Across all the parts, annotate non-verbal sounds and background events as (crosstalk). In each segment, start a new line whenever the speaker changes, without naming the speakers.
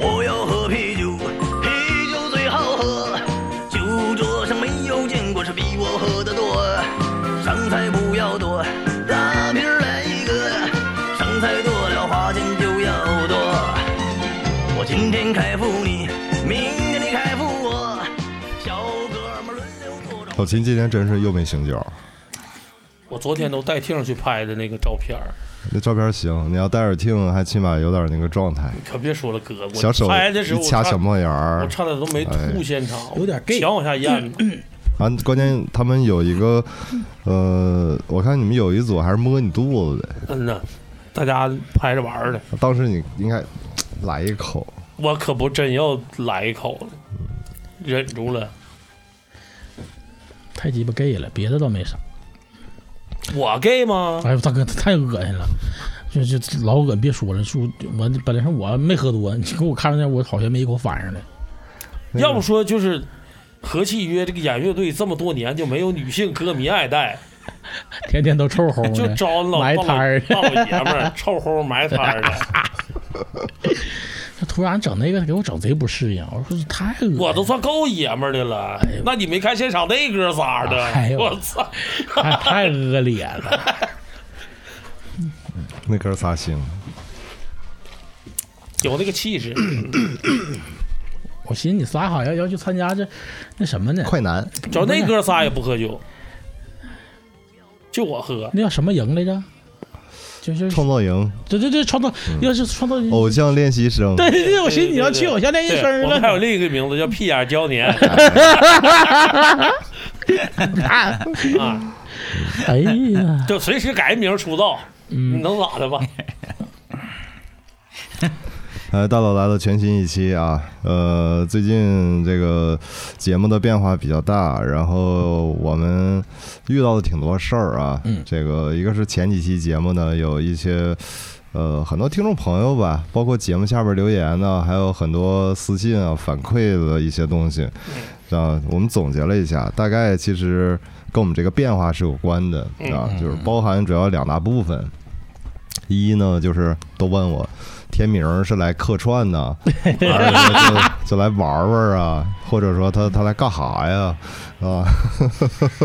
我要喝啤酒，啤酒最好喝，酒桌上没有见过是比我喝得多。上菜不要多，大瓶儿来一个，上菜多了花钱就要多。我今天开付你，明天你开付我，小哥们儿轮流坐着。
小琴今天真是又没醒酒，
我昨天都带听去拍的那个照片儿，
那照片行，你要戴耳听，还起码有点那个状态。
你可别说了，哥，
小手
我拍的时候
一掐小
我差
帽檐
我
儿
差点都没吐现场，
有点嗯 gay
强往下咽。
啊，关键他们有一个，呃，我看你们有一组还是摸你肚子的，
嗯呐，大家拍着玩儿的，
当时你应该来一口，
我可不真要来一口了，忍住了。
太鸡巴 gay 了，别的倒没啥。
我 gay 吗？
哎呦，大哥，太恶心了，就就老恶心，别说了。就我本来上我没喝多，你给我看着点，我好像没一口反应来。
要不说就是和气约这个演乐队这么多年就没有女性歌迷爱戴，
天天都臭烘的，
就招老
埋摊儿
大老爷们儿臭齁埋摊儿的。
他突然整那个，给我整贼不适应。我说这太恶心了，
我都算够爷们儿的了，那你没看现场那哥仨
哎
的，
呦
我操！
太太恶劣了。
那哥仨行，
有那个气势，
我寻思你仨好像要去参加这那什么呢？
快男
主要那哥仨也不喝酒，就我喝。
那叫什么营来着？就是
创嗯哦造营
对对对，创造要是创造
偶像练习生，
对对对，我寻思你要去偶像练习
对
生
我们还有
了，
另一个名字叫屁眼胶
(laughs)
年啊，
哎呀，
就随时改名出道，你
嗯，
能咋的吧？
呃，大佬来了全新一期啊，呃，最近这个节目的变化比较大，然后我们遇到了挺多事儿啊，
嗯
这个一个是前几期节目呢，有一些呃很多听众朋友吧，包括节目下边留言呢，还有很多私信啊反馈的一些东西，啊，我们总结了一下，大概其实跟我们这个变化是有关的啊，就是包含主要两大部分，一呢就是都问我。天明儿是来客串呢，二呢就就来玩玩啊，或者说他他来干哈呀？啊，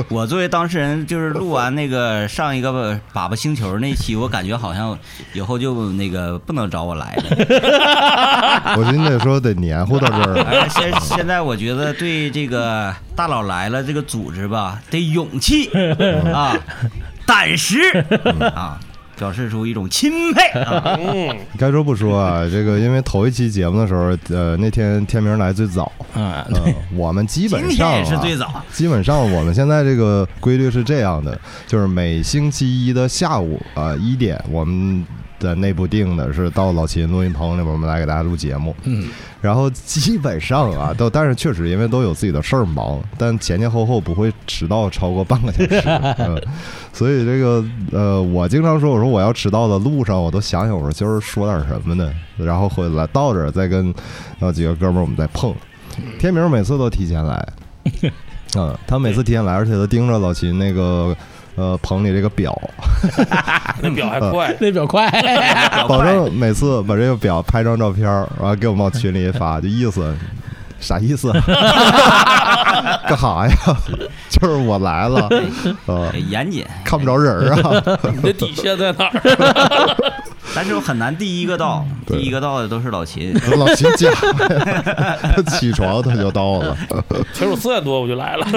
我作为当事人，就是录完那个上一个粑粑星球那期，我感觉好像以后就那个不能找我
(laughs)
来了。
我寻思得说得黏糊到这
(laughs)
儿，
哎现现在我觉得对这个大佬来了这个组织吧，得
(laughs)
勇气啊，胆识
嗯
啊，表示出一种钦佩
(laughs)
啊。
嗯，
该说不说啊，这个因为头一期节目的时候，呃，那天天明来最早，
啊，
呃， (laughs) 我们基
嗯今
本上、
天
啊、
也是最早，
基本上我们现在这个规律是这样的，就是每星期一的下午啊一、点，我们的内部定的是到老秦录音棚里边，我们来给大家录节目。
嗯，
然后基本上啊，都但是确实因为都有自己的事儿忙，但前前后后不会迟到超过半个小
(laughs)
时。嗯，所以这个呃，我经常说，我说我要迟到的路上，我都想想我说今儿说点什么呢，然后回来到这儿再跟呃几个哥们儿我们再碰。天明每次都提前来，嗯，他每次提前来，而且都盯着老秦那个呃棚里这个表，
那表还
(laughs)
快，
那
(laughs)
表快，
保证每次把这个表拍张照片儿，然后给我们往群里一发，就意思啥意思？干啥呀？就是我来了，呃，
哎严谨，
看不着人儿啊。
你的底线在哪儿？ (laughs)
但是我很难第一个到，第
对嗯
一个到的都是老秦。
老秦家，他起床他就到了。
其实我四点多我就来了，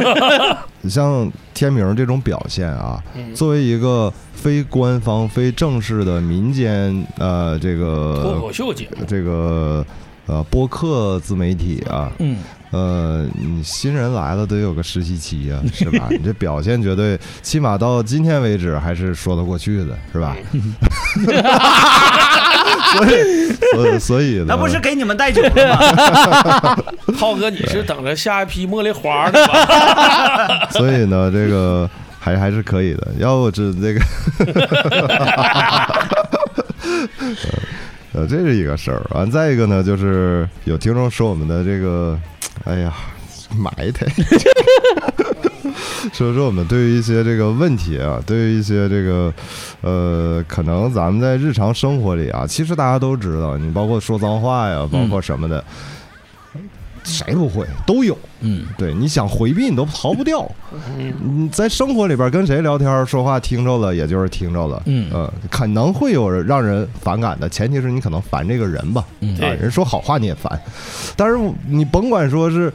嗯
像天明这种表现啊，作为一个非官方、非正式的民间呃这
脱
个
口秀节目，
这个呃播客自媒体啊，
嗯，
呃，你新人来了得有个实习期呀、是吧？你这表现绝对，起码到今天为止还是说得过去的，是吧？ (laughs) 所以，所以所以呢，
那不是给你们带酒了吗？
浩哥你是等着下一批茉莉花的吧？
所以呢，这个还还是可以的。要不这这个呃， (laughs) 呃，这是一个事儿。完，再一个呢，就是有听众说我们的这个，哎呀，埋汰， (laughs) 说说我们对于一些这个问题啊，对于一些这个，呃，可能咱们在日常生活里啊，其实大家都知道，你包括说脏话
嗯
呀，包括什么的，谁不会都有。
嗯，
对，你想回避你都逃不掉。你在生活里边跟谁聊天说话听着了，也就是听着了。
嗯
呃，可能会有人让人反感的，前提是你可能烦这个人吧。
嗯
啊，
对
人说好话你也烦，但是你甭管说是。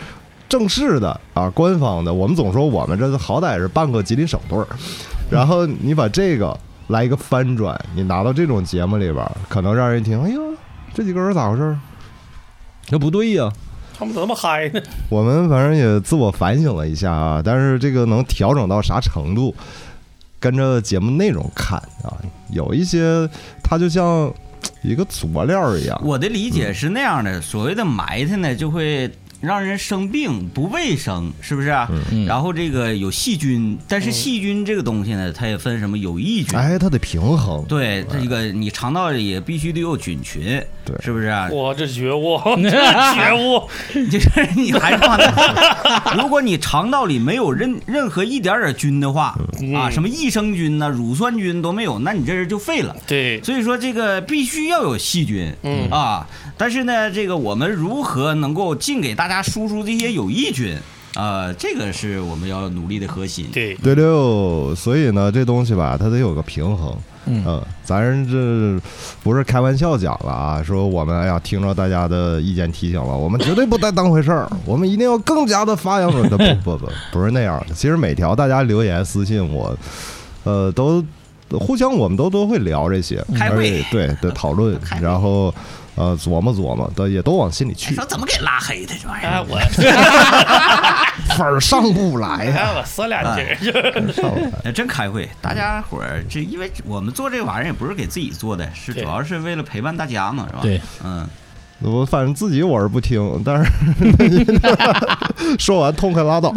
正式的啊，官方的，我们总说我们这好歹是半个吉林省队儿，然后你把这个来一个翻转，你拿到这种节目里边儿，可能让人一听，哎呦，这几个人咋回事儿？那不对呀、
他们怎么那么嗨
(laughs)
呢？
我们反正也自我反省了一下啊，但是这个能调整到啥程度，跟着节目内容看啊，有一些它就像一个佐料一样，
我的理解是那样的，所谓的埋汰呢，就会让人生病，不卫生，是不是、啊？
嗯
然后这个有细菌，但是细菌这个东西呢，它也分什么有益菌，
嗯哎，它得平衡，
对，这个你肠道里也必须得有菌群，
对
是不是、啊？
哇，这觉悟，
(laughs)
这觉悟，
就是你还是往那， (laughs) 如果你肠道里没有任任何一点点菌的话，
嗯
啊，什么益生菌呐、乳酸菌都没有，那你这人就废了。
对，
所以说这个必须要有细菌，
嗯
啊，但是呢，这个我们如何能够尽给大家输出这些有益菌？啊，这个是我们要努力的核心。
对，
对溜。所以呢，这东西吧，它得有个平衡。呃
嗯
咱这不是开玩笑讲了啊，说我们哎呀，听着大家的意见提醒了，我们绝对不再当回事
(laughs)
儿，我们一定要更加的发扬我们的。不不不，不是那样的。其实每条大家留言私信我，呃，都互相我们都都会聊这些，
开
而
会
且
(laughs)
对对讨论
开，会哎
然后呃琢磨琢磨，都也都往心里去
说，怎么给拉黑的这玩意
哎，
儿？
(laughs)
我
粉儿上不来啊
你
呀、
看我撕俩底
哎
儿就
上不来。
哎，真开会，大家伙儿这因为我们做这玩意儿也不是给自己做的，是主
对
要是为了陪伴大家嘛，是吧？
对，
嗯，
我反正自己我是不听，但是 (laughs) 说完痛快拉倒。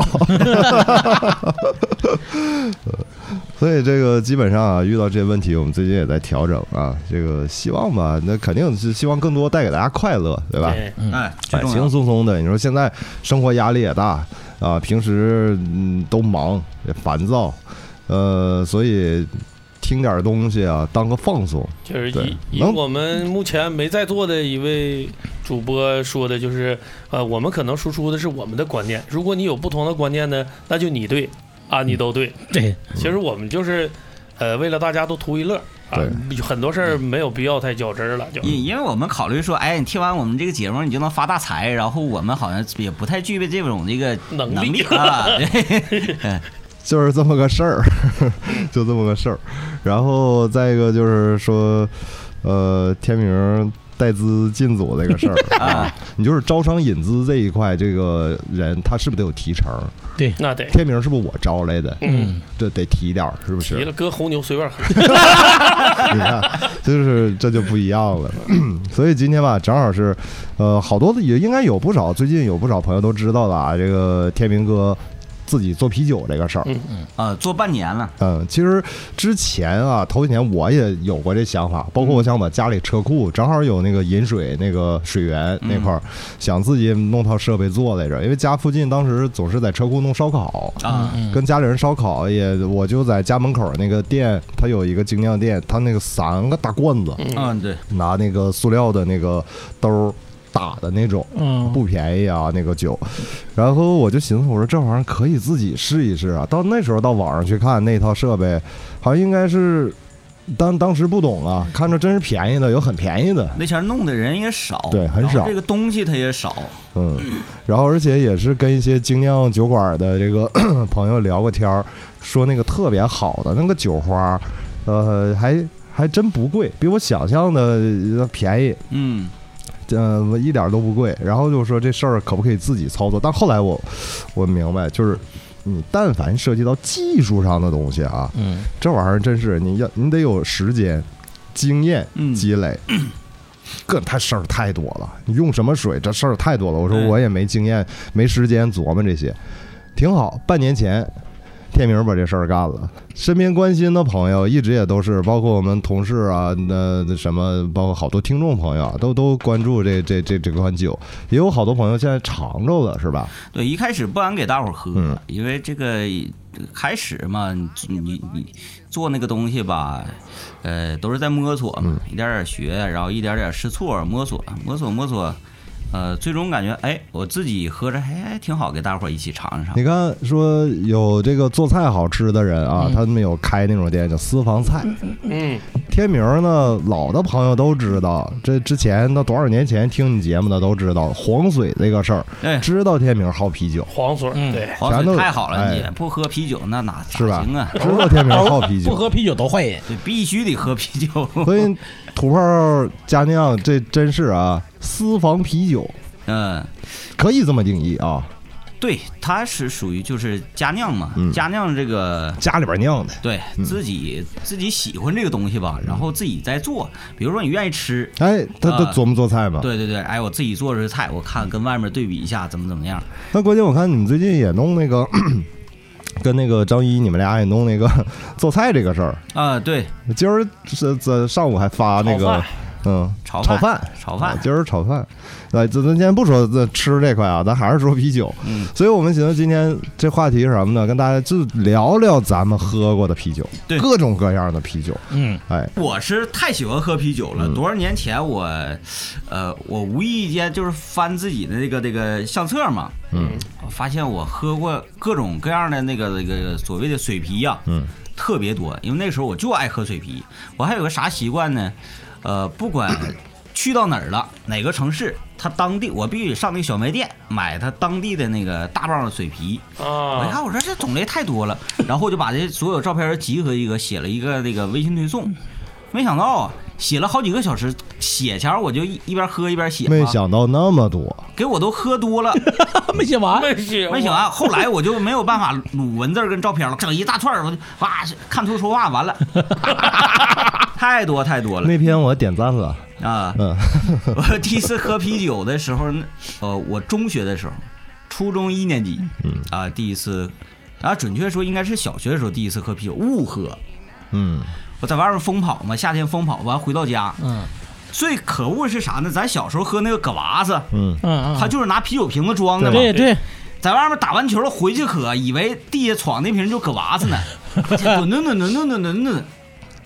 所以这个基本上啊，遇到这些问题，我们最近也在调整啊。这个希望吧，那肯定是希望更多带给大家快乐，对吧？
(laughs) 对
哎，最
哎，
重
轻
要
轻松松的。你说现在生活压力也大啊，平时嗯都忙也烦躁，呃，所以听点东西啊，当个放松。
就是
对
以以
能
我们目前没在座的一位主播说的，就是呃，我们可能输出的是我们的观念，如果你有不同的观念呢，那就你对啊，你都对。
对，
嗯
其实我们就是呃，为了大家都图一乐啊，很多事儿没有必要太较真儿了，就
因因为我们考虑说，哎，你听完我们这个节目，你就能发大财，然后我们好像也不太具备这种这个
能力
能力啊。
(laughs)
对
就是这么个事儿， (laughs) 就这么个事儿。然后再一个就是说，呃，天明带资进组这个
(laughs)
事儿
啊，
你就是招商引资这一块，这个人他是不是得有提成？
那得
天明是不是我招来的？
嗯，
这得提点儿，是不是
提？了，搁红牛随便喝。
你看，就是这就不一样了。 (clears throat) 所以今天吧，正好是，呃，好多的也应该有不少，最近有不少朋友都知道了啊，这个天明哥自己做啤酒这个事儿。
嗯
啊，做半年了，
嗯，其实之前啊，头几年我也有过这想法，包括我
嗯
想把家里车库正好有那个引水那个水源那
嗯
块儿，想自己弄套设备做来着，因为家附近当时总是在车库弄烧烤。
啊，
跟家里人烧烤也，我就在家门口那个店，它有一个精酿店，它那个三个大罐子，
嗯，对，
拿那个塑料的那个兜儿打的那种，
嗯，
不便宜啊，那个酒。然后我就寻思，我说这玩意儿可以自己试一试啊。到那时候到网上去看那套设备，好像应该是当当时不懂啊，看着真是便宜的，有很便宜的，
那前儿弄的人也少，
对很
然后
少
这个东西它也少，
嗯。然后而且也是跟一些精酿酒馆的这个 (coughs) 朋友聊过天儿，说那个特别好的那个酒花，呃，还还真不贵，比我想象的呃便宜。
嗯，
呃，一点儿都不贵。然后就说这事儿可不可以自己操作？但后来我我明白，就是你但凡涉及到技术上的东西啊，
嗯，
这玩意儿真是你要你得有时间、经验
嗯
积累。个太事儿太多了，你用什么水这事儿太多了。我说
对
我也没经验，没时间琢磨这些，挺好。半年前，天明把这事儿干了。身边关心的朋友一直也都是，包括我们同事啊，那那什么，包括好多听众朋友啊，都都关注这这这这款酒，也有好多朋友现在尝着了，是吧？
对，一开始不敢给大伙儿喝，
嗯
因为这个开始嘛，你你你做那个东西吧，呃，都是在摸索嘛，
嗯
一点点学，然后一点点试错，摸索，摸索，摸索，呃，最终感觉，哎，我自己喝着还、哎、挺好，给大伙儿一起尝尝
你。看，说有这个做菜好吃的人啊，他们有开那种店叫私房菜。
嗯，
天明呢，老的朋友都知道，这之前那多少年前听你节目的都知道黄水这个事儿，
哎，
知道天明好啤酒
黄水儿，
嗯
对，
黄
全都
水太好了，
哎
你不喝啤酒那哪
是
哪
吧
行啊？？
知道天明好啤
不
酒，
喝啤酒都坏 (laughs) 人。
对，必须得喝啤酒。
所以土炮加酿这真是啊，私房啤酒
(laughs) 嗯，
可以这么定义啊，
对，它是属于就是加酿嘛，
嗯
加酿这个
家里边酿的。
对自己自己喜欢这个东西吧，然后自己再做。比如说你愿意吃，
哎，他他
啊
琢磨做菜吗？
对对对，哎，我自己做这菜，我看跟外面对比一下怎么怎么样。
那关键我看你们最近也弄那个， (clears throat) 跟那个张一你们俩也弄那个 (laughs) 做菜这个事儿。
啊，对，
今儿这这上午还发那
炒
个
饭，
嗯，
炒
炒
饭，
饭，
炒饭
啊今儿炒饭。来，咱咱先不说这吃这块啊，咱还是说啤酒。
嗯，
所以我们寻思今天这话题是什么呢？跟大家就聊聊咱们喝过的啤酒，
对
各种各样的啤酒。
嗯，
哎，
我是太喜欢喝啤酒了。
嗯
多少年前我，呃，我无意间就是翻自己的那个那个相册嘛，
嗯，
我发现我喝过各种各样的那个那个所谓的水啤呀、
嗯，
特别多。因为那时候我就爱喝水啤，我还有个啥习惯呢？呃，不管去到哪儿了， (clears throat) 哪个城市，他当地我必须上那个小卖店买他当地的那个大棒的水啤。我一
啊，
哎看，我说这种类太多了，然后我就把这所有照片集合一个，写了一个那个微信推送。没想到啊，写了好几个小时，写前儿我就一一边喝一边写嘛，
没想到那么多，
给我都喝多了，
没写完，
没写
没写完。后来我就没有办法撸文字儿跟照片了，整一大串儿，我就哇看图说话完了， (laughs) 太多太多了
那篇我点赞了。
啊！
嗯，
我第一次喝啤酒的时候，那呃，我中学的时候，初中一年级，
嗯
啊，第一次，啊，准确说应该是小学的时候第一次喝啤酒，误喝。
嗯，
我在外面疯跑嘛，夏天疯跑完回到家，
嗯
最可恶是啥呢？咱小时候喝那个葛娃子，
嗯，
嗯嗯，
他就是拿啤酒瓶子装的嘛，
对对，
在外面打完球了回去喝，以为地下闯那瓶就葛娃
(laughs)
子呢，吨吨吨吨吨吨吨吨，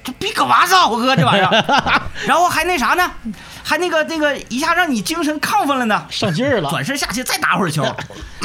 这比葛娃子好喝这玩意
(laughs)
儿，然后还那啥呢，还那个那个一下让你精神亢奋了呢。
上劲儿了。
转身下去再打会
(laughs)
儿球，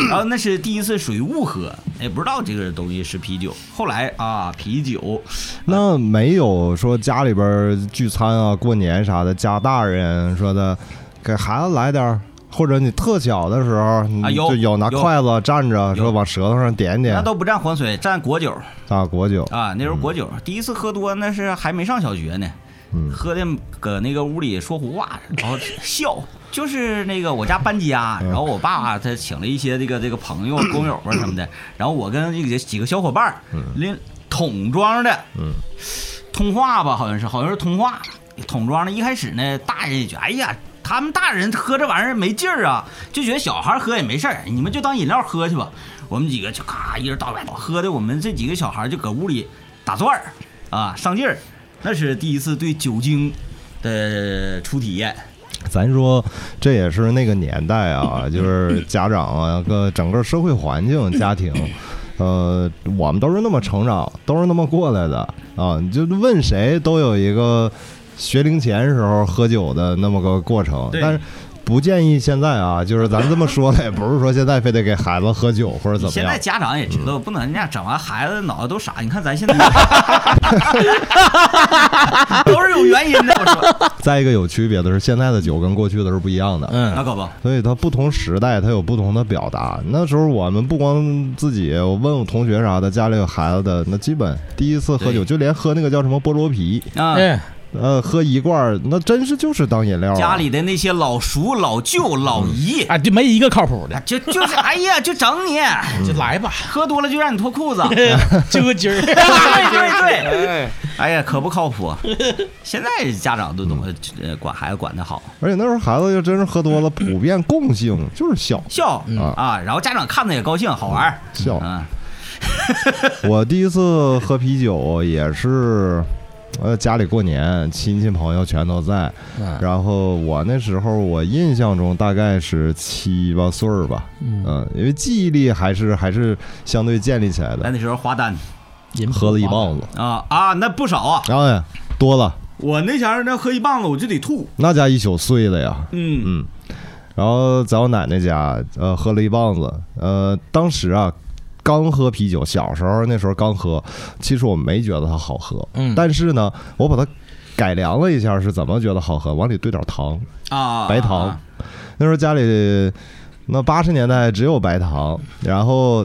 然后那是第一次属于误喝，也不知道这个东西是啤酒。后来啊，啤酒
那没有说家里边儿聚餐啊、过年啥的，家大人说的，给孩子来点儿，或者你特小的时候，你
啊有
就有拿
有
筷子蘸着，说往舌头上点
啊
那
点
都不蘸黄水，蘸果酒
啊，果酒，
啊。那时候果酒第一次喝多，那是还没上小学呢，
嗯
喝的搁那个屋里说胡话，然后笑。就是那个我家搬家，
嗯
然后我爸他请了一些这个这个朋友、工友啊什么的，然后我跟这个几个小伙伴儿，拎桶装的，
嗯
通话吧，好像是，好像是通话。桶装的，一开始呢，大人也觉得，哎呀，他们大人喝这玩意儿没劲儿啊，就觉得小孩喝也没事儿，你们就当饮料喝去吧。我们几个就咔一人倒一倒，喝的我们这几个小孩就搁屋里打转儿啊，上劲儿。那是第一次对酒精的初体验。
咱说这也是那个年代
(laughs)
啊，就是家长啊，个整个社会环境、家
(laughs)
庭，呃，我们都是那么成长，都是那么过来的啊。你就问谁都有一个学龄前时候喝酒的那么个过程，
对
但是。不建议现在啊，就是咱们这么说的，也不是说现在非得给孩子喝酒或者怎么
现
样
在。家长也知道，不能那样整完孩子脑子都傻。你看咱
(laughs)
现在 (laughs) 都是有原因的，我说
再一个有区别的是，现在的酒跟过去的是不一样的。
那
嗯，
可不。
所以它不同时代它有不同的表达。那时候我们不光自己，我问我同学啥的，家里有孩子的，那基本第一次喝酒
对
就连喝那个叫什么菠萝啤，
啊，
哎，
呃，喝一罐儿那真是就是当饮料、啊。
家里的那些老叔、老舅、老姨，
啊，就没一个靠谱的，
啊就 (laughs) 就是哎呀，就整你，
就来 (laughs) 吧，
喝多了就让你脱裤子。 (laughs) 对
就个今儿。 (laughs)
对对，
哎，
哎呀，可不靠 (laughs) 谱。现在家长都懂，呃，管孩子管得好，
而且那时候孩子就真是喝多了，普遍共性就是小
笑
嗯
啊，然后家长看着也高兴，好玩儿。
笑。
嗯，
我第一次喝啤酒也是，呃，家里过年，亲戚朋友全都在。
嗯
然后我那时候，我印象中大概是七八岁儿吧，
嗯，
嗯，因为记忆力还是还是相对建立起来
咱
的。
那时候花单
饮
喝了一棒
子，
子，
啊啊，那不少啊！
然后呀，多了，
我那前儿那喝一棒子我就得吐，
那家一宿碎了呀。
嗯
嗯，然后在我奶奶家，呃，喝了一棒子，呃，当时啊，刚喝啤酒，小时候那时候刚喝，其实我没觉得它好喝，
嗯
但是呢，我把它改良了一下，是怎么觉得好喝？往里兑点糖，
啊，
白糖
啊，。
那时候家里那八十年代只有白糖，然后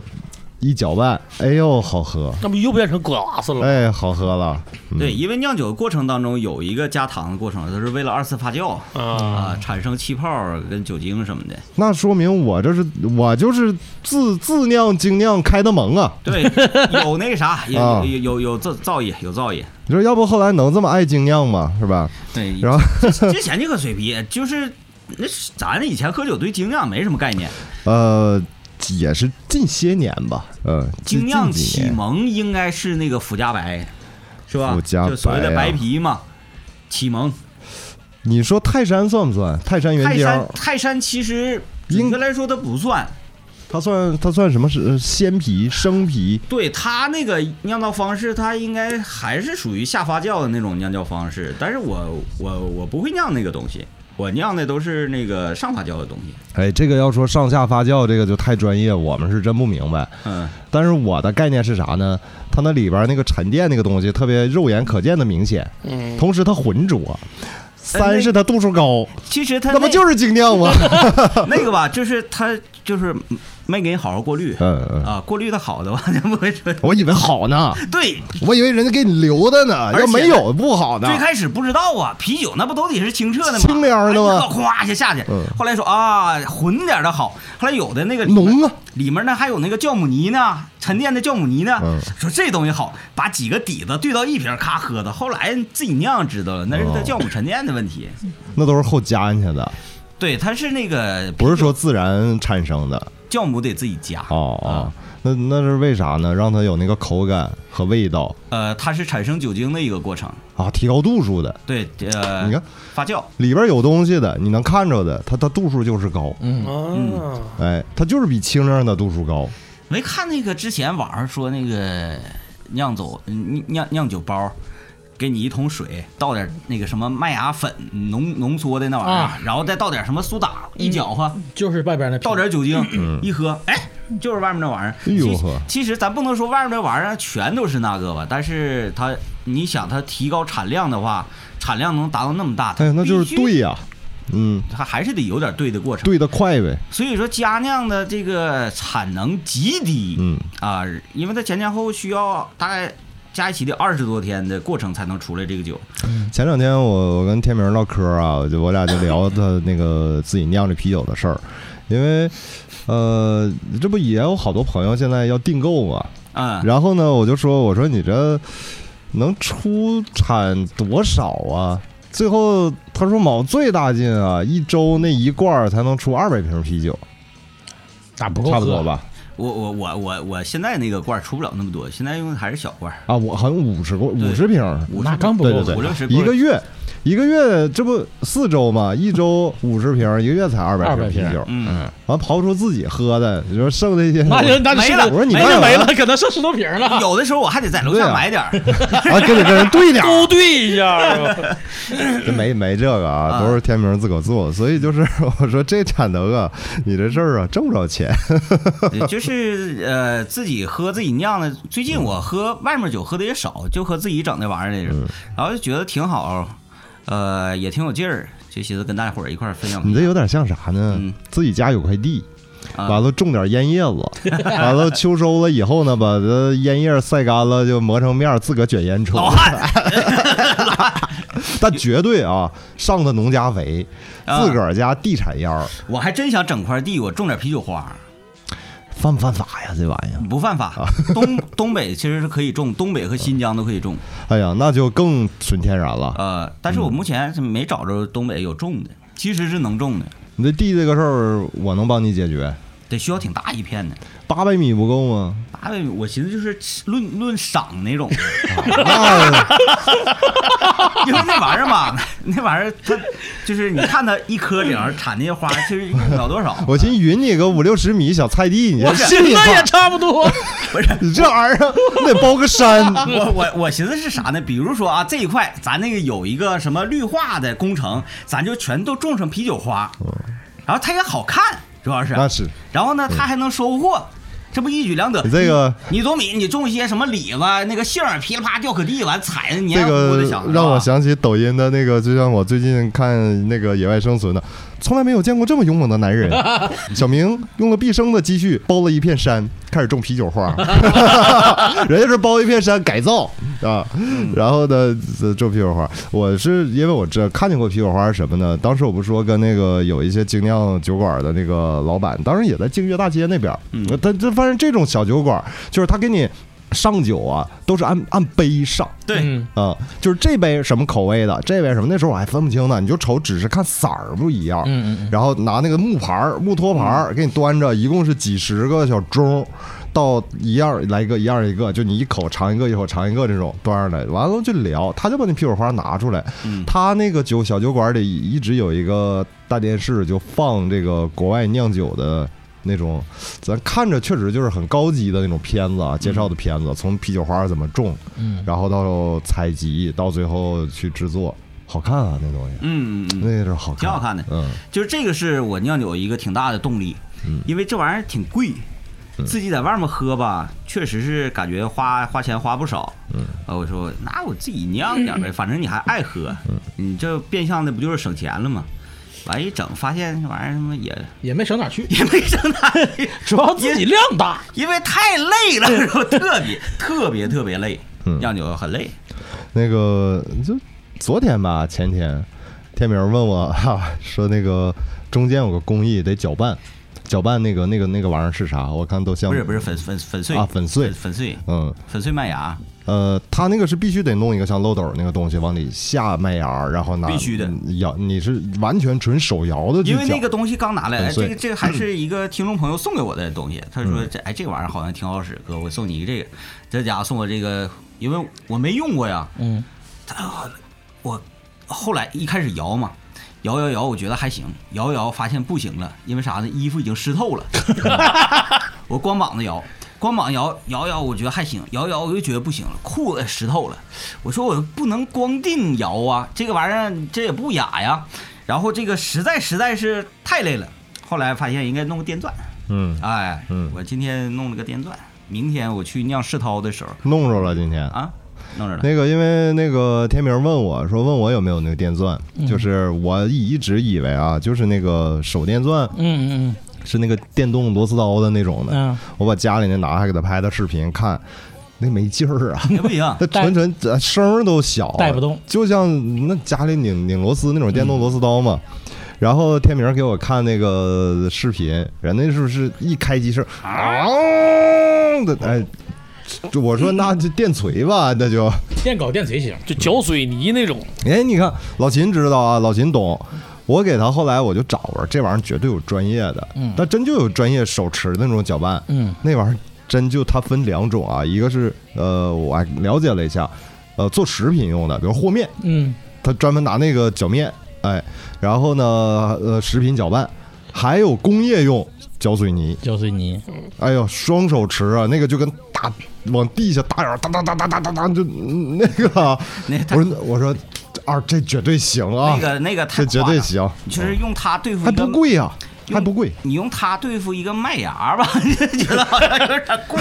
一搅拌，哎呦，好喝，
那不又变成瓜子了？
哎，好喝了。嗯
对，，因为酿酒过程当中有一个加糖的过程，它是为了二次发酵
啊，
啊，产生气泡跟酒精什么的。
那说明我这是我就是自自酿精酿开的蒙啊。 (laughs)
对，有那个啥，有
啊
有有有造造诣，有造诣。
你说要不后来能这么爱精酿吗？是吧？
对，
然后
之前这个水啤就是。那是咱以前喝酒对精酿没什么概念，
呃，也是近些年吧，呃，近
精酿
近几
启
年
蒙应该是那个福加白，是吧？
福加白啊
就所谓的白啤嘛，启蒙。
你说泰山算不算？泰山原
泰山
浆，
泰山其实
应
准确来说它不算，
它算它算什么是呃鲜啤、生啤？
对它那个酿造方式，它应该还是属于下发酵的那种酿造方式。但是我我我不会酿那个东西，我酿的都是那个上发酵的东西。
哎，这个要说上下发酵，这个就太专业，我们是真不明白。
嗯，
但是我的概念是啥呢？它那里边那个沉淀那个东西特别肉眼可见的明显，
嗯，
同时它浑浊。
呃
三
那
是它度数高，
其实它
那不就是精酿
(laughs)
吗？
那个吧，就是它就是没给你好好过滤
嗯嗯，
啊，过滤的好的话 (laughs) 就不会说
我以为好呢，
对。
我以为人家给你留的呢，
而
要
且
没有不好呢
最。开始不知道啊，啤酒那不都得是清澈的吗？
清凉的吗
哎哗一下下去
嗯，
后来说啊，浑点儿的好。后来有的那个里面
浓啊，
里面呢还有那个酵母泥呢，沉淀的酵母泥呢，
嗯
说这东西好，把几个底子兑到一瓶，咔喝的。后来自己酿知道了，那是它
哦
酵母沉淀的问题。
那都是后加进去
(laughs)
的。
对，它是那个
不是说自然产生的
酵母得自己加，
哦哦
啊，
那那是为啥呢？让它有那个口感和味道
呃，它是产生酒精的一个过程。
啊，提高度数的。
对，呃，
你看
发酵，
里边有东西的，你能看着的，它它度数就是高，
嗯，
啊，
哎，它就是比清蒸的度数高。
没看那个之前网上说那个酿酒嗯酿酿酒包。给你一桶水，倒点那个什么麦芽粉浓浓缩的那玩意儿，
啊
然后再倒点什么苏打，一搅和，
就是外边那
倒点酒精，一喝，哎，就是外面那玩意儿。
嗯哎呦
其
呵
其实咱不能说外面那玩意儿全都是那个吧，但是它，你想它提高产量的话，产量能达到那么大，它
哎，那就是
必须，
对呀、嗯，
它还是得有点兑的过程。
对的快呗，
所以说佳酿的这个产能极低，
嗯，
啊，因为它前前后后需要大概加一起得二十多天的过程才能出来这个酒。
前两天我我跟天明唠嗑啊，我就我俩就聊他那个自己酿这啤酒的事儿，因为呃，这不也有好多朋友现在要订购嘛，
嗯，
(laughs) 然后呢，我就说，我说你这能出产多少啊？最后他说卯最大劲啊，一周那一罐儿才能出二百瓶啤酒，
咋不够
差不多
喝？
吧？
我我我我我现在那个罐儿出不了那么多，现在用的还是小罐儿，
啊，我好像五十罐，五十瓶儿，
那更不
对
够
对
喝。
五六十
对，
罐
一
儿
个月，一个月这不四周嘛，一周五十瓶儿，一个月才二百
200
啤
瓶
酒，
嗯，
完刨出自己喝的，你说剩那些
那就那就
没
剩
了
我说你
没
干啥
了没了，可能剩十多瓶了。
(laughs) 有的时候我还得在
嗯
楼
对
下
啊
买点儿。
(laughs) 啊，跟得跟人对点儿
勾兑一
(laughs)
下是吧，
这没没这个啊，
啊
都是天明自个儿做，所以就是 (laughs) 我说这产能啊，你这事儿啊挣不着钱，
对就是呃，自己喝自己酿的。最近我喝外面酒喝的也少，就喝自己整的玩意儿来着，
嗯
然后就觉得挺好，呃，也挺有劲儿，就寻思跟大伙儿一块儿分享。
你这有点像啥呢
嗯？
自己家有块地。
啊
完了，种点烟叶子，完了秋收了以后呢，把这烟叶晒干了，就磨成面儿，自个儿卷烟抽
老。汉，
(laughs) 但绝对啊，上的农家肥，
啊
自个儿家地产烟儿，
我还真想整块地，我种点啤酒花，
犯不犯法呀？这玩意儿，
不犯法。东东北其实是可以种，东北和新疆都可以种，
哎呀，那就更纯天然了。
呃，但是我目前是没找着东北有种的，其实是能种的。
你这地这个事儿，我能帮你解决。
得需要挺大一片的。
八百米不够吗？
(laughs) 八百米，我寻思就是论论赏那种， (laughs)
那
因为那玩意儿吧，那玩意儿它就是你看它一颗顶上产那些花，其实用不了多少。
我寻思匀你个五六十米小菜地，你这
寻思也差不 (laughs) 多。
不是
你这玩意儿你得包个山。
我我我寻思是啥呢？比如说啊，这一块咱那个有一个什么绿化的工程，咱就全都种成啤酒花，然后它也好看，主要是。
嗯那是嗯
然后呢，它还能收获，这不一举两得。
你这个
你总比你种一些什么李子、那个杏儿噼里啪啦掉可地，完踩的
这
黏糊糊
个
的响，
让我
是吧
想起抖音的那个，就像我最近看那个野外生存的，从来没有见过这么勇猛的男 (laughs) 人。小明用了毕生的积蓄包了一片山，开始种啤酒 (laughs) 花。人家是包一片山改造啊，然后呢这种啤酒花，我是因为我这看见过啤酒花是什么呢？当时我不是说跟那个有一些精酿酒馆的那个老板，当时也在净月大街那边儿，他这发现这种小酒馆，就是他给你上酒啊，都是按按杯上。
对，
嗯
啊、就是这杯什么口味的，这杯什么，那时候我还分不清呢，你就瞅只是看色儿不一样，
嗯嗯
然后拿那个木盘儿、木托盘儿给你端着，一共是几十个小盅，到一样来一个，一样一个，就你一口尝一个，一口尝一个这种端上来，完了就聊，他就把那啤酒花拿出来，
嗯
他那个酒小酒馆里一直有一个大电视，就放这个国外酿酒的。那种，咱看着确实就是很高级的那种片子啊，介绍的片子，从啤酒花怎么种，
嗯
然后到采集，到最后去制作，好看啊，那东西，
嗯嗯嗯。
那是好看，
挺好看的
嗯，
就是这个是我酿酒一个挺大的动力，因为这玩意儿挺贵，
嗯
自己在外面喝吧，确实是感觉花花钱花不少。嗯，呃，我说那我自己酿点
(clears throat)
呗，反正你还爱喝，
嗯
你这变相的不就是省钱了吗？完一整发现这玩意儿他妈也，
(laughs) 也没省哪去
(laughs) 也没省哪里，
主要自己量大。
因为太累了，是吧？特
(laughs)
别特别特别累，
嗯
酿酒很累。
那个就昨天吧，前天，天明问我 (laughs) 哈、说那个中间有个工艺得搅拌，搅拌那个那个那个玩意儿是啥？我看都像
不是不是粉粉粉碎
啊粉碎
粉粉碎
嗯，
粉碎麦芽，
呃，他那个是必须得弄一个像漏斗儿那个东西往里下麦芽儿，然后拿
必须的
摇，你是完全纯手摇的去
因为
搅
那个东西刚拿来，
很
哎
碎
这个这个还是一个听众朋友送给我的东西。他说这哎这玩意儿好像挺好使，哥，我送你一个这个。这家伙送我这个，因为我没用过呀。
嗯，
他我后来一开始摇嘛，摇摇摇，我觉得还行，摇摇发现不行了，因为啥呢？衣服已经湿透了。 (laughs) 我光膀子摇，光膀子摇摇摇，我觉得还行，摇摇我就觉得不行了，裤子湿透了。我说我不能光腚摇啊，这个玩意儿这也不雅呀。然后这个实在实在是太累了，后来发现应该弄个电钻，
嗯，
哎，
嗯
我今天弄了个电钻，明天我去酿世涛的时候
弄着了今天
啊，弄
(laughs)
着了。
那个，因为那个天明问我说，问我有没有那个电钻，
嗯
就是我一直以为啊，就是那个手电钻
嗯嗯
是那个电动螺丝刀的那种的，
嗯，
我把家里那拿下给他拍的视频看，那没劲儿啊，
也不行，
那纯纯呃声儿都小，
嗯带不动，
就像那家里拧拧螺丝那种电动螺丝刀嘛。然后天明给我看那个视频，人那是不是一开机是啊的？哎，这我说那就电锤吧，那就。
电搞电锤行。
就搅水泥
(laughs)
那种，
哎，你看老秦知道啊，老秦懂。我给他后来我就找着这玩意儿绝对有专业的，
嗯
但真就有专业手持那种搅拌，
嗯
那玩意儿真就它分两种啊，一个是呃我还了解了一下，呃做食品用的，比如和面，
嗯
他专门拿那个搅面，哎，然后呢呃食品搅拌，还有工业用搅水泥，
搅水泥，
哎呦双手持啊，那个就跟大往地下大眼儿哒哒哒哒哒哒哒就嗯那个啊，
那
我说我说二这绝对行啊，
那个那个太
这绝
夸
对
张
行，
就是用它对付
还
一个
不，贵呀、还
用
不贵。
你用它对付一个麦芽吧， (laughs) 你就觉得好像有点过。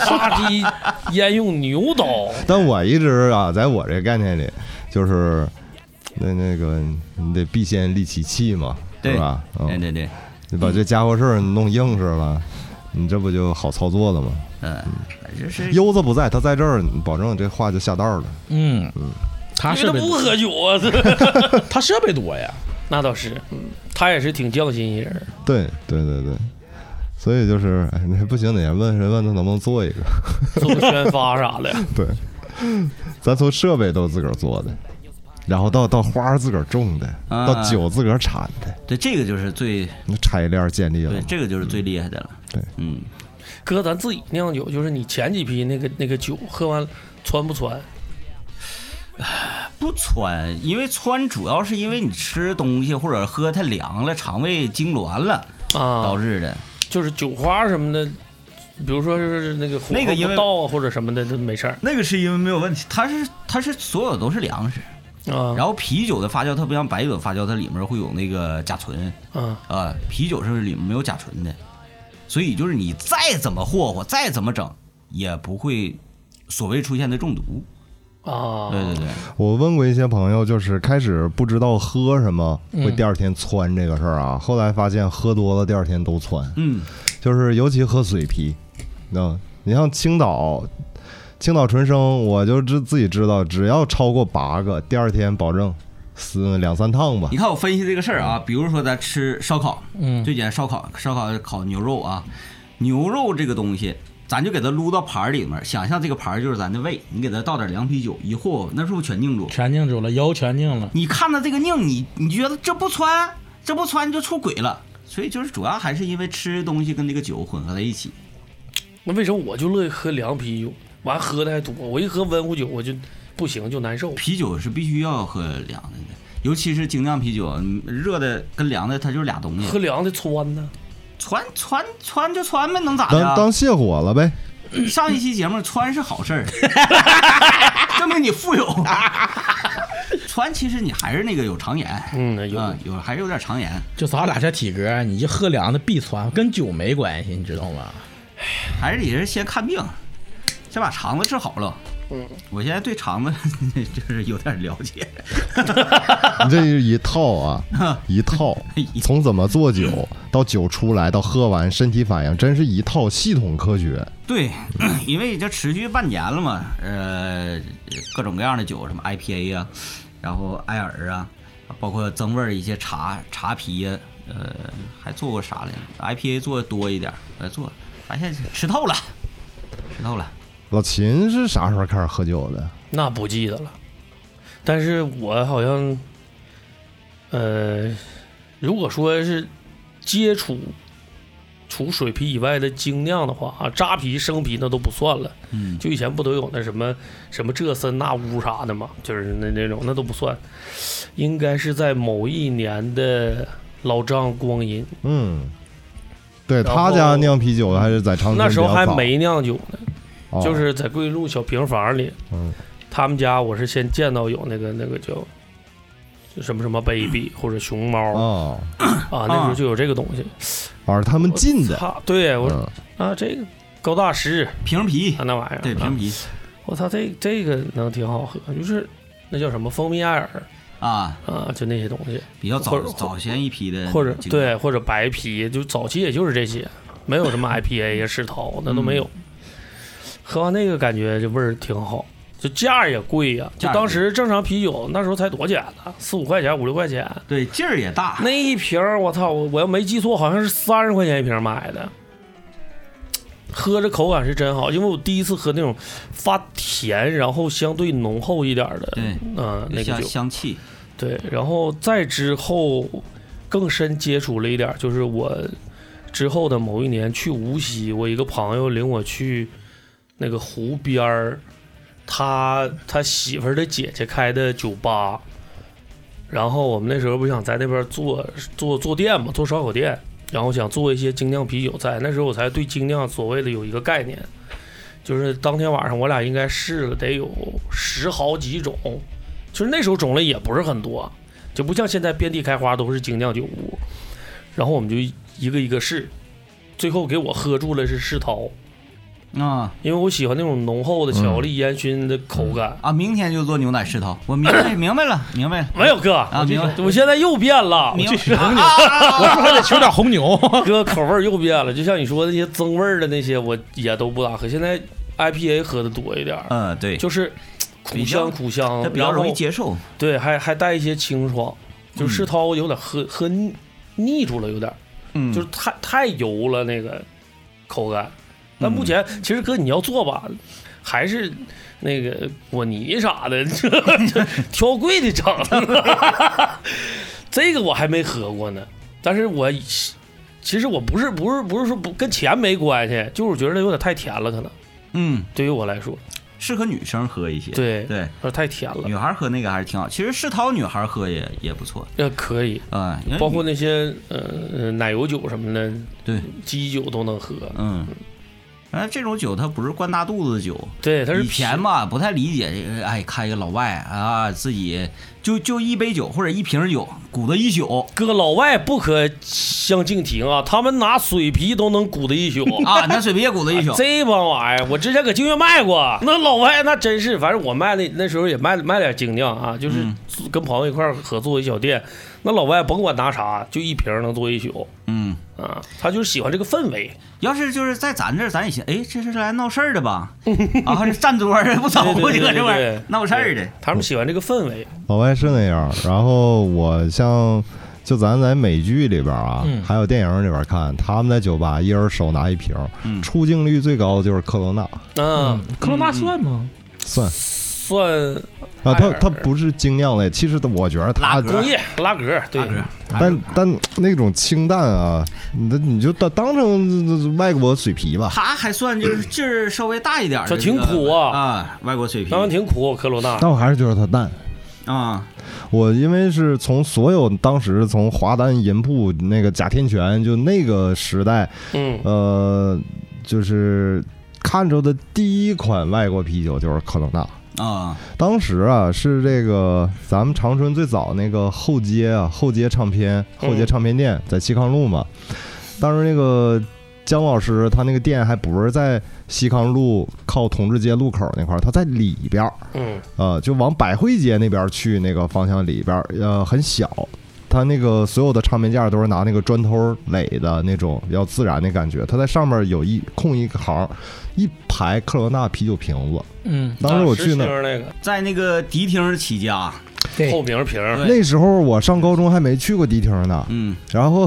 杀鸡焉用牛刀？
但我一直啊，在我这个概念里，就是那那个你得必先利其器嘛，
对
是吧？
对
嗯，
对对，
你把这家伙事儿弄硬实了，你这不就好操作了吗？
嗯，这是
优子不在，他在这儿，保证这话就下道了。
嗯，他
因为
设
他
备
不
多
喝酒啊，这
他设备多呀，
那倒是，嗯他也是挺匠心一人儿。
对对对对，所以就是，哎，那不行，得先问问问他能不能做一个。 (laughs)
(laughs)
做个宣发啥的，
对，咱从设备都自个儿做的，然后到到花儿自个儿种的，
啊
到酒自个儿产的，
对，这个就是最
那产业链儿建立了
对，。这个就是最厉害的了。
对，
嗯，
哥，咱自己酿酒，就是你前几批那个那个酒喝完窜不窜？
不窜，因为窜主要是因为你吃东西或者喝太凉了，肠胃痉挛了导
啊，
致的。
就是酒花什么的，比如说是那个火
那个因
候
为
不到啊或者什么的都没事儿
那个是因为没有问题，它是它是所有都是粮食，
啊。
然后啤酒的发酵它不像白酒的发酵，它里面会有那个甲醇
啊，
啊、啤酒是里面没有甲醇的，所以就是你再怎么霍霍，再怎么整，也不会所谓出现的中毒。
啊，
对对对，
我问过一些朋友，就是开始不知道喝什么会第二天窜这个事儿啊，后来发现喝多了第二天都窜，
嗯，
就是尤其喝水啤，那你像青岛。青岛纯生，我就知自己知道，只要超过八个，第二天保证死两三趟吧
你。看我分析这个事儿啊，比如说咱吃烧烤，
嗯
最简单烧烤，烧烤烤牛肉啊，牛肉这个东西，咱就给它撸到盘儿里面，想象这个盘儿就是咱的胃，你给它倒点凉啤酒，一和，那是不是全拧住？
全拧住了，腰全拧了。
你看到这个拧，你你觉得这不穿，这不穿就出轨了。所以就是主要还是因为吃东西跟这个酒混合在一起，
那为什么我就乐意喝凉啤酒？完喝的还多，我一喝温壶酒我就不行，就难受。
啤酒是必须要喝凉的的，尤其是精酿啤酒，嗯热的跟凉的它就是俩东
喝
西，
凉的窜呢，
穿穿穿就穿呗，能咋的
当
啊？
当泻火了 (laughs) 呗，
上一期节目穿是好事儿，
(laughs)
证明你富有。穿其实你还是那个有肠炎，
嗯，有
啊，有还是有点肠炎。
就咱俩这体格，你就喝凉的必窜，跟酒没关系，你知道吗？ (laughs)
还是也是先看病，先把肠子治好了。
嗯，
我现在对肠子 (laughs) 就是有点了解。
你这一套 (laughs) 啊，一套，从怎么做酒到酒出来到喝完身体反应，真是一套系统科学。
对， (clears throat) 因为这持续半年了嘛，呃，各种各样的酒，什么 IPA 呀、啊然后艾尔啊，包括增味儿一些茶茶啤呀、呃，还做过啥来着？IPA 做的多一点儿，来做，发现吃透了，吃透了。
老秦是啥时候开始喝酒的？
那不记得了。但是我好像，呃，如果说是接触除水啤以外的精酿的话啊，扎啤、生啤那都不算了。
嗯，
就以前不都有那什么什么这森那屋啥的嘛，就是那那种那都不算，应该是在某一年的老张光阴，
嗯，对
然
他
后
家酿啤酒还是在长春
那时候
比较
还
早，
没酿酒呢，
哦
就是在桂路小平房里，
嗯
他们家我是先见到有那个那个叫就什么什么 baby 或者熊猫啊
哦，
那时候就有这个东西。
而他们进的，
操，对我说
嗯，
啊这个高大师
瓶啤
啊，那玩意儿，
对
啊
瓶啤
我操这这个能挺好喝，就是那叫什么蜂蜜艾尔
啊，
啊，就那些东西。
比较
或
早
者
早前一批的，
或者，对，或者白啤，就早期也就是这些，没有
(laughs)
什么 IPA 呀、世涛那都没
嗯
有。喝完那个感觉这味儿挺好，就价儿也贵呀、就
价儿
当
贵
时正常啤酒那时候才多少钱呢？四五块钱、五六块钱。
对劲儿也大。
那一瓶儿我操，我我要没记错，好像是三十块钱一瓶儿买的。喝着口感是真好，因为我第一次喝那种发甜，然后相对浓厚一点儿的，
对
嗯、那个
香
酒，
香气，
对，然后再之后更深接触了一点儿，就是我之后的某一年去无锡，我一个朋友领我去那个湖边儿，他他媳妇儿的姐姐开的酒吧，然后我们那时候不想在那边做做做店嘛，做烧烤店，然后想做一些精酿啤酒在，那时候我才对精酿所谓的有一个概念。就是当天晚上，我俩应该试了得有十好几种，就是那时候种类也不是很多，就不像现在遍地开花都是精酿酒屋。然后我们就一个一个试，最后给我喝住了是世涛，
啊
因为我喜欢那种浓厚的巧克
嗯
力烟熏的口感。
啊！明天就做牛奶世涛，我明
(coughs)
白明白了，明白了。
没有哥，啊我
明白
这我现在又变了，
明
我
白
红牛，我说还得求点红牛。
这哥口味儿又变了，就像你说的那些增味儿的那些，我也都不咋喝。现在 IPA 喝的多一点儿，
嗯，对，
就是苦
比较
香苦香，
它比较容
然
易
后
接嗯受。
对，还还带一些清爽，就世涛有点喝、喝腻腻住了，有点儿，
嗯
就是
嗯
太太油了那个口感。但目前、其实哥你要做吧，还是那个果泥啥的， (laughs) 挑贵的整。 (laughs) 这个我还没喝过呢，但是我其实我不是不是不是说不跟钱没关系，就是觉得它有点太甜了，可能
嗯，
对于我来说，
适合女生喝一些。
对
对，
有点太甜了
女。孩喝那个还是挺好。其实世涛女孩喝也也不错，
呃，可以，
嗯，因为
包括那些呃奶油酒什么的，
对，
鸡酒都能喝。
嗯，然后这种酒它不是灌大肚子的酒，
对，它是
以前
啤
吧不太理解，这个哎，看一个老外啊，自己就就一杯酒或者一瓶酒鼓捣一宿
(laughs) 哥，老外不可相径庭啊！他们拿水皮都能鼓捣一宿
啊，那水瓶也鼓捣一宿，
这帮玩意儿，我之前搁京悦卖过。那老外那真是，反正我卖那那时候也卖卖点精酿啊，就是
嗯
跟朋友一块儿合作一小店。那老外甭管拿啥，就一瓶能做一宿
嗯。
啊，他就是喜欢这个氛围。
要是就是在咱这儿，咱也寻，哎，这是来闹事儿的吧？啊，还是占桌儿 (laughs) 的不走
对对对
这个这玩意
对对
儿闹事儿的，
他们喜欢这个氛围，
老外是那样。然后我像就咱在美剧里边啊，
嗯
还有电影里边看，他们在酒吧一人手拿一瓶，
嗯
出镜率最高的就是科罗娜，
嗯，
科罗娜算吗？
算
算
啊，
艾
它
尔
它不是精酿类，其实我觉得它
拉格
工业拉格，对
大，哥，
但但那种清淡啊，那你就当当成外国水皮吧。
他还算就是劲儿稍微大一点儿的
这
这个，
挺苦啊
啊，外国水
当然
平
挺苦，科罗娜。
但我还是觉得它淡。
啊，
我因为是从所有当时从华丹银铺那个贾天泉，就那个时代，
嗯，
呃，就是看着的第一款外国啤酒就是科罗娜。
啊，
当时啊，是这个咱们长春最早那个后街啊，后街唱片，后街唱片店在西康路嘛。当时那个姜老师他那个店还不是在西康路靠同志街路口那块儿，他在里边儿，
嗯，
呃，就往百汇街那边儿去那个方向里边儿，呃，很小。他那个所有的唱片架都是拿那个砖头垒的那种，比较自然的感觉。他在上面有一空一行，一排克罗纳啤酒瓶子。
嗯，
当时我
啊
去那
实
儿，
心那个
在那个迪厅起家，
后
对，
瓶瓶儿，
对
那时候我上高中还没去过迪厅呢，
嗯，
然后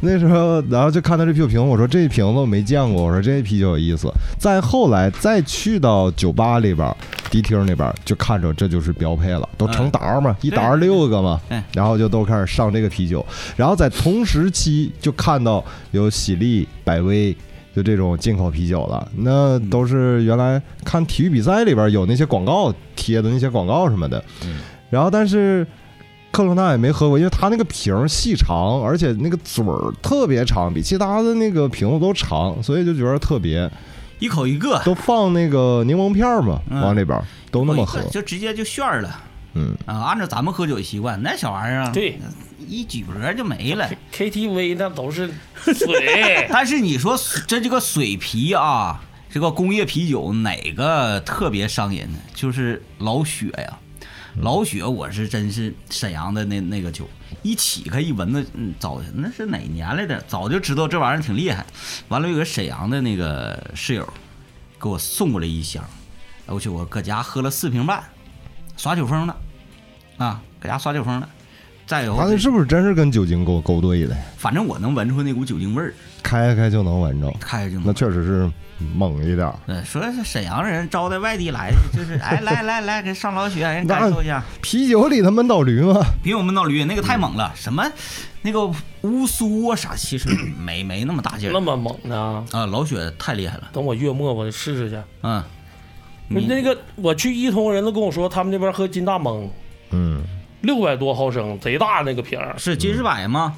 那时候，然后就看到这啤酒瓶，我说这瓶子我没见过，我说这啤酒有意思。再后来再去到酒吧里边儿、迪厅里边儿，就看着这就是标配了，都成沓儿嘛，一沓儿六个嘛
嗯，
然后就都开始上这个啤酒。然后在同时期就看到有喜力、百威。就这种进口啤酒了，那都是原来看体育比赛里边儿有那些广告贴的那些广告什么的，然后但是克罗纳也没喝过，因为它那个瓶儿细长，而且那个嘴儿特别长，比其他的那个瓶子都长，所以就觉得特别。
一口一个，
都放那个柠檬片儿嘛，
嗯
往里边儿都那么
一口
喝
一个，就直接就炫儿了
嗯，
啊！按照咱们喝酒习惯，那小玩意儿啊
对
一举脖就没了。，
KTV 那都 (laughs) 是水
但是你说这这个水啤啊，这个工业啤酒哪个特别伤人呢？就是老雪呀、老雪我是真是沈阳的那那个酒，一起开一闻子，嗯，早那是哪年来的？早就知道这玩意儿挺厉害。完了，有个沈阳的那个室友给我送过来一箱，哎我去，我搁家喝了四瓶半，耍酒疯了啊，搁家耍酒疯了。再有，
它那是不是真是跟酒精勾勾兑的？
反正我能闻出那股酒精味儿，
开开就能闻着，
开开就能
那确实是猛一点儿。
对，呃说是沈阳人招待外地来的，就是哎，来来来，给上老雪，人感受一下。
啤酒里他闷倒驴吗？
比我们闹驴那个太猛了，什么那个乌苏啊啥，其实没没那么大劲
那
儿
么猛呢？
啊。老雪太厉害了，
等我月末我试试去。
嗯，你
那个我去一通，人都跟我说他们那边喝金大蒙，
嗯，
六百多毫升，贼大那个瓶儿，
是金士百吗？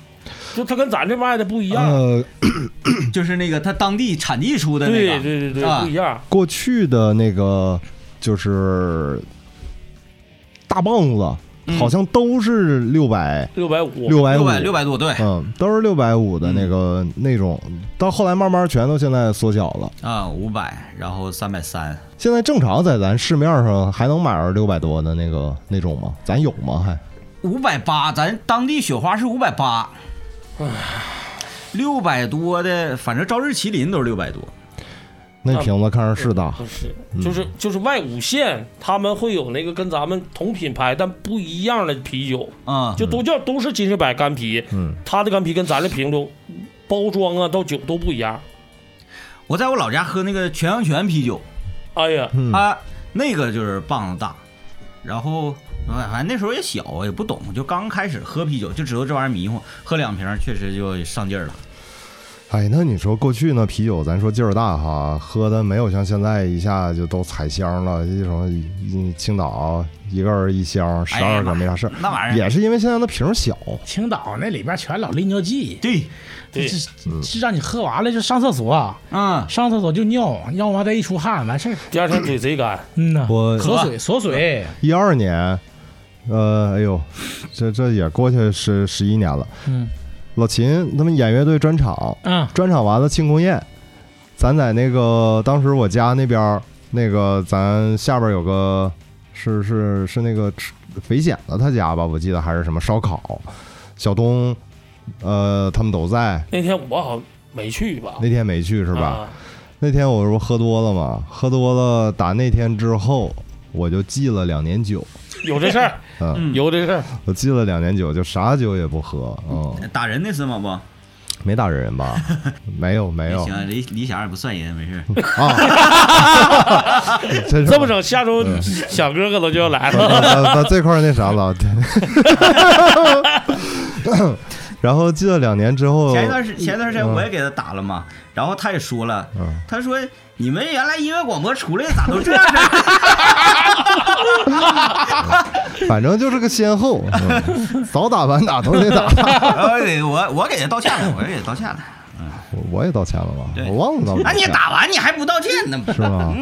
就它跟咱这卖的不一样。
呃，
就是那个他当地产地出的那
对
个，
对对对，
啊
不一样。
过去的那个就是大棒子，
嗯
好像都是六百
六百五，
六百
六
五
百六嗯百多，对
嗯，都是六百五的那个、那种，到后来慢慢全都现在缩小了。
啊，五百，然后三百三，
现在正常在咱市面上还能买着六百多的那个那种吗？咱有吗？还
五百八，咱当地雪花是五百八，六百多的，反正朝日麒麟都是六百多。啊
那瓶子看着是大，
不是，
嗯
就是就是外五县，他们会有那个跟咱们同品牌但不一样的啤酒，
啊、
就都叫都是金士百干啤，
嗯，
他的干啤跟咱的瓶都包装啊到酒都不一样
我在我老家喝那个全羊泉啤酒，
哎呀，
嗯
他那个就是棒子大，然后哎反正那时候也小，也不懂，就刚开始喝啤酒，就知道这玩意儿迷糊，喝两瓶确实就上劲儿了。
哎，那你说过去那啤酒，咱说劲儿大哈，喝的没有像现在一下就都踩箱了，一种一青岛一个人一箱，十
哎呀
二
妈
个没
呀哎
啥事儿。
那玩意儿
也是因为现在那瓶儿小，
青岛那里边全老利尿剂，
对，
对
这
嗯
这让你喝完了就上厕所，
嗯，
上厕所就尿，尿完再一出汗完事儿。
第二天嘴贼干，
嗯呐，
我
锁水锁水，
一二年，呃，哎呦，这这也过去十十一年了。
嗯
老秦他们演乐队专场，
啊，
专场完了庆功宴，咱在那个当时我家那边儿那个咱下边儿有个是是是那个吃肥显的他家吧，我记得还是什么烧烤，小东，呃，他们都在。
那天我好像没去吧？
那天没去是吧？
啊？
那天我说喝多了嘛，喝多了，打那天之后我就戒了两年酒，
有这事儿，
嗯，
嗯
有这事儿，
我戒了两年酒，就啥酒也不喝，嗯，
打人那次吗？不，
没打人吧？ (laughs) 没有没有
行，啊李李想也不算人，没事。
啊， (laughs) 真是
这么整，下周响哥可能就要来了。
咱咱这块儿那啥了。对然后记了两年之后，
前一段时前一段时间我也给他打了嘛，然后他也说了，
嗯，
他说你们原来音乐广播出来咋都这样式儿啊
反正就是个先后，嗯早打晚打都得
(laughs)
打。
(laughs) 然后给我我给他道歉了，我也给他道歉了。
我我也道歉了吧？
对
我忘了道歉。
那你打完你还不道歉呢？
是吗？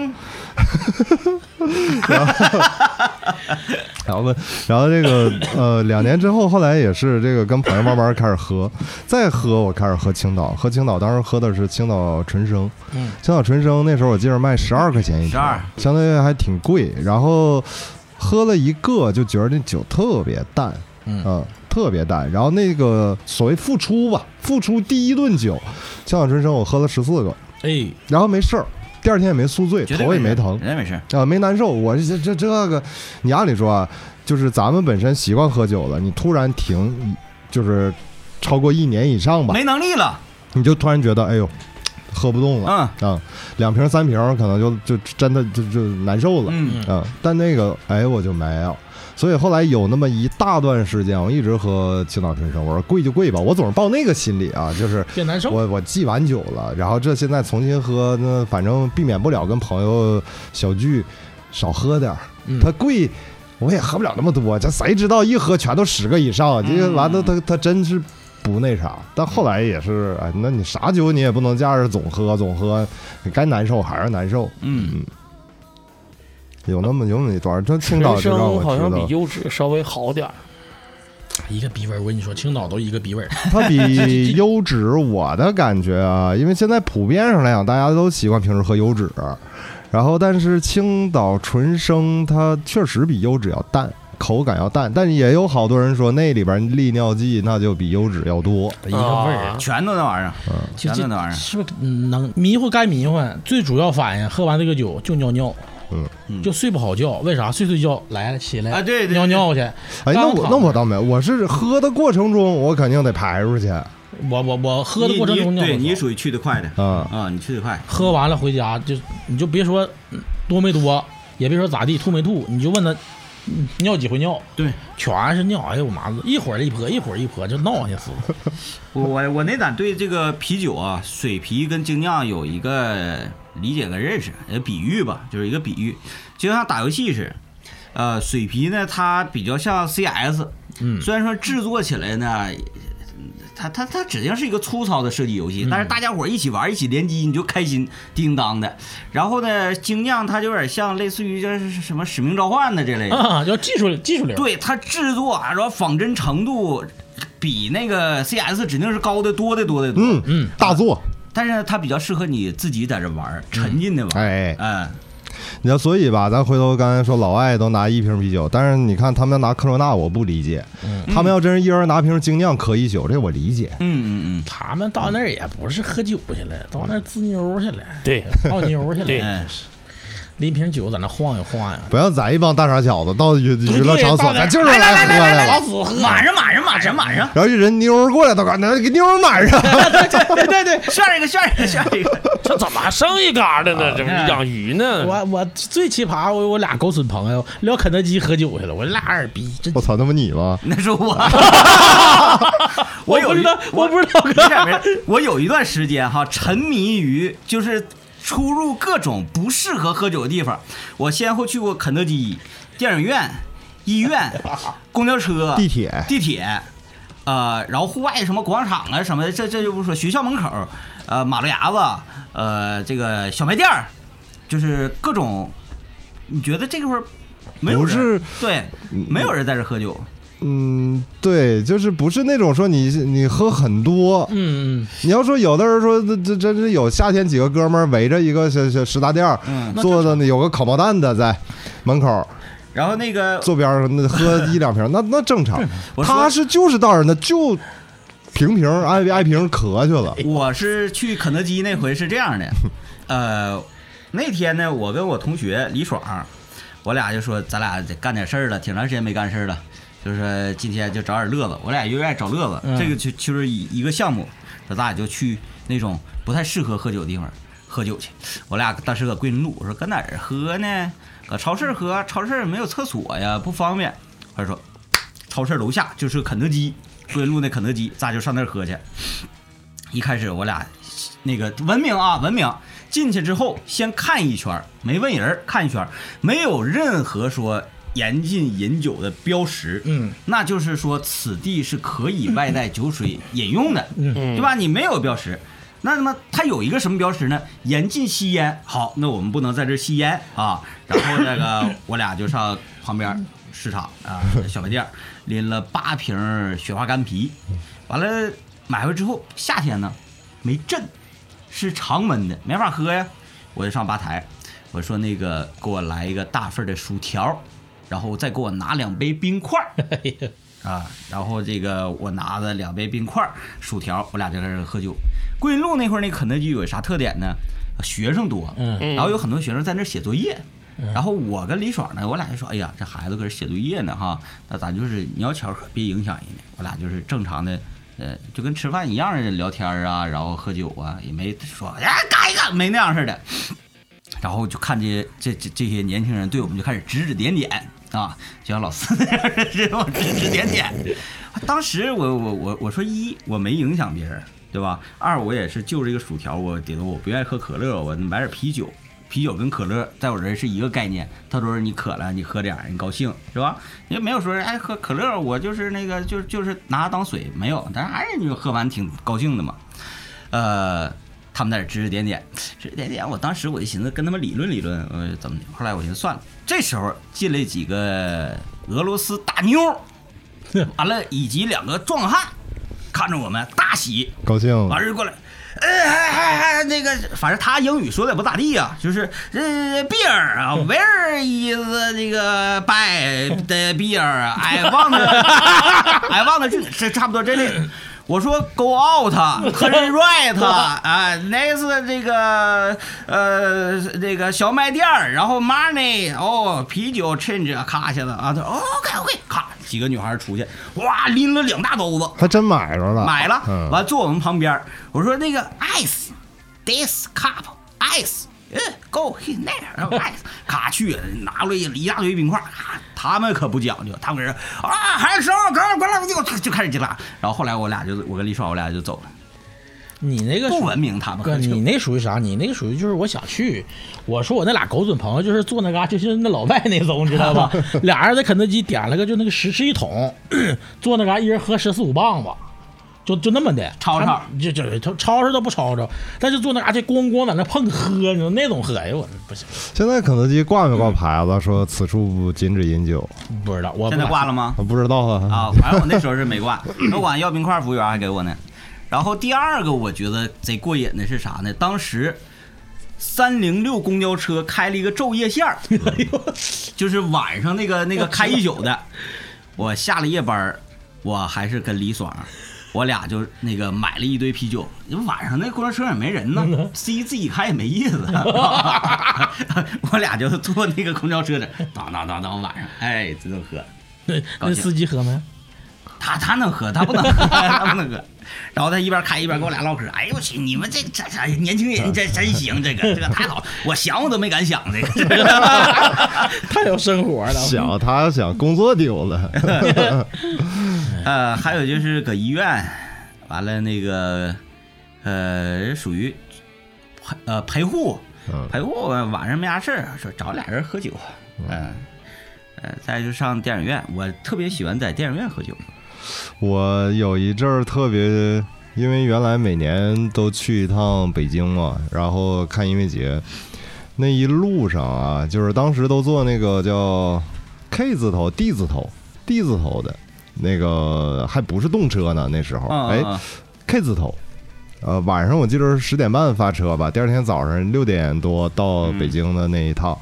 然后，然后，然后这个呃，两年之后，后来也是这个跟朋友慢慢开始喝，再喝我开始喝青岛，喝青岛当时喝的是青岛纯生，
嗯
青岛纯生那时候我记着卖十二块钱一瓶
12，
相对还挺贵。然后喝了一个就觉得那酒特别淡，
嗯
呃特别淡。然后那个所谓付出吧，付出第一顿酒，青岛纯生我喝了十四个，
哎，
然后没事儿，第二天也没宿醉，
绝对
头也没
事
疼
绝对没事。
啊、没难受。我这这这个，你按理说啊，就是咱们本身习惯喝酒了，你突然停，就是超过一年以上吧，
没能力了，
你就突然觉得，哎呦，喝不动了啊、
嗯
两瓶三瓶可能就就真的就就难受了。
嗯，
嗯，但那个哎，我就没有。所以后来有那么一大段时间，我一直喝青岛纯生。我说贵就贵吧，我总是抱那个心理啊，就是
变难受，
我我忌完酒了，然后这现在重新喝，那反正避免不了跟朋友小聚，少喝点儿
嗯。
它贵，我也喝不了那么多，这谁知道一喝全都十个以上，
嗯
这个完了他他真是不那啥。但后来也是，哎，那你啥酒你也不能这样总喝总喝，你该难受还是难受。
嗯，
有那么有那么一段儿，这青岛
人
就让
生
我
好像
知
比
道，
幼稚稍微好点儿，
一个逼味儿。我跟你说，青岛都一个逼味儿。
它比优质，我的感觉啊，因为现在普遍上来讲，大家都习惯平时喝优质，然后但是青岛纯生它确实比优质要淡，口感要淡，但也有好多人说那里边利尿剂那就比优质要多。
一个味儿
啊
全都那玩意儿，全都哦那玩意儿。
是不是嗯能迷糊该迷糊？最主要反应，喝完这个酒就尿尿，
嗯
嗯
就睡不好觉。为啥？睡睡觉来了起来
啊对对对
尿尿去。
哎，那
刚
我
好
那我倒没有，我是喝的过程中我肯定得排出去啊、
我我我喝的过程中
你
尿不
你对
少
你属于去的快的啊，你去的快。
喝完了回家就你就别说嗯多没多，也别说咋地吐没吐，你就问他嗯尿几回尿，
对
全是尿。哎呦我妈子，一会儿一泼，一会儿一泼，就闹下死了。
我我我那咱对这个啤酒啊，水啤跟精酿有一个理解跟认识，呃，比喻吧，就是一个比喻，就像打游戏似的。呃，水啤呢，它比较像 CS，
嗯
虽然说制作起来呢，它它它指定是一个粗糙的射击游戏，但是大家伙儿一起玩儿，一起联机，你就开心叮当的。然后呢，精酿它就有点像类似于就是什么使命召唤的这
(laughs)
类的，
啊，要技术技术流。
对它制作啊，然后仿真程度比那个 CS 指定是高的多的多的多。
嗯
嗯，
大作。
但是呢，它比较适合你自己在这玩儿，沉浸的玩儿。
哎，
嗯，
你要所以吧，咱回头刚才说老外都拿一瓶啤酒，但是你看他们拿科罗娜，我不理解。他们要真是一人拿瓶精酿可一宿，这我理解。
嗯嗯
他们到那儿也不是喝酒去了，到那儿滋妞去了，
对，
泡妞去
对
了。
嗯，哎，
拎瓶酒在那晃悠晃悠。哎
不要咱一帮大傻小子到娱娱乐场所，
对到那
咱
儿
就是来喝来了。
死喝
满上满上满上满上，
然后一人妞儿过来，都赶紧给妞儿满 (laughs) 上。
对对对，炫一个炫一个炫一
(laughs)
个，
这怎么还剩一嘎的呢？这不是
啊
养鱼呢？
我我最奇葩，我我俩狗损朋友聊肯德基喝酒去了，我俩二逼，真
哦
我操，那不你吗？
那
(laughs)
是我。
我
有
不
一
知道，我不知道
没事儿没
哥，
事儿，我有一段时间哈，沉迷于就是出入各种不适合喝酒的地方。我先后去过肯德基、电影院、医院、公交车、
地铁
地铁，呃，然后户外什么广场啊什么的，这这就不说，学校门口，呃，马路牙子，呃，这个小卖店儿，呃就是各种，你觉得这个会儿没有
不
人？
是
对，没有人在这喝酒。
嗯，对，就是不是那种说你你喝很多。
嗯，嗯
你要说有的人说这这真是有夏天几个哥们儿围着一个小小食杂店儿
嗯
坐的那有个烤毛蛋的在门口
然后那个
坐边上那喝一两
(laughs)
瓶，那那正常。
我说
他是就是到人的就平平挨挨瓶咳去了，
(laughs) 我是去肯德基那回是这样的，呃，那天呢，我跟我同学李爽，我俩就说咱俩得干点事儿了，挺长时间没干事儿了，就是今天就找点乐子。我俩就愿意找乐子，
嗯
这个就就是一一个项目，说咱俩就去那种不太适合喝酒的地方喝酒去。我俩当时搁桂林路，我说搁哪儿喝呢？搁超市喝，超市没有厕所呀，不方便。他说超市楼下就是肯德基，桂林路那肯德基，咱俩就上那儿喝去。一开始我俩那个文明啊，文明进去之后先看一圈儿，没问人儿，看一圈儿，没有任何说严禁饮酒的标识。
嗯，
那就是说此地是可以外带酒水饮用的，
嗯
对吧？你没有标识。那他妈，它有一个什么标识呢？严禁吸烟。好，那我们不能在这儿吸烟啊。 (laughs) 然后那个我俩就上旁边市场啊小卖店儿拎了八瓶儿雪花干啤，完了买回之后，夏天呢没震，是常温的，没法喝呀。我就上吧台，我说那个给我来一个大份儿的薯条，然后再给我拿两杯冰块儿。
哎
啊，然后这个我拿着两杯冰块儿、薯条，我俩就在这儿喝酒。桂林路那块儿那肯德基有啥特点呢？学生多，
嗯
嗯
然后有很多学生在那儿写作业。然后我跟李爽呢，我俩就说，哎呀，这孩子搁这写作业呢哈，那咱就是你要巧可别影响人家，我俩就是正常的，呃，就跟吃饭一样的聊天啊，然后喝酒啊，也没说哎干一个没那样似的。然后就看这这这这些年轻人对我们就开始指指点点啊，就像老四那样的这种指指点点。 (laughs) 当时我我我我说一我没影响别人，对吧？二我也是就这个薯条，我顶多我不愿意喝可乐，我买点啤酒。啤酒跟可乐在我这儿是一个概念，他都是你渴了，你喝点儿，你高兴是吧？也没有说哎喝可乐，我就是那个就就是拿它当水，没有，但是哎你喝完挺高兴的嘛。呃，他们在这指指点点，指指点点。我当时我就寻思跟他们理论理论，呃，怎么的？后来我寻思算了。这时候进来几个俄罗斯大妞儿，完了以及两个壮汉，看着我们大喜，
高兴了
完事儿过来。呃，还还还那个，反正他英语说的也不咋地呀、就是呃，beer 啊，where is 那个 buy the 啊 beer？I (laughs) want，I want 这这差不多这类。我说 go out，turn right 啊，next 这个呃那个小卖店儿，然后 money 哦，啤酒 change 咔一下子啊，他说 OK OK，咔几个女孩儿出去，哇拎了两大兜子，
他真买着了，
买了，
嗯
完坐我们旁边儿。我说那个 ice this cup ice，嗯，go in there，然后 ice，咔 (laughs) 去拿过来一大堆冰块，咔，他们可不讲究，他们搁这啊，还收，哥们儿过来，我就就开始进来。然后后来我俩就我跟李爽我俩就走了，
你那个
不文明他们
哥，
喝酒
你那属于啥？你那个属于就是我想去，我说我那俩狗损朋友就是坐那嘎，就是那老外那种，你知道
(laughs)
吧？俩人在肯德基点了个就那个十是一桶， (clears throat) 坐那嘎一人喝十四五磅吧，就就那么的，
吵吵
他们就就就吵吵都不吵吵，但是坐那嘎就咣咣在那碰喝，你知道那种喝，哎呦我不行，
现在肯德基挂没挂牌子说此处不禁止饮酒？
不知道我
现在挂
了，
了吗？
我不知道啊。 (laughs)
啊，反正我那时候是没挂，我管要冰块，服务员还给我呢。然后第二个我觉得贼过瘾的是啥呢？当时三零六公交车开了一个昼夜线儿，就是晚上那个那个开一宿的。我下了夜班儿，我还是跟李爽，我俩就那个买了一堆啤酒。晚上那公交车也没人呢，C 自己开也没意思。 (laughs) 我俩就坐那个公交车这，当当当当，晚上哎，这都喝。
对，那司机喝
(laughs)
没？
他他能喝，他不能喝， (laughs) 他不能喝。然后他一边开一边跟我俩唠嗑，哎呦我去，你们这这这年轻人这真行，这个这个太好，我想我都没敢想这个。 (laughs)
太有生活了。 (laughs)
想他想工作丢
(laughs)
了，
呃，还有就是搁医院，完了那个呃，属于陪呃陪护，
嗯
陪护晚上没啥事儿，说找俩人喝酒，嗯、呃，再就上电影院，我特别喜欢在电影院喝酒，
我有一阵儿特别，因为原来每年都去一趟北京嘛，然后看音乐节，那一路上啊，就是当时都坐那个叫 K 字头、D 字头、D 字头的那个，还不是动车呢，那时候，
啊、
哎
啊
，K 字头。呃，晚上我记得是十点半发车吧，第二天早上六点多到北京的那一趟，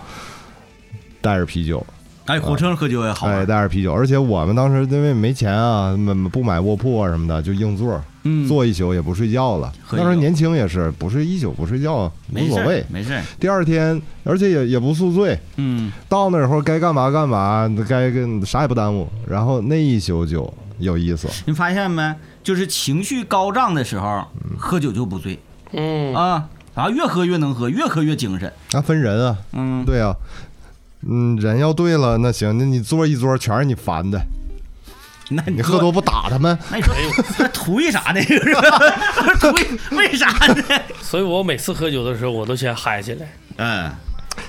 带着啤酒，
哎，火车上喝酒也好玩
哎，带着啤酒，而且我们当时因为没钱啊，没不买卧铺啊什么的，就硬座，
嗯，
坐一宿也不睡觉了。
喝
那
一宿
时候年轻也是，不睡一宿不睡觉无
没事
所
儿
谓。
没事儿，
第二天，而且也也不宿醉，
嗯，
到那会儿该干嘛干嘛，该跟啥也不耽误。然后那一宿酒有意思，
你发现没？就是情绪高涨的时候，喝酒就不醉
嗯，
啊，然后越喝越能喝，越喝越精神。
那、分人啊，
嗯，
对啊，嗯，人要对了，那行，那你坐一桌全是你烦的，
那
你
哎你
喝多不打他们，
那你说那图一啥呢？ (laughs) 这个是吧？图一为啥呢？
所以我每次喝酒的时候，我都先嗨起来。
嗯，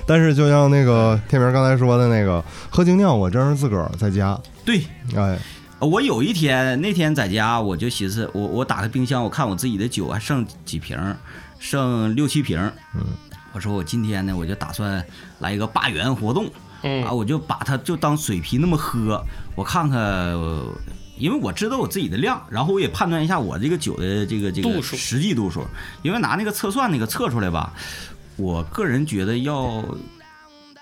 但是就像那个天明刚才说的那个，喝精酿，我真是自个儿在家，
对。
哎，
我有一天那天在家，我就寻思，我我打开冰箱，我看我自己的酒还剩几瓶儿，剩六七瓶。嗯，我说我今天呢，我就打算来一个罢园活动。啊，
嗯
我就把它就当水啤那么喝，我看看，呃因为我知道我自己的量，然后我也判断一下我这个酒的这个这
度
个
数
实际度数，因为拿那个测算那个测出来吧，我个人觉得要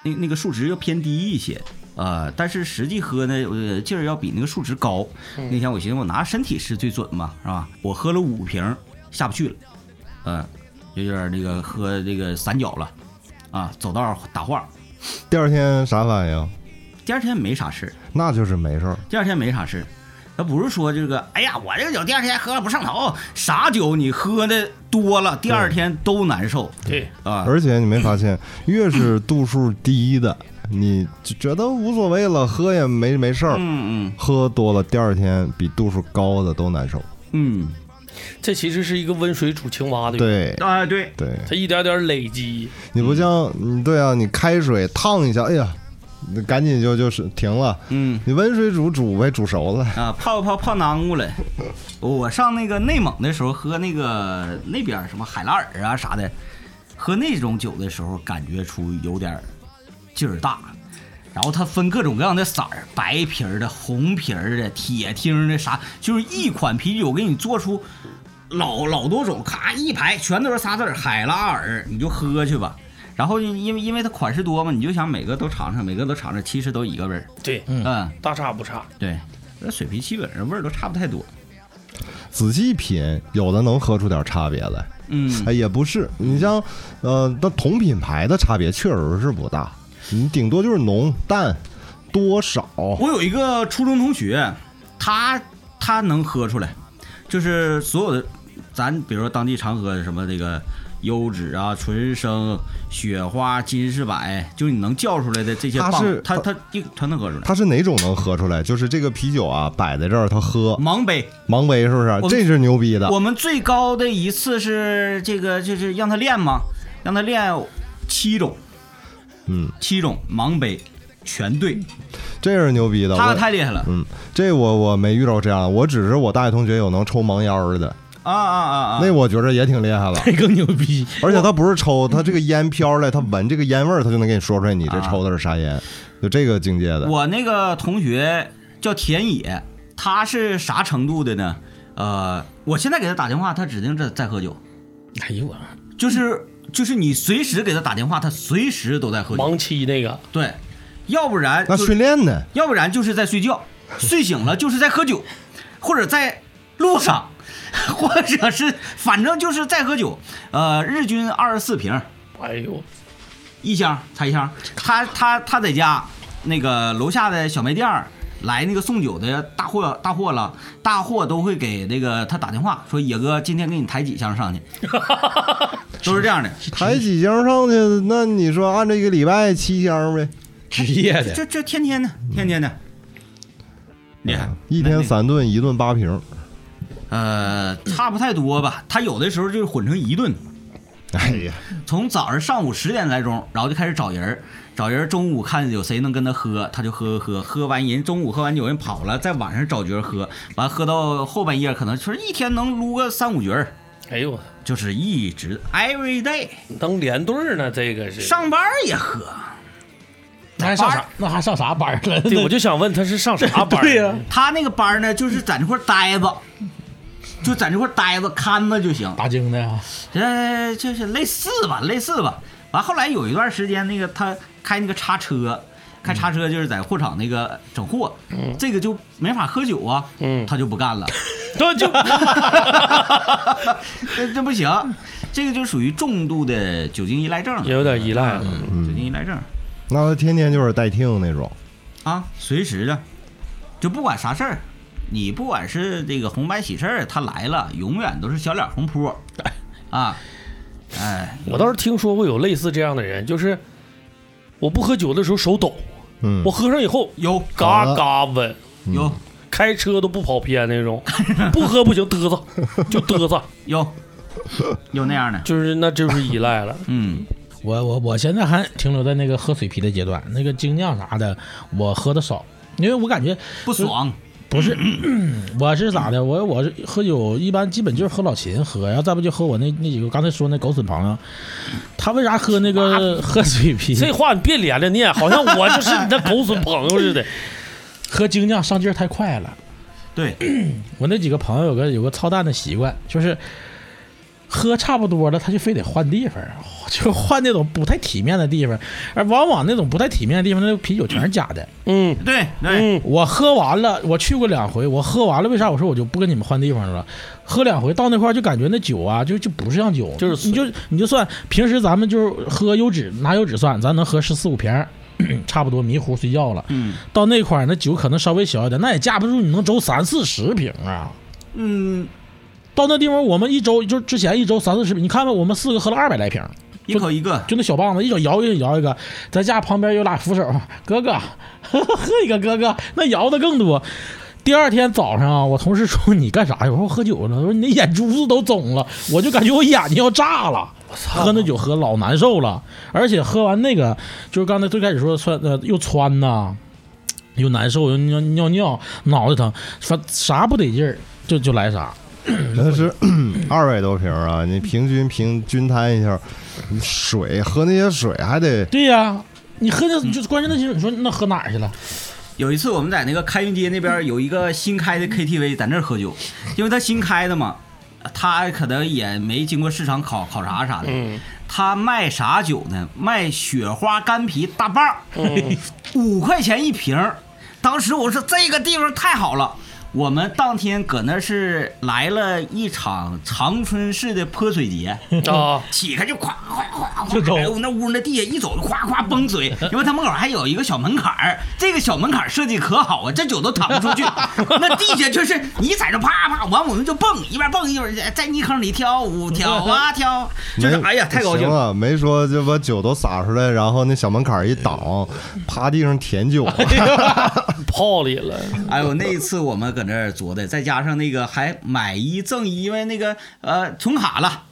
那那个数值要偏低一些。呃，但是实际喝呢，呃，劲儿要比那个数值高。
嗯
那天我寻思，我拿身体是最准嘛，是吧？我喝了五瓶儿，下不去了，嗯、有点儿那个喝这个散脚了，啊，走道儿打晃儿。
第二天啥反应？
第二天没啥事儿，
那就是没事儿。
第二天没啥事，那不是说这个，哎呀，我这个酒第二天喝了不上头，啥酒你喝的多了，第二天都难受
对，
啊。
而且你没发
(coughs)
现，越是度数低的，你就觉得无所谓了，喝也没没事儿。
嗯
喝多了，第二天比度数高的都难受。
嗯
这其实是一个温水煮青蛙的，，
对
嗯，啊对，
对，
它一点点累积。
你不像，嗯，对啊，你开水烫一下，哎呀，你赶紧就就是停了。
嗯
你温水煮煮呗，煮熟了。
啊，泡泡泡囊咕了。我上那个内蒙的时候喝那个那边儿什么海拉尔啊啥的，喝那种酒的时候感觉出有点儿劲儿大。然后它分各种各样的色儿，白瓶儿的、红瓶儿的、铁听儿的啥，就是一款啤酒给你做出老老多种，咔一排全都是仨字儿海拉尔，你就喝去吧。然后因为因为它款式多嘛，你就想每个都尝尝，每个都尝尝，其实都一个味儿。
对，
嗯
嗯，
大差不差。
对，那水啤基本上味儿都差不太多。
仔细品，有的能喝出点差别来。
嗯，
哎，也不是，你像，呃，那同品牌的差别确实是不大，你顶多就是浓淡多少。
我有一个初中同学，他他能喝出来，就是所有的，咱比如说当地常喝的什么这个优质啊、纯生、雪花、金士柏，就你能叫出来的这些
他
棒
是，
他他一他能喝出来。
它是哪种能喝出来？就是这个啤酒啊，摆在这儿，它喝
盲杯，
盲杯是不是？
嗯我
这是牛逼的。
我们最高的一次是这个，就是让他练嘛，让他练七种，
嗯，
七种盲杯全对，
这是牛逼的。
他
我
太厉害了
嗯，这我我没遇到这样，我只是我大学同学有能抽盲烟儿的，
啊啊啊啊！
那我觉着也挺厉害了。
(laughs)
这更牛逼。
而且他不是抽，他这个烟飘来，他闻这个烟味儿，他就能给你说出来你这抽的是啥烟，就这个境界的。
啊我那个同学叫田野，他是啥程度的呢？呃，我现在给他打电话，他指定在在喝酒，
哎呦我，
就是就是你随时给他打电话，他随时都在喝酒。
盲期那个，
对，要不然
那
就
训练呢？
(laughs) 要不然就是在睡觉，睡醒了就是在喝酒，或者在路上， (laughs) 或者是反正就是再喝酒，呃，日均二十四瓶
哎呦，
一箱才一箱。他他他在家那个楼下的小卖店儿来那个送酒的大货大货了，大货都会给那个他打电话说野哥今天给你抬几箱 (laughs) 上去，都是这样的。
抬几箱上去，那你说按这一个礼拜七箱呗，
职业
这
的，
这这天天的，天天的，厉害。
啊一
那
天
那
三顿，一顿八瓶。
呃，差不太多吧。他有的时候就是混成一顿，
哎呀，
从早上上午十点来钟，然后就开始找人儿，找人儿中午看有谁能跟他喝，他就喝喝喝，喝完人中午喝完酒人跑了，在晚上找角儿喝，完喝到后半夜可能就是一天能撸个三五局儿，
哎呦，
就是一直 every day
能连队儿呢，这个是。
上班儿也喝，
那还上啥？那还上啥班儿了？
对，我就想问他是上啥班儿？
对呀
他那个班儿呢就是在那块儿呆着，就在那块儿呆着看着就行。
打精的啊呀，
呃，就是类似吧，类似吧。完，后来有一段时间，那个他开那个叉车，
嗯
开叉车就是在货场那个整货，这个就没法喝酒啊，
嗯
他就
(laughs)
不干了，
对，就
(laughs) 这这不行，这个就属于重度的酒精依赖症，
也有点依赖了
嗯酒精依赖症
那他天天就是代听那种。
啊，随时的，就不管啥事儿。你不管是这个红白喜事儿，他来了，永远都是小脸红扑，啊，哎，
我倒是听说过有类似这样的人，就是我不喝酒的时候手抖，
嗯啊
我，喝上以后
有
嘎嘎稳，
有
开车都不跑偏那种， (laughs) 不喝不行，嘚瑟就嘚瑟，
有有那样的，
就是那就是依赖
(laughs)
了。
嗯，
我我我现在还停留在那个喝水啤的阶段，那个精酿啥的我喝的少，因为我感觉
不爽。
不是，我是咋的？我我是喝酒一般基本就是喝老秦喝，然后再不就喝我那那几个刚才说那狗损朋友，他为啥喝那个 (laughs) 喝水啤？
这话你别连着念，好像我就是你的狗损朋友
(laughs)
似的。
喝精酿上劲儿太快了。
对，
我那几个朋友有个有个操蛋的习惯，就是喝差不多了，他就非得换地方，就换那种不太体面的地方，而往往那种不太体面的地方，那个啤酒全是假的。
嗯
对对，
嗯，
我喝完了，我去过两回，我喝完了，为啥我说我就不跟你们换地方了？喝两回到那块儿就感觉那酒啊，就就不是像酒，
就是水
你就你就算平时咱们就是喝优质，拿优质算，咱能喝十四五瓶儿， (coughs) 差不多迷糊睡觉了。
嗯
到那块儿那酒可能稍微小一点，那也架不住你能周三四十瓶啊。
嗯，
到那地方我们一周就是之前一周三四十瓶，你看吧，我们四个喝了二百来瓶，
一口一个，
就那小棒子一脚摇一摇一个，咱家旁边有俩扶手， (laughs) 哥哥喝一个，哥哥那摇的更多。第二天早上啊，我同事说你干啥呀？我说我喝酒呢。他说你那眼珠子都肿了，我就感觉我眼睛要炸了。喝那酒喝老难受了，而且喝完那个就是刚才最开始说的窜呃又窜呐、又难受又尿尿尿，脑袋疼，反啥不得劲儿就就来啥。
那
(clears throat)
是二百多瓶啊！你平均平均摊一下，水喝那些水还得
对呀、你喝那就是关键那就是你说那喝哪儿去了？
有一次我们在那个开运街那边有一个新开的 KTV，在那儿喝酒，因为他新开的嘛，他可能也没经过市场考考察啥的，他卖啥酒呢？卖雪花干啤大棒儿，五块钱一瓶儿。当时我说这个地方太好了。我们当天搁那是来了一场长春市的泼水节，
啊，
起开就夸夸夸
就走
夸，哎呦那屋那地下一走就夸夸崩水，因为他门口还有一个小门槛儿，这个小门槛儿设计可好啊，这酒都淌不出去，那地下就是你在这啪啪，完我们就蹦，一边蹦一边在泥坑里跳舞跳啊跳，就是
没
哎呀太高兴
行
了，
了，没说就把酒都洒出来，然后那小门槛一挡，趴地上舔酒，啊
泡里了，
哎呦那一次我们搁那儿琢的，再加上那个还买一赠一，因为那个呃存卡了，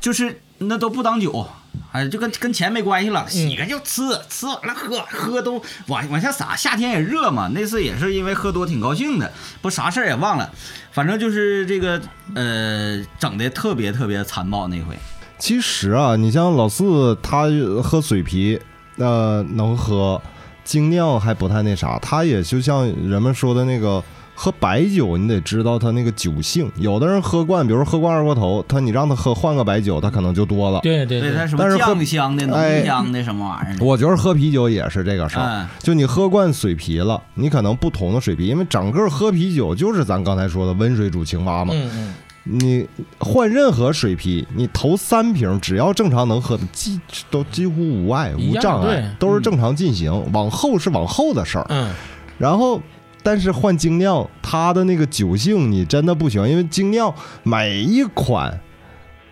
就是那都不当酒。哎，就跟跟钱没关系
嗯
了，洗开就吃，吃完了喝，喝都往往下撒。夏天也热嘛，那次也是因为喝多挺高兴的，不啥事儿也忘了，反正就是这个呃，整的特别特别残暴那回。
其实啊，你像老四他喝水啤，呃，能喝精酿还不太那啥，他也就像人们说的那个。喝白酒，你得知道它那个酒性。有的人喝惯，比如喝惯二锅头，他你让他喝换个白酒，他可能就多了。
对对
对，它什
但
么
是喝
酱香的、
哎
浓香的什么玩意儿的，
我觉得喝啤酒也是这个事儿，
嗯
就你喝惯水啤了，你可能不同的水啤，因为整个喝啤酒就是咱刚才说的温水煮青蛙嘛，
嗯嗯，
你换任何水啤，你头三瓶只要正常能喝的，几都几乎无碍、
一
无
样
障
对
碍，都是正常进行。往后是往后的事儿。
嗯，
然后，但是换精酿，它的那个酒性你真的不喜欢，因为精酿每一款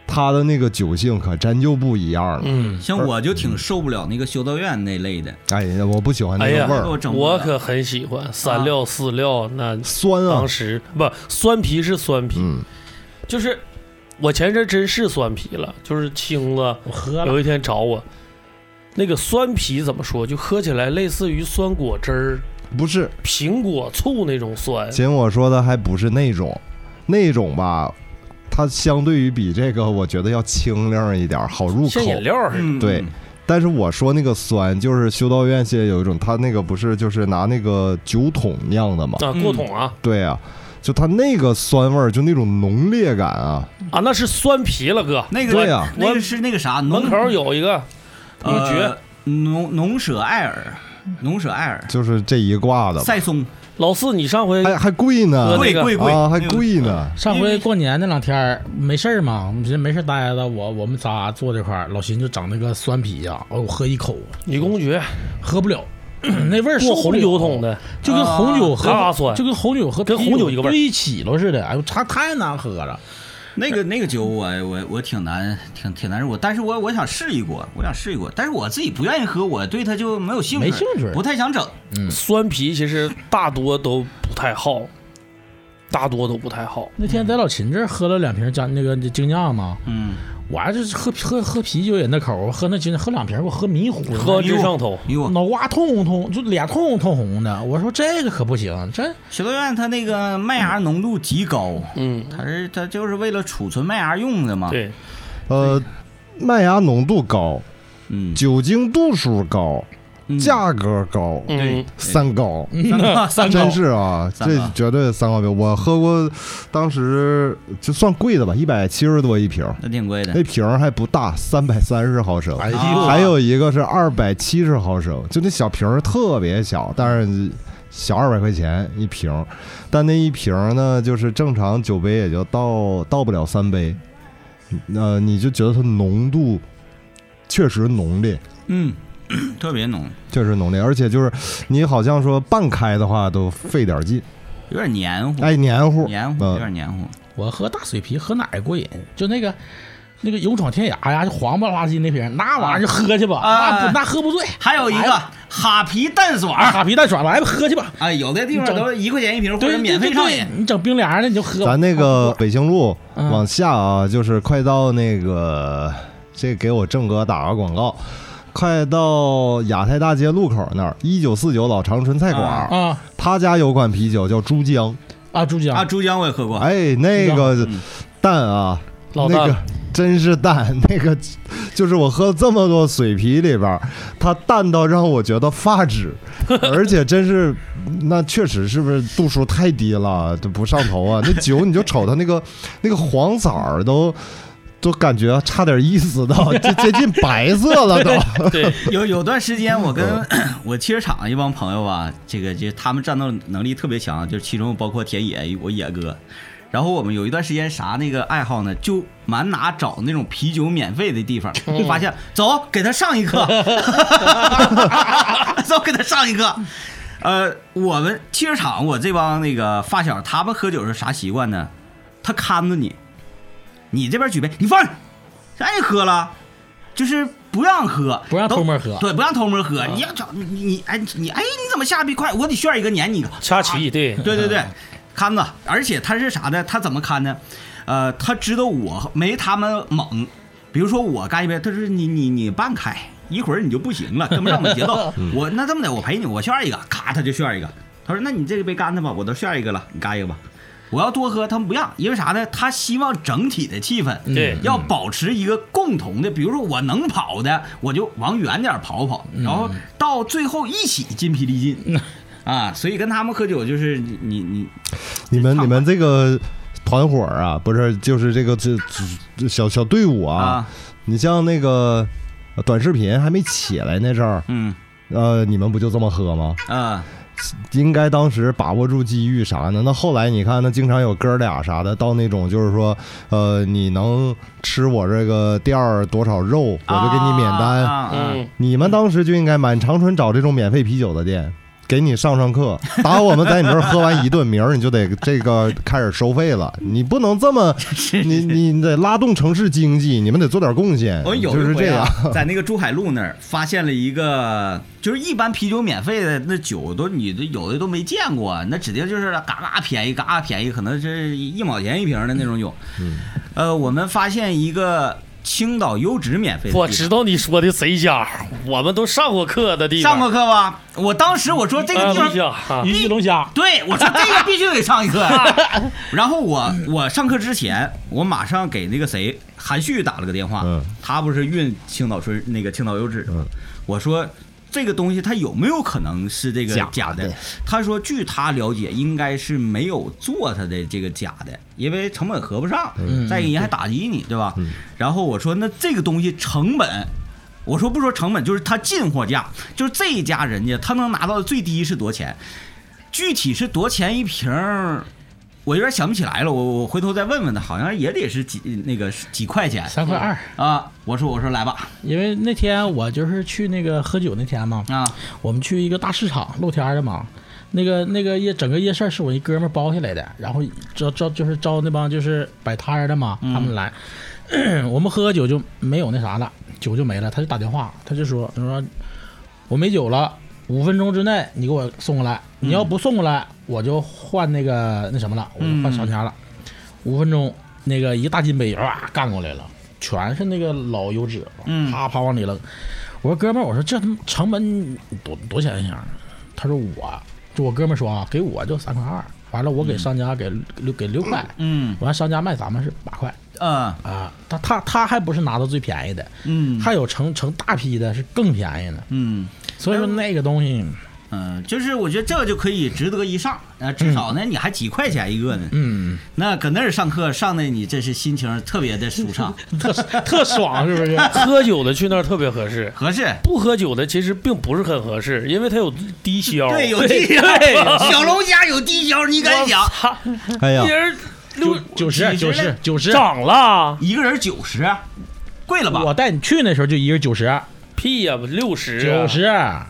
它的那个酒性可真就不一样了。
嗯，
像我就挺受不了那个修道院那类的，
哎呀，我不喜欢那
哎
个
呀
味儿，
给我整不
我
了
可很喜欢三料四料，那
酸啊
当，时不酸啤是酸啤，
嗯，
就是我前一阵真是酸啤了，就是青子
我喝了，
有一天找我，那个酸啤怎么说，就喝起来类似于酸果汁儿、
不是，
苹果醋那种酸，
仅我说的还不是那种，那种吧，它相对于比这个，我觉得要清亮一点，好入口
像。饮料似的。
嗯
对，但是我说那个酸，就是修道院现在有一种，它那个不是就是拿那个酒桶酿的嘛？
啊，
嗯
过桶啊、
对啊，就它那个酸味儿，就那种浓烈感啊，
啊，那是酸啤了，哥。
那个
对呀
那个是那个啥，农
门口有一个女爵
呃农农舍艾尔，农舍艾尔，
就是这一挂的，
赛松
老四，你上回
还还贵呢，
喝那
贵
个
贵贵
啊，还
那个
贵呢，
上回过年那两天儿没事儿嘛，我们寻思没事儿待着，我我们仨坐这块儿，老秦就整那个酸啤呀、哎我喝一口
女公爵
喝不了， (clears throat) 那味儿
过
受不
红
了
酒桶，的，
就跟红酒喝、
啊嘎酸
就跟红酒和
跟
啤
红酒一个味儿
兑一起了似的，哎呦，它太难喝了。
那个那个酒我，我我挺难，挺挺难受。我但是我我想试一过，我想试一过，但是我自己不愿意喝，我对它就没有兴趣，
没兴趣
不太想整。
酸啤其实大多都不太好，大多都不太好。
那天在老秦这儿喝了两瓶加那个精酿嘛，
嗯，
我还是喝喝喝啤酒也那口儿，我喝那精喝两瓶，我喝迷糊了，
喝真上头，
哎呦，
脑瓜通红通，就脸通红通红的。我说这个可不行，这
修道院它那个麦芽浓度极高，
嗯，
它是它就是为了储存麦芽用的嘛。，
对，
呃，麦芽浓度高，
嗯，
酒精度数高，
嗯
价格高，
嗯，
三高。
三高
真是啊，
三
这
高
绝对三高标。我喝过，当时就算贵的吧，一百七十多一瓶儿，
那挺贵的
那。瓶儿还不大，三百三十毫升。
哎呦
啊
还有一个是二百七十毫升，就那小瓶儿特别小，但是小二百块钱一瓶儿，但那一瓶儿呢，就是正常酒杯也就倒倒不了三杯，呃，你就觉得它浓度确实浓烈，
嗯， (coughs) 特别浓，
确实浓烈，而且就是你好像说半开的话都费点劲，
有点黏糊，
哎，黏糊，
嗯黏糊，
嗯
有点黏糊。
我喝大水啤喝哪儿过瘾？就那个那个勇闯天涯呀，就黄不拉几那瓶，那玩意儿就喝去吧，
啊
那不那喝不醉。
还有一
来
个
吧
哈啤蛋爽
啊，哈啤蛋爽，来吧，喝去吧。
啊，有的地方都一块钱一瓶或
对
者
对
免
对
费上瘾
对，。你整冰凉的你就喝吧。
咱那个北京路
嗯
往下啊，就是快到那个，这给我正哥打个广告，快到亚太大街路口那儿，一九四九老长春菜馆，
啊
他家有款啤酒叫珠江，
啊，珠江
啊，珠江我也喝过，
哎，那个蛋啊，
老
那
大
个真是淡，那个就是我喝这么多水啤里边儿，它淡到让我觉得发指，而且真是，那确实是不是度数太低了，就不上头啊？那酒你就瞅它那个那个黄色儿都。都感觉差点意思到，就接近白色了都。
对，
有有段时间，我跟
嗯
(clears throat) 我汽车厂一帮朋友啊，这个就他们战斗能力特别强，就是其中包括田野，我野哥。然后我们有一段时间啥那个爱好呢，就满哪找那种啤酒免费的地方，
嗯
发现走给他上
(laughs)
一课，走给他上一课。呃，我们汽车厂我这帮那个发小，他们喝酒是啥习惯呢？他看着你，你这边举杯，你放着，让你喝了，就是不让喝，
不让
都
偷摸喝
对，不让偷摸喝。你要找你你哎你哎你怎么下笔快？我得炫一个撵你一个，
掐旗，对，
对对对，看子，而且他是啥呢？他怎么看呢？呃，他知道我没他们猛，比如说我干一杯，他说你你你半开，一会儿你就不行了，跟不上我们节奏。 (laughs) 我那这么的，我陪你，我炫一个，咔，他就炫一个。他说那你这个杯干的吧，我都炫一个了，你干一个吧。我要多喝，他们不让，因为啥呢？他希望整体的气氛，
对
要
嗯
保持一个共同的，比如说我能跑的，我就往远点跑跑，
嗯
然后到最后一起筋疲力尽。 (laughs) 啊，所以跟他们喝酒就是你你你
你们
差
你
不多
们这个团伙儿啊，不是就是这个这这这小小队伍啊
啊，，
你像那个短视频还没起来那阵儿，
嗯
呃，你们不就这么喝吗？
啊，
应该当时把握住机遇啥的。那后来你看，那经常有哥俩啥的，到那种就是说，呃，你能吃我这个店儿多少肉，我就给你免单。
啊啊啊
嗯，
你们当时就应该满长春找这种免费啤酒的店，给你上上课，打我们在你这儿喝完一顿，明儿你就得这个开始收费了。你不能这么，你你你得拉动城市经济，你们得做点贡献。
我有
就
一
是
回
这
啊
样，
在那个珠海路那儿发现了一个，就是一般啤酒免费的那酒都你都有的都没见过，那指定就是嘎嘎便宜，嘎嘎便宜，可能是一毛钱一瓶的那种酒。
嗯
呃，我们发现一个青岛优质免费的地方，
我知道你说的谁家，我们都上过课的地方，
上过课吧？我当时我说这个地
啊
方
龙虾啊
鱼龙虾，
对，我说这个必须得上一课。然后我我上课之前，我马上给那个谁韩旭打了个电话，
嗯
他不是运青岛春那个青岛优质吗？
嗯
我说。这个东西它有没有可能是这个
假
假的
的？
他说，据他了解，应该是没有做它的这个假的，因为成本合不上，
嗯
再一个人还打击你，对
嗯
吧？然后我说，那这个东西成本我说不说成本，就是他进货价，就是这一家人家他能拿到的最低是多少钱，具体是多少钱一瓶儿，我有点想不起来了，我我回头再问问他，好像也得是几那个几块钱
三块二。
啊。我说我说来吧
因为那天我就是去那个喝酒那天嘛，
啊，
我们去一个大市场露天的嘛，那个那个夜整个夜市是我一哥们儿包下来的，然后招招就是招那帮就是摆摊儿的嘛，
嗯
他们来，我们喝酒就没有那啥了，酒就没了，他就打电话，他就说他说我没酒了，五分钟之内你给我送过来，你要不送过来我就换那个那什么了，我就换商家了，五分钟那个一大金杯哇干过来了。全是那个老油脂，
嗯
啪啪往里扔。我说哥们儿，我说这他妈成本多多少钱一箱？他说我，就我哥们儿说啊，给我就三块二，完了我给商家给六给六块，
嗯
完了商家卖咱们是八块
啊
啊。他他他还不是拿到最便宜的，
嗯
还有成成大批的是更便宜呢。
嗯
所以说那个东西，
嗯，就是我觉得这个就可以值得一上啊，至少呢你还几块钱一个呢，
嗯，
那搁那儿上课上的你真是心情特别的
(laughs)
舒畅，
特特爽是不 (laughs) 是？
喝酒的去那儿特别合适。
合适。
哦
不喝酒的其实并不是很合适，因为它有低消。 (laughs)
对，有低
(laughs)
消，小龙虾有低消，你敢想？
他
哎呀
一，人六
九十啊九十九十，
涨了，
一个人九十，贵了吧？
我
我
带你去那时候就一人九十啊
屁呀，六十
九十啊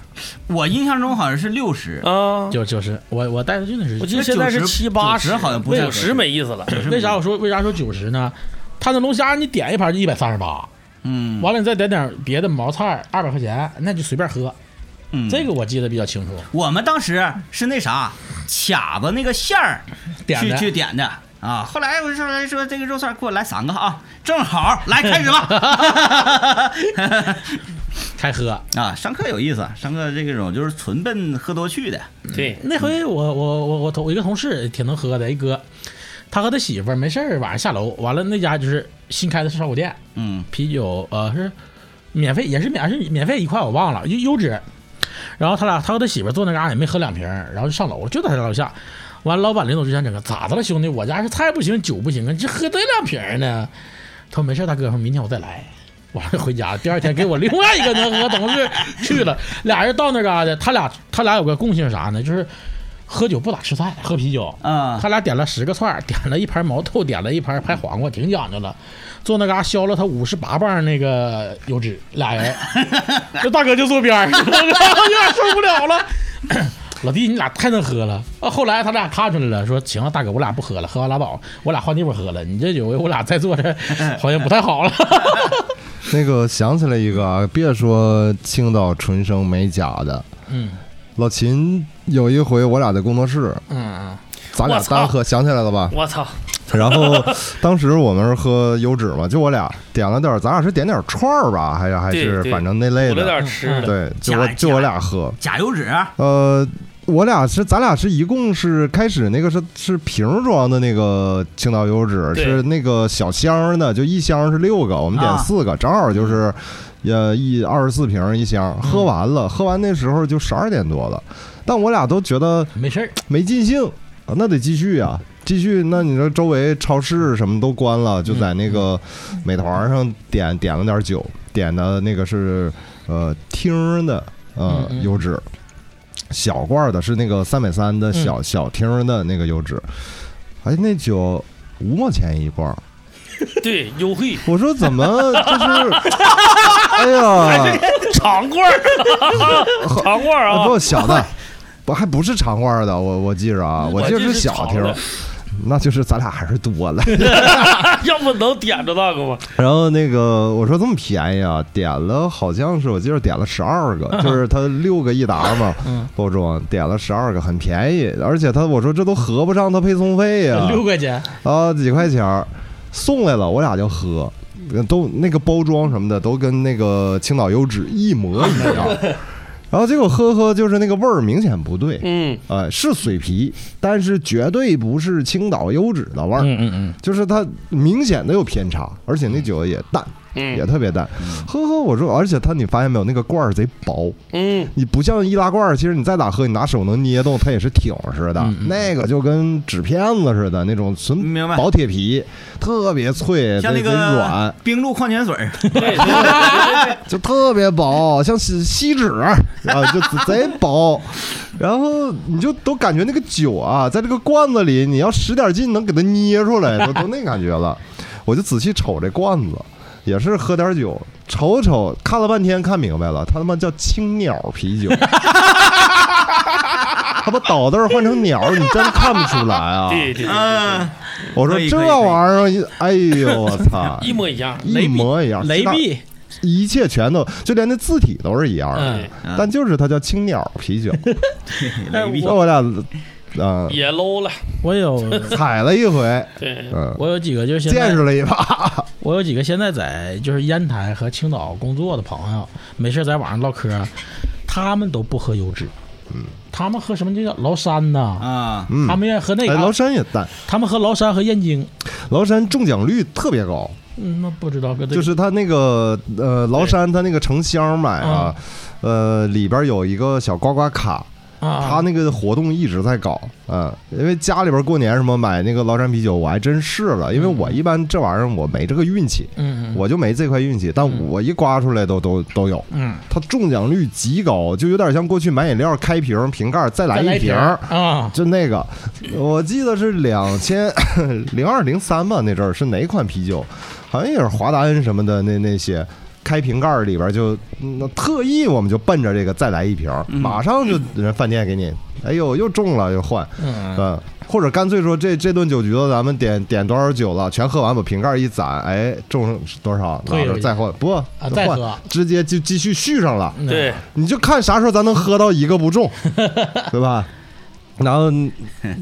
印象中好像是六十、
啊！
九九十，我我带他去那时候
我记得现在是七八
90好像不太合
九
适
十没意思了。
为啥我说为啥说九十呢？他那龙虾你点一盘就一百三十八，
嗯，
完了你再点点别的毛菜二百块钱，那就随便喝。
嗯，
这个我记得比较清楚，
我们当时是那啥卡子那个馅儿
点
去
的
去点的啊。后来我上来说这个肉馅儿给我来三个啊，正好来开
(laughs)
始吧。
开喝。
啊，上课有意思，上课这种就是纯奔喝多去的。
对，
那回我我我我同我一个同事挺能喝的，一哥，他和他媳妇儿没事儿晚上下楼，完了那家就是新开的烧烤店，
嗯
啤酒呃是免费，也是免还是免费一块，我忘了优优质。然后他俩他和他媳妇儿坐那嘎达也没喝两瓶儿，然后就上楼了，就在他楼下。完了，老板临走之前整个咋的了，兄弟？我家是菜不行，酒不行啊，你这喝这两瓶儿呢？ (laughs) 他说没事儿，大哥，我说明天我再来。完了回家，第二天给我另外一个能喝同事去了，俩人到那嘎达，他俩他俩有个共性啥呢？就是喝酒不咋吃菜，喝啤酒。
啊
他俩点了十个串儿，点了一盘毛豆，点了一盘拍黄瓜，挺讲究了。坐那嘎削了他五十八磅那个油脂，俩 (laughs) 人，这大哥就坐边儿，然后有点受不了了。 (laughs) 老弟，你俩太能喝了啊！后来他俩看出来了，说行啊，大哥，我俩不喝了，喝完拉倒，我俩换地方喝了。你这酒我俩再坐 (laughs) 这好像不太好了。 (laughs)
那个想起来一个啊，别说青岛纯生没假的，
嗯
老秦有一回我俩在工作室，
嗯
咱俩
我操
单喝，想起来了吧？
我操，
然
(laughs)
后当时我们是喝优质嘛，就我俩点了点儿，咱俩是点点儿串儿吧，还是还是
对对
反正那类
补了
的，嗯
点吃的，
对，就
加
我
一
就
加
我俩喝，
假油啊脂，
呃。我俩是，咱俩是一共是开始那个是是瓶装的那个青岛优质，
对
是那个小箱儿的，就一箱儿是六个，我们
啊
点四个，正好就是，呃一二十四瓶一箱，喝完了，喝完那时候就十二点多了，但我俩都觉得
嗯，没事儿，
没尽兴啊，那得继续啊，继续。那你说周围超市什么都关了，就在那个美团上点点了点酒，点的那个是呃听的呃
嗯嗯
优质。小罐儿的，是那个三百三的小、小听儿的那个油脂，哎，那酒五毛钱一罐儿，
对，优惠
我说怎么就是，哎呀，
长罐儿， (laughs) 长罐儿
啊、
啊
不，小的，不还不是长罐儿的，我我记着啊，我记得
是
小
长
听儿
的，，
那就是咱俩还是多了。
要不能点着那个吗？
(laughs) 然后那个我说这么便宜啊，点了好像是我记得点了十二个，就是它六个一打嘛，包装点了十二个，很便宜，而且他我说这都合不上他配送费呀、
(laughs) 六块钱，
啊，几块钱儿送来了，我俩就喝，都那个包装什么的都跟那个青岛优质一模一样。然后结果喝喝，就是那个味儿明显不对，
嗯，
呃，是水啤，但是绝对不是青岛优质的味儿，
嗯嗯嗯，
就是它明显的有偏差，而且那酒也淡，
嗯
也特别淡。喝喝，我说，而且它你发现没有，那个罐儿贼薄，
嗯，
你不像易拉罐儿，其实你再咋喝，你拿手能捏动，它也是挺似的。那个就跟纸片子似的那种纯
嗯明白
薄铁皮，特别脆，
像那
贼贼
个
软，
冰露矿泉水
(laughs)
儿，
对，对
就特别薄，像锡锡纸啊，就贼薄。然后你就都感觉那个酒啊，在这个罐子里，你要使点劲能给它捏出来，都都那感觉了。我就仔细瞅这罐子，也是喝点酒，瞅瞅看了半天，看明白了，他他妈叫青鸟啤酒。 (laughs) 他把倒字儿换成鸟儿，你真看不出来啊！
对对对对，！
嗯，
我说
可以
这
可以可以
玩意儿，哎呦我操
一模一样，
一模一样，
雷
其他
碧，
一切全都，就连那字体都是一样的，
嗯，
嗯
但就是它叫青鸟啤酒，
哎
那
我
我俩啊、呃
也 low 了，
我有
踩了一回，
对，
嗯、
我有几个就是现在
见识了一把，
我有几个现在在就是烟台和青岛工作的朋友，没事在网上唠嗑，他们都不喝优质，他们喝什么就叫崂山呐，
啊，
嗯
他，们愿意喝那
哎，崂
个，
山也淡，
他们喝崂山和燕京，
崂山中奖率特别高，
嗯，那不知道跟
就
这个
是它那个呃崂山它那个城乡买啊，
嗯
呃里边有一个小刮刮卡，他
啊，
那个活动一直在搞，嗯，因为家里边过年什么买那个崂山啤酒，我还真试了，因为我一般这玩意儿我没这个运气，
嗯嗯
我就没这块运气，但我一刮出来都都都有，
嗯，
它中奖率极高，就有点像过去买饮料开瓶瓶盖儿再来
再来
一
瓶
瓶
儿
儿，
啊，
就那个，我记得是两千零二零三吧，那阵儿是哪款啤酒？好像也是华丹什么的那那些。开瓶盖儿里边儿就那特意我们就奔着这个再来一瓶儿，
嗯
马上就人饭店给你，哎呦又中了又换，
嗯
嗯，或者干脆说这这顿酒局了，咱们点点多少酒了，全喝完把瓶盖儿一攒，哎中多少，拿
退了
着
一
再换，不
再
换
喝
直接就继续续上了，
对，
你就看啥时候咱能喝到一个不中，对吧？然后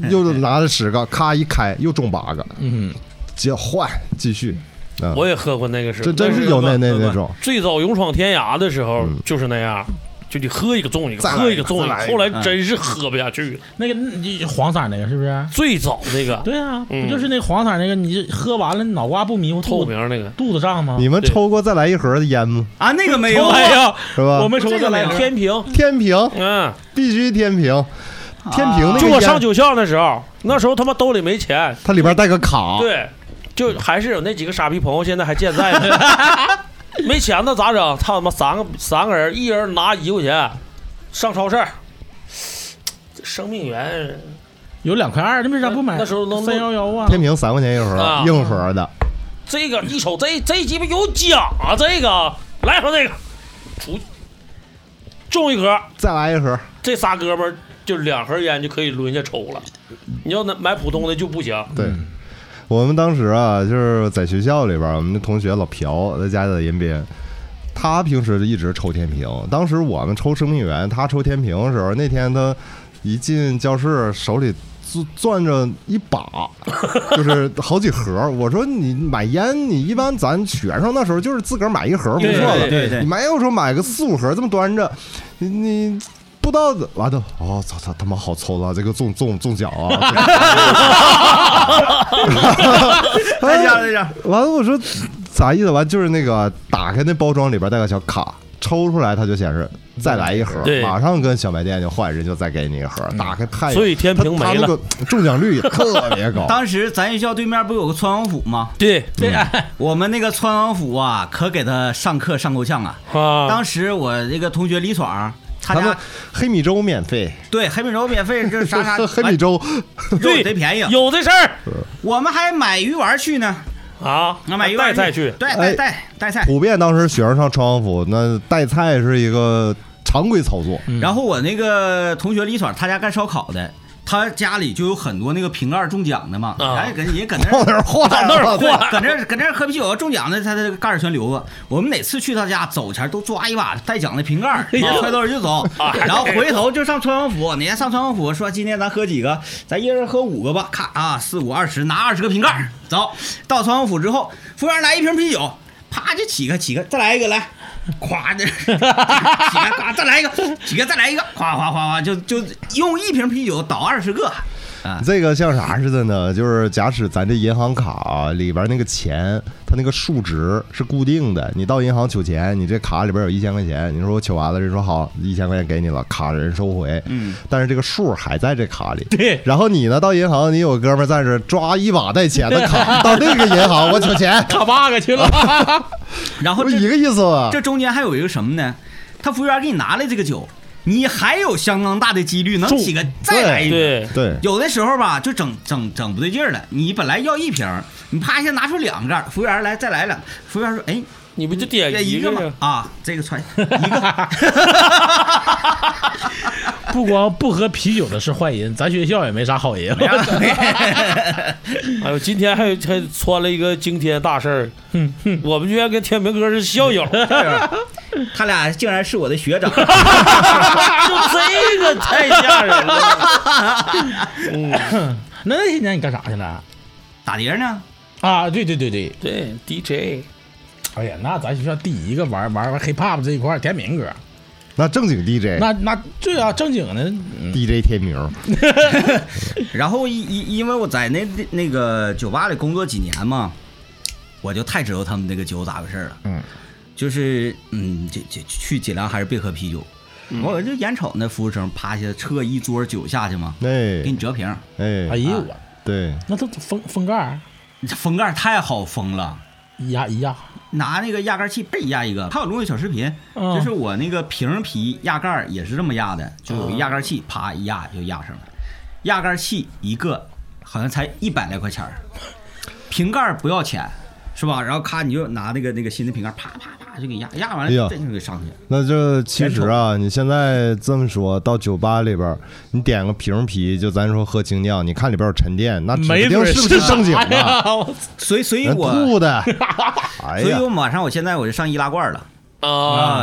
又拿了十个，咔一开又中八个，
嗯，
接换继续，啊、
我也喝过那个是，
这真是有那那那种，
最早勇闯天涯的时候就是那样，就你喝一个中一个，
再来一个
喝一个中一
再
个，
来一个嗯
后来真是喝不下去了。
那个你黄色那个是不是？
最早那个
对啊，
嗯
不就是那个黄色那个，你就喝完了脑瓜不迷糊，
透
肚子
明那个，
肚子胀吗？
你们
对
抽过再来一盒的烟吗？
啊，那个没
(laughs)
有，
哎呀，
是吧？
我们抽的来
这个没有
天平，
天平
嗯，
必须天平，天平那
就
个
我
烟，
啊上九校那时候，那时候他妈兜里没钱，
它里边带个卡，
对，就还是有那几个傻逼朋友现在还健在呢。
(laughs)
没钱那咋整？操他妈三个三个人，一人拿一块钱，上超市儿。这生命源
有两块二，那为啥不买？
那时候能
三幺幺啊，
天平三块钱一
啊
盒，硬盒的，
这个一瞅这这鸡巴有奖啊！这个来盒这个，出中一盒，
再来一盒，
这仨哥们儿就两盒烟就可以抡下抽了。你要那买普通的就不行。
对。我们当时啊，就是在学校里边儿，我们的同学老朴在家在延边，他平时一直抽天平。当时我们抽生命源，他抽天平的时候，那天他一进教室，手里攥攥着一把， (laughs) 就是好几盒。我说你买烟，你一般咱学生那时候就是自个儿买一盒不
对
错了，
对对对
你没有说买个四五盒这么端着，你你。不知道怎完了，哦，操操他妈好抽了，这个中中中奖啊！中奖 (laughs)
(laughs)
再加再加，
哎完了，我说咋意思？完就是那个打开那包装里边带个小卡，抽出来它就显示再来一盒
对，嗯
马上跟小卖店就换，人就再给你一盒。打开看一眼，
所以天平
它
没
它那
了。
个中奖率也特别高。
当时咱学校对面不有个川王府吗？嗯
对
(laughs) 对啊，
我们那个川王府啊，可给他上课上够呛啊。
啊，
当时我那个同学李爽他
们
家
黑米粥免费，
对黑米粥免费，这啥啥
(laughs) 黑米粥，
肉也贼便宜啊。
有这事儿
我们还买鱼丸去呢，
啊？
那买鱼
带
丸
菜去，
对
哎
带带带菜。
普遍当时学生上穿王府，那带菜是一个常规操作。
嗯
然后我那个同学李爽，他家干烧烤的，他家里就有很多那个瓶盖中奖的嘛，
啊
然后搁也搁
(laughs)
那
到
儿
那儿啊晃，
到那儿
(laughs) 对
嚯，
搁这儿搁这儿喝啤酒中奖的，他的盖儿全留着。我们每次去他家走前都抓一把带奖的瓶盖儿，直接揣兜里就走，然后回头就上穿王府。你看上穿王府说今天咱喝几个，咱一人喝五个吧，咔啊四五二十拿二十个瓶盖儿走。到穿王府之后，服务员来一瓶啤酒，啪就起个起个，再来一个来。夸的，起个，夸再来一个，起个，再来一个，夸夸夸夸，就就用一瓶啤酒倒二十个，啊，
这个像啥似的呢？就是假使咱这银行卡、里边那个钱，它那个数值是固定的。你到银行取钱，你这卡里边有一千块钱，你说我取完了，人说好，一千块钱给你了，卡人收回。
嗯，
但是这个数还在这卡里。
对
然后你呢，到银行，你有哥们儿在这抓一把带钱的卡，到那个银行我取钱，
卡 bug
(laughs)
去了，
然后
不
这
是一个意思吗？
这中间还有一个什么呢？他服务员给你拿来这个酒，你还有相当大的几率能起个再来一瓶。
对，
对，
有的时候吧，就整整整不对劲儿了。你本来要一瓶儿，你啪一下拿出两个，服务员来再来两个。服务员说：“哎，
你不就点
这一
个
个
吗
嘛？啊，这个 (laughs) 穿一个。
(laughs) 不光不喝啤酒的是坏人，咱学校也没啥好人。
哎呦，今天还还穿了一个惊天大事儿，我们居然跟天明哥是校友， (laughs) 就”
他俩竟然是我的学长。 (laughs)
这个太吓人了。嗯，
(laughs) 那那天你干啥去了？
打碟呢？
啊，对对对对，
对 DJ
哎呀，那咱学校第一个玩玩玩 hiphop 这一块儿，天明哥，
那正经 DJ，
那那对啊，正经的，嗯
DJ 天明，
然后因因因为我在那那个酒吧里工作几年嘛，我就太知道他们那个酒咋回事儿了。
嗯，
就是嗯，这这去尽量还是别喝啤酒。我就眼瞅那服务生啪一下撤一桌酒下去嘛，
哎
给你折瓶，
哎
哎，
呦
啊
我，
对，
那都封封盖儿
你这封盖太好封了。
一压一压，
拿那个压盖器背压一个，还有录个小视频，
嗯
就是我那个瓶皮压盖儿也是这么压的，就有一压盖器，啪一压就压上了。压盖器一个好像才一百来块
(laughs)
钱儿，瓶盖儿不要钱，是吧？然后咔你就拿那个那个新的瓶盖，啪啪啪就给压压完
哎呀
了，再就给上去。
那这其实啊，你现在这么说，到酒吧里边儿，你点个瓶啤，就咱说喝精酿，你看里边有沉淀，那指不定是不是正经
哎
的，
呀我
所以所以
人
我
吐的。哎
所以
呀
我，马上我现在我就上易拉罐了
啊，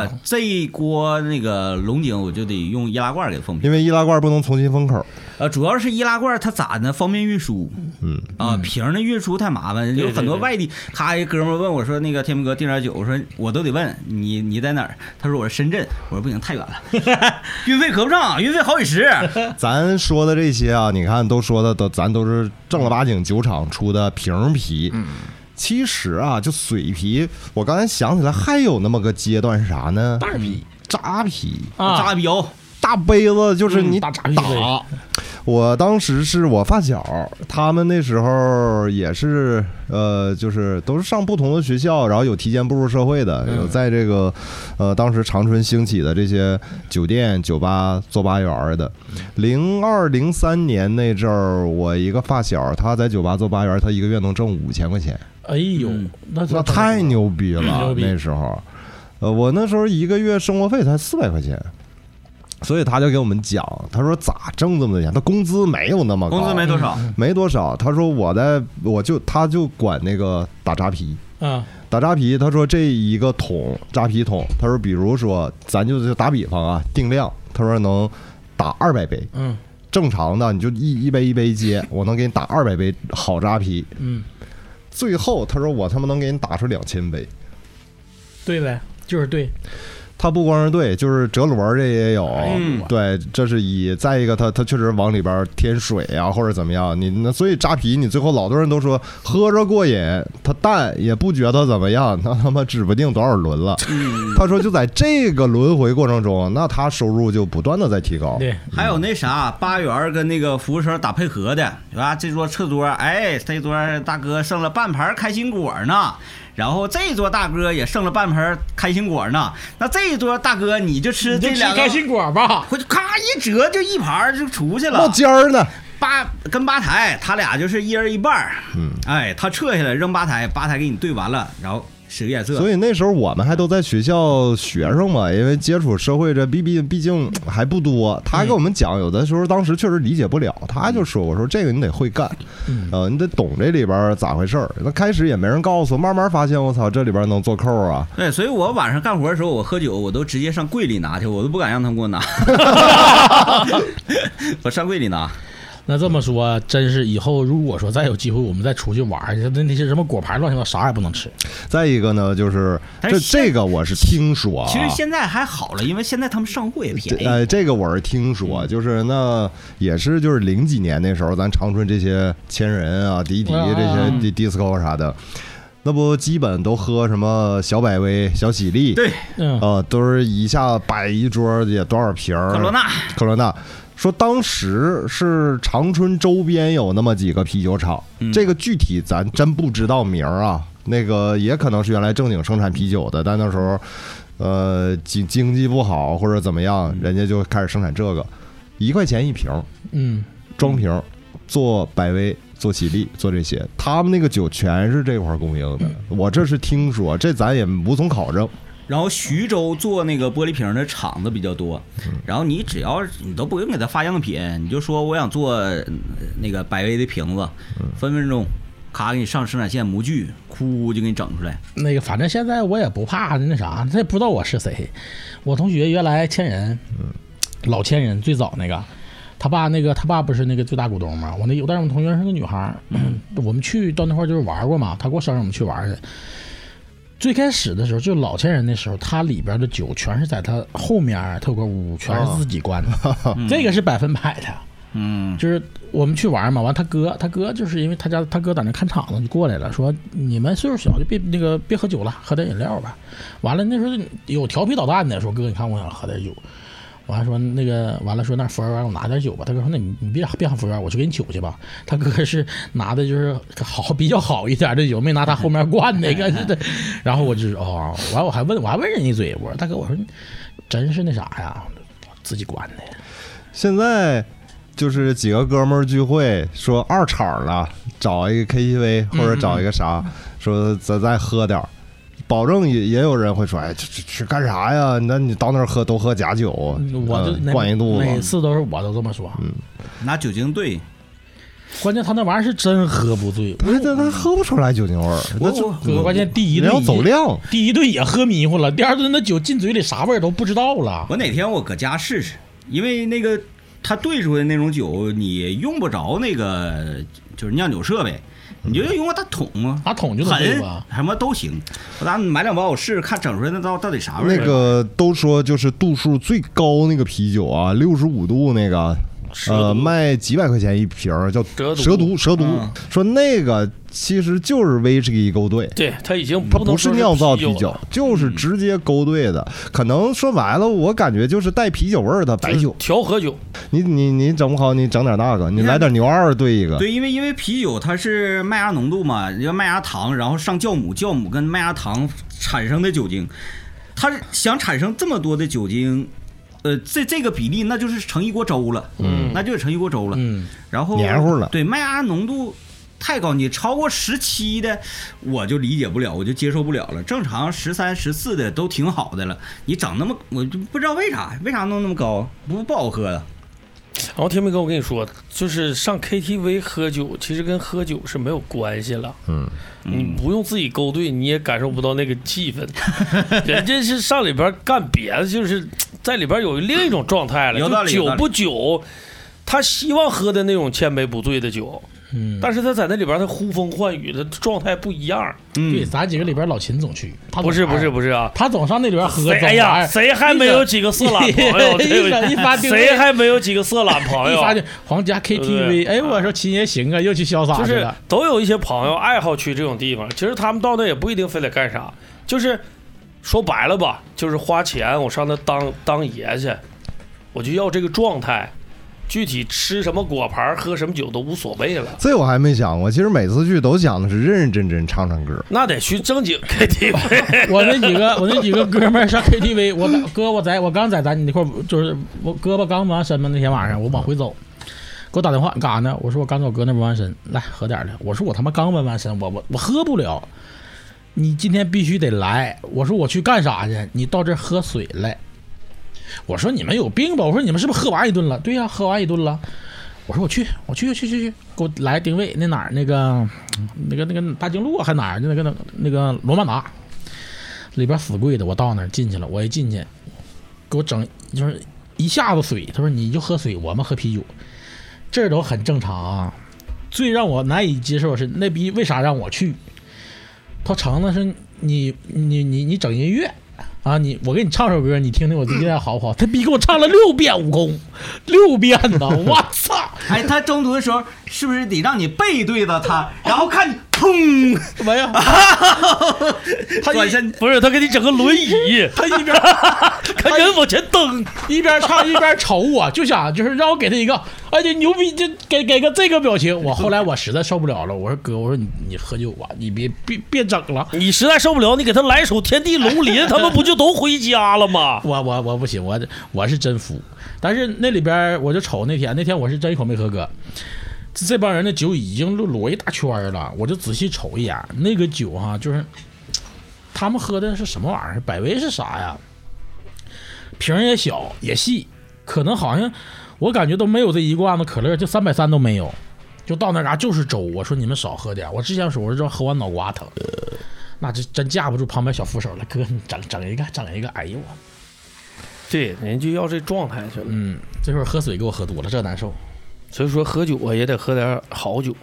啊！这一锅那个龙井我就得用易拉罐给封瓶，
因为易拉罐不能重新封口，
呃，主要是易拉罐它咋呢？方便运输。
嗯，
啊，瓶儿的运输太麻烦，有
对
很多
对
外地。咔，一哥们儿问我说：“那个天明哥订点酒。”我说：“我都得问你，你在哪儿？”他说：“我是深圳。”我说：“不行，太远
(laughs)
了，运费合不上，运费好几十。
啊
咱说的这些啊，你看都说的都，咱都是正儿八经酒厂出的瓶啤。其实啊，就水啤，我刚才想起来还有那么个阶段是啥呢？嗯
大逼
扎啤，
啊
扎，标，
大杯子就是你
嗯大炸打
我当时是我发小，他们那时候也是呃，就是都是上不同的学校，然后有提前步入社会的，有在这个呃当时长春兴起的这些酒店、酒吧做吧员儿的。零二零三年那阵儿，我一个发小，他在酒吧做吧员儿，他一个月能挣五千块钱，
哎呦，那
那太牛逼了
嗯牛，逼
那时候。呃，我那时候一个月生活费才四百块钱，所以他就给我们讲，他说咋挣这么多钱？他工资没有那么高，嗯
工资没多
嗯
少，
(laughs) 没多少。他说我在我就他就管那个打扎啤，
啊，
打扎啤。他说这一个桶扎啤桶，他说比如说咱就就打比方啊，定量，他说能打二百杯，
嗯
正常的你就一一杯一杯接，我能给你打二百杯好扎啤。
嗯，
最后他说我他妈能给你打出两千杯。
对呗，就是对，
他不光是对，就是折轮儿这也有，
嗯
对，这是一。再一个他，他确实往里边儿添水啊，或者怎么样，你那所以扎啤，你最后老多人都说喝着过瘾，他淡也不觉得怎么样，那他妈指不定多少轮了。他说就在这个轮回过程中，那他收入就不断的在提高。
对，
还有那啥，八元儿跟那个服务生打配合的，是吧？这桌撤桌，哎，这桌大哥剩了半盘开心果呢。然后这桌大哥也剩了半盆开心果呢，那这一桌大哥你就吃
你
这
就吃
两个
开，心果吧。
回去咔一折就一盘儿就出去
冒
了。
尖儿呢？
八跟吧台，他俩就是一人一半儿，
嗯，
哎，他撤下来扔吧台，吧台给你兑完了，然后使个眼色，
所以那时候我们还都在学校学生嘛，因为接触社会这毕毕毕竟还不多。他还给我们讲，有的时候当时确实理解不了，他就说：“我说这个你得会干，
嗯
呃，你得懂这里边咋回事儿。”那开始也没人告诉，慢慢发现，我操，这里边能做扣啊！
对，所以我晚上干活的时候，我喝酒，我都直接上柜里拿去，我都不敢让他们给
(laughs)
我拿。我上柜里拿，
啊
那这么说，真是以后如果说再有机会，我们再出去玩儿，那那些什么果盘乱七八糟啥也不能吃。
再一个呢，就是
但
这
是
这个我是听说啊，
哎其实现在还好了，因为现在他们上货也便宜。嗯
呃，这个我是听说，就是那也是就是零几年那时候，咱长春这些千人啊、 (laughs) 迪迪
啊
这
嗯
些迪迪斯科啥的，那不基本都喝什么小百威、小喜力，
对，
嗯，
啊，都是一下摆一桌也多少瓶儿
科罗娜，
科罗娜。说当时是长春周边有那么几个啤酒厂，
嗯
这个具体咱真不知道名儿啊。那个也可能是原来正经生产啤酒的，但那时候，呃，经经济不好或者怎么样，人家就开始生产这个，一块钱一瓶儿，
嗯，
装瓶儿，做百威、做喜力、做这些，他们那个酒全是这块儿供应的。我这是听说，这咱也无从考证。
然后徐州做那个玻璃瓶的厂子比较多，
嗯
然后你只要你都不用给他发样品，你就说我想做呃那个百威的瓶子，
嗯
分分钟，咔给你上生产线模具，哭就给你整出来。
那个反正现在我也不怕那啥，他也不知道我是谁。我同学原来千人，老千人最早那个，他爸那个他爸不是那个最大股东吗？我那有，但是我同学是个女孩儿， (clears throat) 我们去到那块儿就是玩过嘛，他过生日我们去玩去。最开始的时候，就老千人那时候，他里边的酒全是在他后面儿，他有个屋，全是自己灌的，这个是百分百的。
嗯，
就是我们去玩嘛，完他哥，他哥就是因为他家他哥在那看场子，就过来了，说你们岁数小就别那个别喝酒了，喝点饮料吧。完了那时候有调皮捣蛋的，说哥你看我想喝点酒，完了说那个完了说那服务员我拿点酒吧，他哥说那你你别别喊服务员，我去给你取去吧。他哥是拿的就是好比较好一点的酒，没拿他后面灌那个是的。然后我就哦，完了我还问我还问人一嘴，我说大哥我说你真是那啥呀，自己灌的。
现在就是几个哥们儿聚会，说二场了，找一个 KTV 或者找一个啥，
嗯
说咱再喝点儿。保证也也有人会说，哎，这这这干啥呀？那你到那儿喝都喝假酒，
我就
嗯
那
灌一肚
每
子。嗯
次都是我都这么说。
拿酒精兑，
关键他那玩意儿是真喝不醉，
不是，但他喝不出来酒精味儿，那就
我关键第一
你
顿
要走
也
量。
第一顿也喝迷糊了，第二顿那酒进嘴里啥味儿都不知道了。
我哪天我搁家试试，因为那个他兑出来那种酒，你用不着那个就是酿酒设备，你就用个大桶啊，
拿嗯桶就能
狠嗯
兑吧？
什么都行。我咱买两包我试试看，整出来那到到底啥味
那
儿？
个都说就是度数最高那个啤酒啊，六十五度那个，
蛇
呃，
毒
卖几百块钱一瓶儿，叫
蛇毒
蛇毒蛇毒
嗯，
说那个其实就是 whisky 勾兑。
对他已经
它
不能
不是
说
酿造啤
酒啊
酒，就是直接勾兑的。可能说白了，我感觉就是带啤酒味儿的白酒
了，。调和酒，
你你你整不好，你整点那个，你
看
来点牛二兑一个。
对，因为因为啤酒它是麦芽浓度嘛，要麦芽糖，然后上酵母，酵母跟麦芽糖产生的酒精，它是想产生这么多的酒精，呃，这这个比例那就是成一锅粥了，
嗯
那就是成一锅粥了。
嗯，
然后
黏糊了
对，麦芽浓度太高，你超过十七的，我就理解不了，我就接受不了了。正常十三、十四的都挺好的了，你整那么，我就不知道为啥，为啥弄那么高？不不好喝啊的。
然后天明哥，我跟你说，就是上 KTV 喝酒，其实跟喝酒是没有关系了。
嗯，
你不用自己勾兑，你也感受不到那个气氛。人家是上里边干别的，就是在里边有另一种状态了。
有道理
就
有
酒
道理
不酒，他希望喝的那种千杯不醉的酒，
嗯
但是他在那里边他呼风唤雨的状态不一样。
对，
嗯，
咱几个里边老秦总去，他总
不是不是
玩儿，
不是啊。
他总上那里边喝。
谁哎呀，
总玩儿
谁还没有几个色懒朋友？
一
这
一
个
一发定位
谁还没有几个色懒朋 (laughs)
一
友？
发就皇家
哎对
KTV，哎，我说秦爷行啊，又去潇洒
就
去
是
了。
都有一些朋友爱好去这种地方，其实他们到那也不一定非得干啥，就是说白了吧，就是花钱我上那当当爷去，我就要这个状态。具体吃什么果盘儿、喝什么酒都无所谓了。
这我还没想过。其实每次去都讲的是认认真真唱唱歌，
那得去正经 (laughs) KTV，
(laughs) 我那几个我那几个哥们儿上 KTV，我刚哥我在我刚在咱你那块儿就是我胳膊刚完身嘛，那天晚上我往回走，给我打电话干啥呢？我说我刚在我哥那儿纹完身，来喝点儿去。我说我他妈刚纹完身，我我我喝不了。你今天必须得来。我说我去干啥去？你到这儿喝水来。我说你们有病吧？我说你们是不是喝完一顿了？对呀、喝完一顿了。我说我去，我去去去去，给我来定位那哪儿那个那个那个大经路啊还哪儿那个那个那个罗曼达里边死贵的，我到那儿进去了，我一进去给我整就是一下子水，他说你就喝水，我们喝啤酒，这都很正常啊。最让我难以接受的是那逼为啥让我去？他成的是你你你你整音乐啊，你我给你唱首歌，你听听我最近好不好？他逼给我唱了六遍武功，六遍呢，我操！
哎，他中途的时候是不是得让你背对着他，然后看你
(laughs)
砰
什么呀？ (laughs) 他
转
一
身？
不是他给你整个轮 (laughs) 椅，
他一边
他人往前蹬，
一边唱一边瞅我，就想就是让我给他一个，哎，这牛逼，就给给个这个表情。我后来我实在受不了了，我说哥，我说你你喝酒吧，你别别别整了。
你实在受不了，你给他来首《天地龙鳞》，他们不就都回家了吗？
我我我不行，我我是真服。但是那里边儿我就瞅那天，那天我是真一口没喝哥。这这帮人的酒已经摞摞一大圈儿了，我就仔细瞅一眼，那个酒哈、就是他们喝的是什么玩意儿？百威是啥呀？瓶儿也小也细，可能好像我感觉都没有这一罐子可乐，就三百三都没有。就到那嘎就是粥，我说你们少喝点儿。我之前说我说喝完脑瓜疼，那这真架不住旁边小扶手了。哥，你整整一个，整一个，哎呦我。
对，人就要这状态去了。
嗯，这会儿喝水给我喝多了，这难受。
所以说喝酒啊，也得喝点好酒。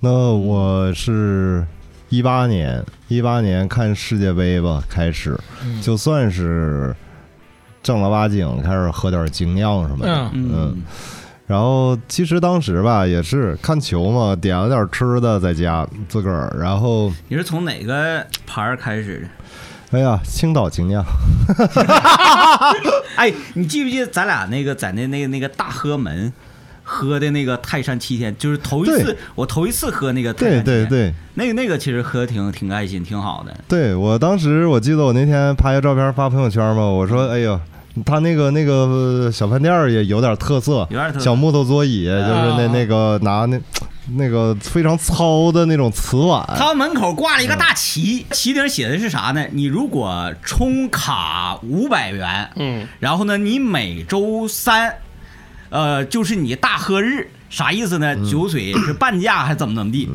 那我是一八年，一八年看世界杯吧，开始就算是正儿八经开始喝点精酿什么的。
嗯，
嗯，然后其实当时吧也是看球嘛，点了点吃的在家自个儿，然后
你是从哪个牌儿开始的？
哎呀，青岛精酿，
哎，你记不记得咱俩那个在那那个那个大喝门喝的那个泰山七天？就是头一次
对，
我头一次喝那个泰
对
山七
对
天，
对
那个那个其实喝挺挺开心，挺好的。
对，我当时我记得我那天拍个照片发朋友圈嘛，我
嗯
说哎呦。他那个那个小饭店儿也有点特色，
有点特色
小木头桌椅，就是那
啊
那个拿那那个非常糙的那种瓷碗，
(laughs)
啊
他门口挂了一个大旗，旗顶写的是啥呢？你如果充卡五百元，
嗯，
然后呢，你每周三，呃，就是你大喝日，啥意思
嗯
呢？酒水是半价还怎么怎么地？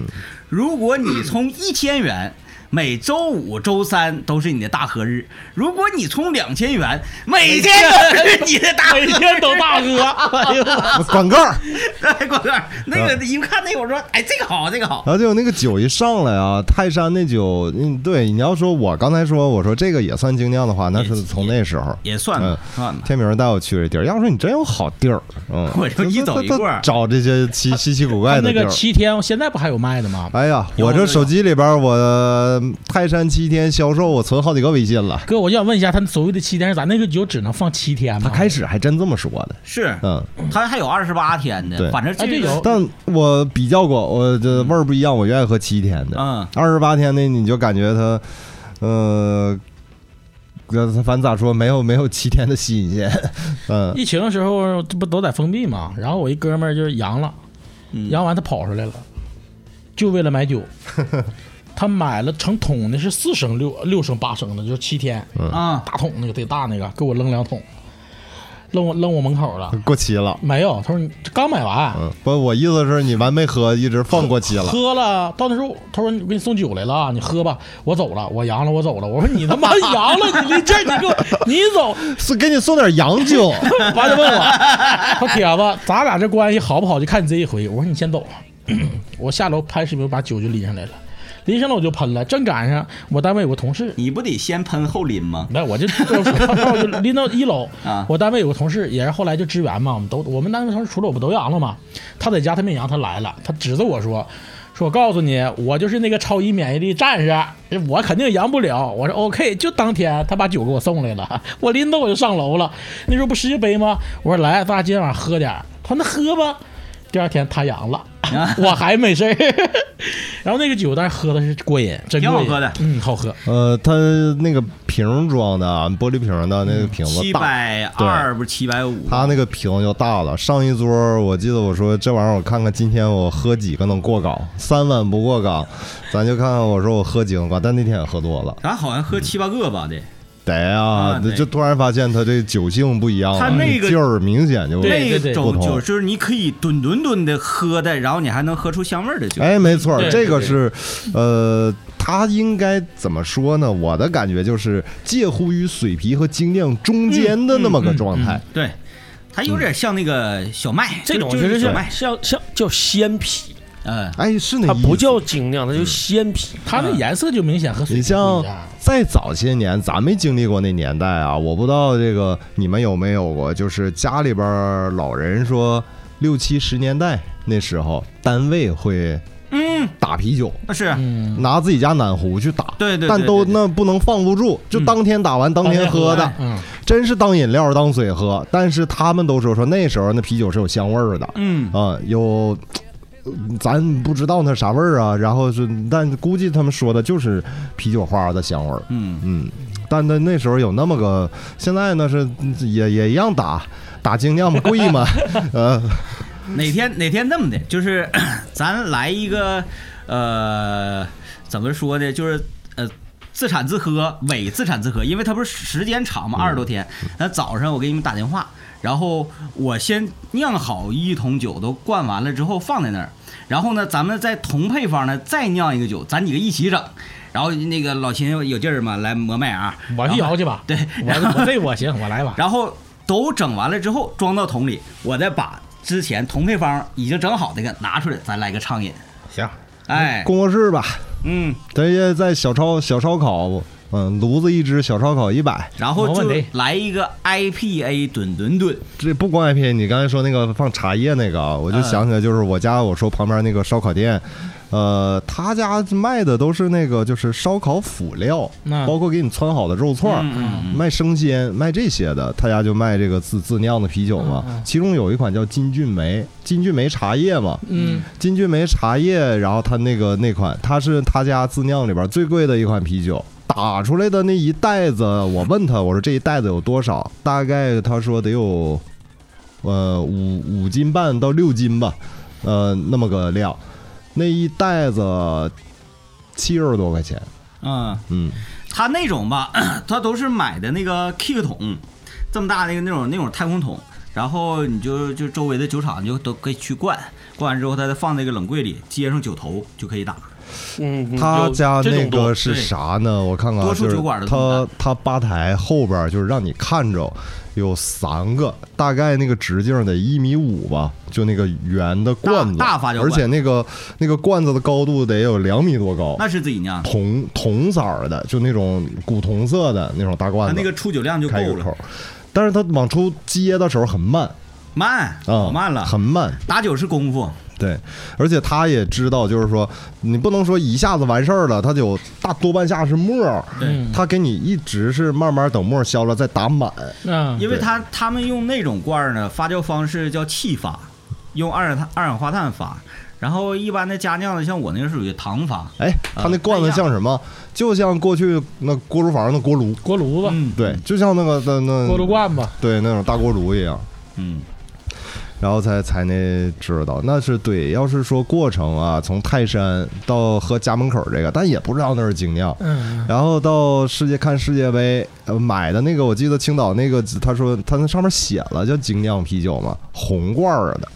如果你充一千元。每周五、周三都是你的大喝日。如果你充两千元，每天都是你的大喝
(laughs) 每
日。
天都大喝，
(laughs)
哎呦，
广告儿。
(laughs) 哎，广告那
嗯
个一看那个，我说，哎，这个好，这个好。
然后就那个酒一上来啊，泰山那酒，嗯，对，你要说我刚才说我说这个也算精酿的话，那是从那时候。嗯
也算吧，算吧。
天明带我去这地儿，要说你真有好地儿，嗯，
(laughs) 我就一走一过
他他找这些奇稀奇古怪的
那
地
个
儿。
七天，现在不还有卖的吗？
哎呀，
有
我
有
这手机里边儿我呃泰山七天销售，我存好几个微信了。
哥，我就想问一下，他所谓的七天是咋？那个酒只能放七天
他
吗？
啊开始还真这么说的，
是，
嗯，
他还有二十八天的，
对
反正这
哎对有
个
但我比较过，我这味儿不一样，我愿意喝七天的。
嗯
二十八天那你就感觉它，呃，呃反正咋说，没有没有七天的吸引线， (laughs) 嗯，
疫情的时候这不都在封闭吗？然后我一哥们儿就是阳了，
嗯
阳完他跑出来了，就为了
(laughs)
买酒。他买了成桶的是四升六六升八升的，就是七天
嗯
啊，
大桶那个最大那个，给我扔两桶，扔我扔我门口了。
过期了。
没有，他说你这刚买完，
嗯，不，我意思是你完没喝，一直放过期了。 (laughs)
喝了，到那时候他说我给你送酒来了啊，你喝吧。我走了，我阳了，我走了。我说你他妈阳了，你离这儿你给我你走。
是给你送点洋酒， (laughs)
完就问我，说铁子，咱俩这关系好不好就看你这一回。我说你先走，我下楼拍视频把酒就拎上来了，拎上来我就喷了。正赶上我单位有个同事，
你不得先喷后淋吗？
来我就我就拎到一楼
(laughs) 啊。
我单位有个同事也是后来就支援嘛，我们都我们单位同事除了我不都阳了嘛，他在家他没阳，他来了，他指着我说。说我告诉你，我就是那个超一免疫力战士，我肯定阳不了。我说 OK，就当天他把酒给我送来了，我拎着我就上楼了。那时候不世界杯吗？我说来，咱俩今天晚上喝点儿。好，那喝吧。第二天他阳
(laughs)
了，我还没事儿。 (laughs) 然后那个酒，但是喝的是过瘾，真
挺好
过瘾
喝的
嗯，好喝。
呃，它那个瓶装的啊，玻璃瓶的那个瓶子
七
大，
百二不是七百五，
它那个瓶就大了。上一桌我记得我说这玩意儿，我看看今天我喝几个能过岗，三碗不过岗，咱就看看我说我喝几个能过岗。但那天也喝多了，
咱好像喝七八个吧得。
得啊
啊，
这
(laughs) 对
就突然发现它这酒性不一样了，
它那个
劲儿明显就
对对对
那种
不同
酒就是你可以吨吨吨的喝的，然后你还能喝出香味儿的酒。
哎，没错儿，
对
这个
对
是，呃，它应该怎么说呢？我的感觉就是介乎于水啤和精酿中间的那么个状态。
对，它有点像那个小麦，
这种
就
其实哎
是小
像
麦。
像像叫鲜啤，
嗯，
哎，是那
它
意
不
思
叫精酿，它就鲜嗯啤。
它那颜色就明显和水
你
晶不
像
一样。
再早些年，咱没经历过那年代啊，我不知道这个你们有没有过，就是家里边儿老人说六七十年代那时候，单位会嗯打啤酒，
那是
嗯，
拿自己家暖壶去打，
对对对
但都
对对
那不能放不住，就当天打完当天喝的，
嗯，
真是当饮料当水喝。但是他们都说说那时候那啤酒是有香味儿的，
嗯
啊、有。咱不知道那啥味儿啊，然后是，但估计他们说的就是啤酒花的香味儿。
嗯，
嗯，但那那时候有那么个，现在呢是也也一样打打精酿嘛，贵嘛，呃，
哪天哪天这么的，就是 (coughs) 咱来一个呃，怎么说呢？就是呃。自产自喝，伪自产自喝，因为它不是时间长嘛，二十多天。那早上我给你们打电话，然后我先酿好一桶酒，都灌完了之后放在那儿，然后呢，咱们再同配方呢再酿一个酒，咱几个一起整。然后那个老秦有劲儿嘛，来磨麦芽，
我去
然后
摇去吧。
对，
我我这我行，我来吧。
然后都整完了之后装到桶里，我再把之前同配方已经整好的给拿出来，咱来个畅饮。
行，
哎，
工作室吧，
嗯，
咱也在小烧小烧烤，嗯，炉子一只，小烧烤一百，
然后
没问
就
题
来一个 IPA 吨吨吨，
这不光 IP，你刚才说那个放茶叶那个啊，我就
嗯
想起来，就是我家我说旁边那个烧烤店，呃，他家卖的都是那个就是烧烤辅料，
嗯
包括给你汆好的肉串儿，
嗯
卖生鲜卖这些的，他家就卖这个自自酿的啤酒
啊
嘛。其中有一款叫金骏眉，金骏眉茶叶嘛，
嗯，
金骏眉茶叶，然后他那个那款，它是他家自酿里边最贵的一款啤酒。打出来的那一袋子，我问他，我说这一袋子有多少？大概他说得有，呃，五五斤半到六斤吧，呃，那么个量。那一袋子七十多块钱，
嗯，
嗯，
他那种吧， (clears throat) 他都是买的那个 kick 桶，这么大那个那种那种太空桶，然后你就就周围的酒厂你就都可以去灌，灌完之后他再放那个冷柜里，接上酒头就可以打。
嗯，
他
有
家
这
那
种多
个是啥呢？我看看啊，
多数
就是
酒馆的都
他
能
他吧台后边儿就是让你看着有三个，大概那个直径得一米五吧，就那个圆的罐子，
大大发酵罐
而且那个那个罐子的高度得有两米多高，
那是自己酿的，
铜铜色儿的，就那种古铜色的那种大
他
罐子，
那个出酒量就够
开一个
了
口，，但是他往出接的时候很慢
慢，
啊，
老慢了，
很慢，
打酒是功夫。
对，而且他也知道，就是说，你不能说一下子完事儿了，他就大多半下是沫儿，
嗯
他给你一直是慢慢等沫儿消了再打满。
嗯，
因为他他们用那种罐儿呢，发酵方式叫气发，用二氧碳二氧化碳发。然后一般的家酿的，像我那个属于糖发，
哎，他那罐子像什
哎
么？就像过去那锅炉房的锅炉，
锅炉吧，
嗯，
对，就像那个那
嗯
那
锅炉，罐吧，
对，那种大锅炉一样。
嗯，
然后才才那知道，那是对。要是说过程啊，从泰山到喝家门口这个，但也不知道那是精酿。
嗯，
然后到世界看世界杯，呃，买的那个我记得青岛那个，他说他那上面写了叫精酿啤酒嘛，红罐儿的，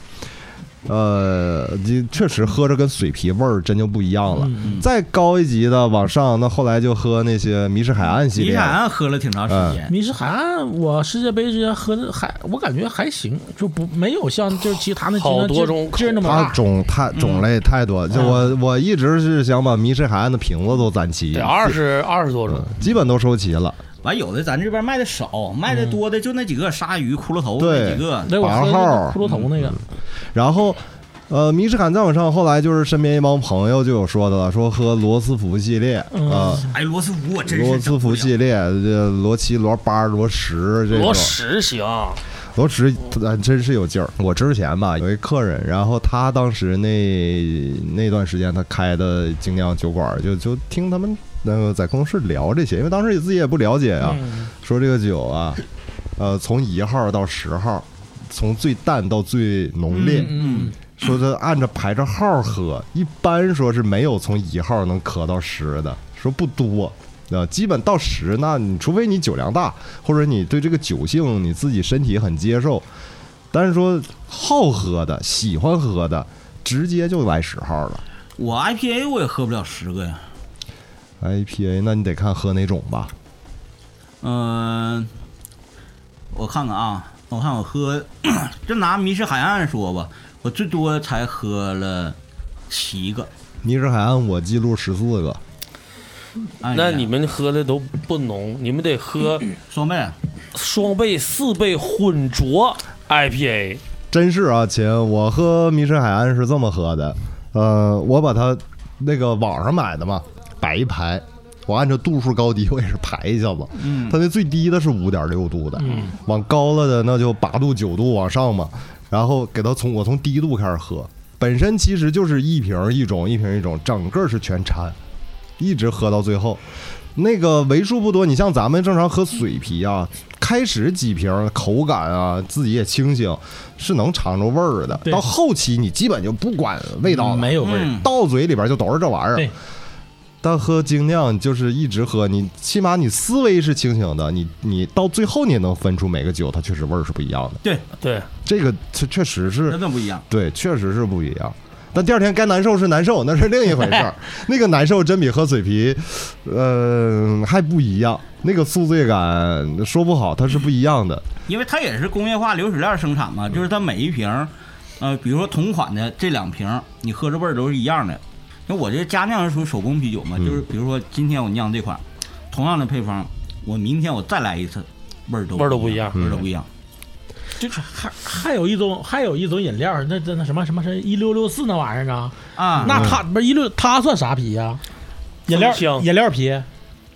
呃，这确实喝着跟水啤味儿真就不一样了。
嗯
再高一级的往上，那后来就喝那些迷失海岸系
你
列嗯
海
了，
岸喝了挺长时间，
米什海岸，我世界杯之前喝的还，我感觉还行，就不没有像就是其他那
好
精酿
多
劲
种口
劲儿那么
它
大。
啊种太种类太多，就我我一直是想把迷失海岸的瓶子都攒齐
得，二十二十多种
嗯，基本都收齐了。
完有的咱这边卖的少，卖的多的就那几个鲨鱼、骷髅头
对
那几个，
对，我喝的那骷髅
嗯
头那个，
然后，呃，迷失感再往上，后来就是身边一帮朋友就有说的了，说喝罗斯福系列啊、
哎，罗斯福我真是
罗
整
斯
不
福
了
系列，这罗七、罗八、罗十这
罗
种。
十行，
我只咱真是有劲儿。我之前吧有一客人，然后他当时那那段时间他开的精酿酒馆儿，就就听他们那个在公司聊这些，因为当时自己也不了解啊，
嗯
说这个酒啊，呃，从一号到十号，从最淡到最浓烈，
嗯，
说他按着排着号喝，一般说是没有从一号能咳到十的，说不多。啊，基本到十，那你除非你酒量大，或者你对这个酒性你自己身体很接受，但是说好喝的、喜欢喝的，直接就来十号了。
我 IPA 我也喝不了十个呀。
IPA，那哎你得看喝哪种吧。
嗯，我看看啊，我看我喝， (clears throat) 就拿迷失海岸说吧，我最多才喝了七个。
尼日海岸我记录十四个，
哎呀
那你们喝的都不浓，你们得喝
双倍
双倍、四倍混浊 IPA。
真是啊，亲，我喝迷失海岸是这么喝的，呃，我把它那个网上买的嘛，摆一排，我按照度数高低我也是排一下子，嗯，它那最低的是五点六度的，嗯，往高了的那就八度九度往上嘛，然后给它从我从低度开始喝，本身其实就是一瓶一种，一瓶一种，整个是全掺，一直喝到最后。那个为数不多，你像咱们正常喝水啤啊，开始几瓶口感啊，自己也清醒，是能尝着味儿的。
对
到后期你基本就不管味道了，
没有味儿，
嗯，
到嘴里边就都是这玩意
对
儿。但喝精酿就是一直喝，你起码你思维是清醒的，你你到最后你也能分出每个酒它确实味儿是不一样的。
对，
对，
这个确确实是
真的不一样。
对，确实是不一样。但第二天该难受是难受，那是另一回事儿。那个难受真比喝水啤，呃，还不一样。那个宿醉感说不好，它是不一样的。
因为它也是工业化流水链生产嘛，就是它每一瓶儿，呃，比如说同款的这两瓶儿，你喝着味儿都是一样的。那我这家酿是属于手工啤酒嘛，
嗯
就是比如说今天我酿这款，同样的配方，我明天我再来一次，味儿都
味儿都不一样
味儿都不一样。
就是还还有一种还有一种饮料，那那那什么什么是一六六四那玩意儿啊？
啊，
那它不是一六，它算啥啤呀？饮料
增香
饮料啤，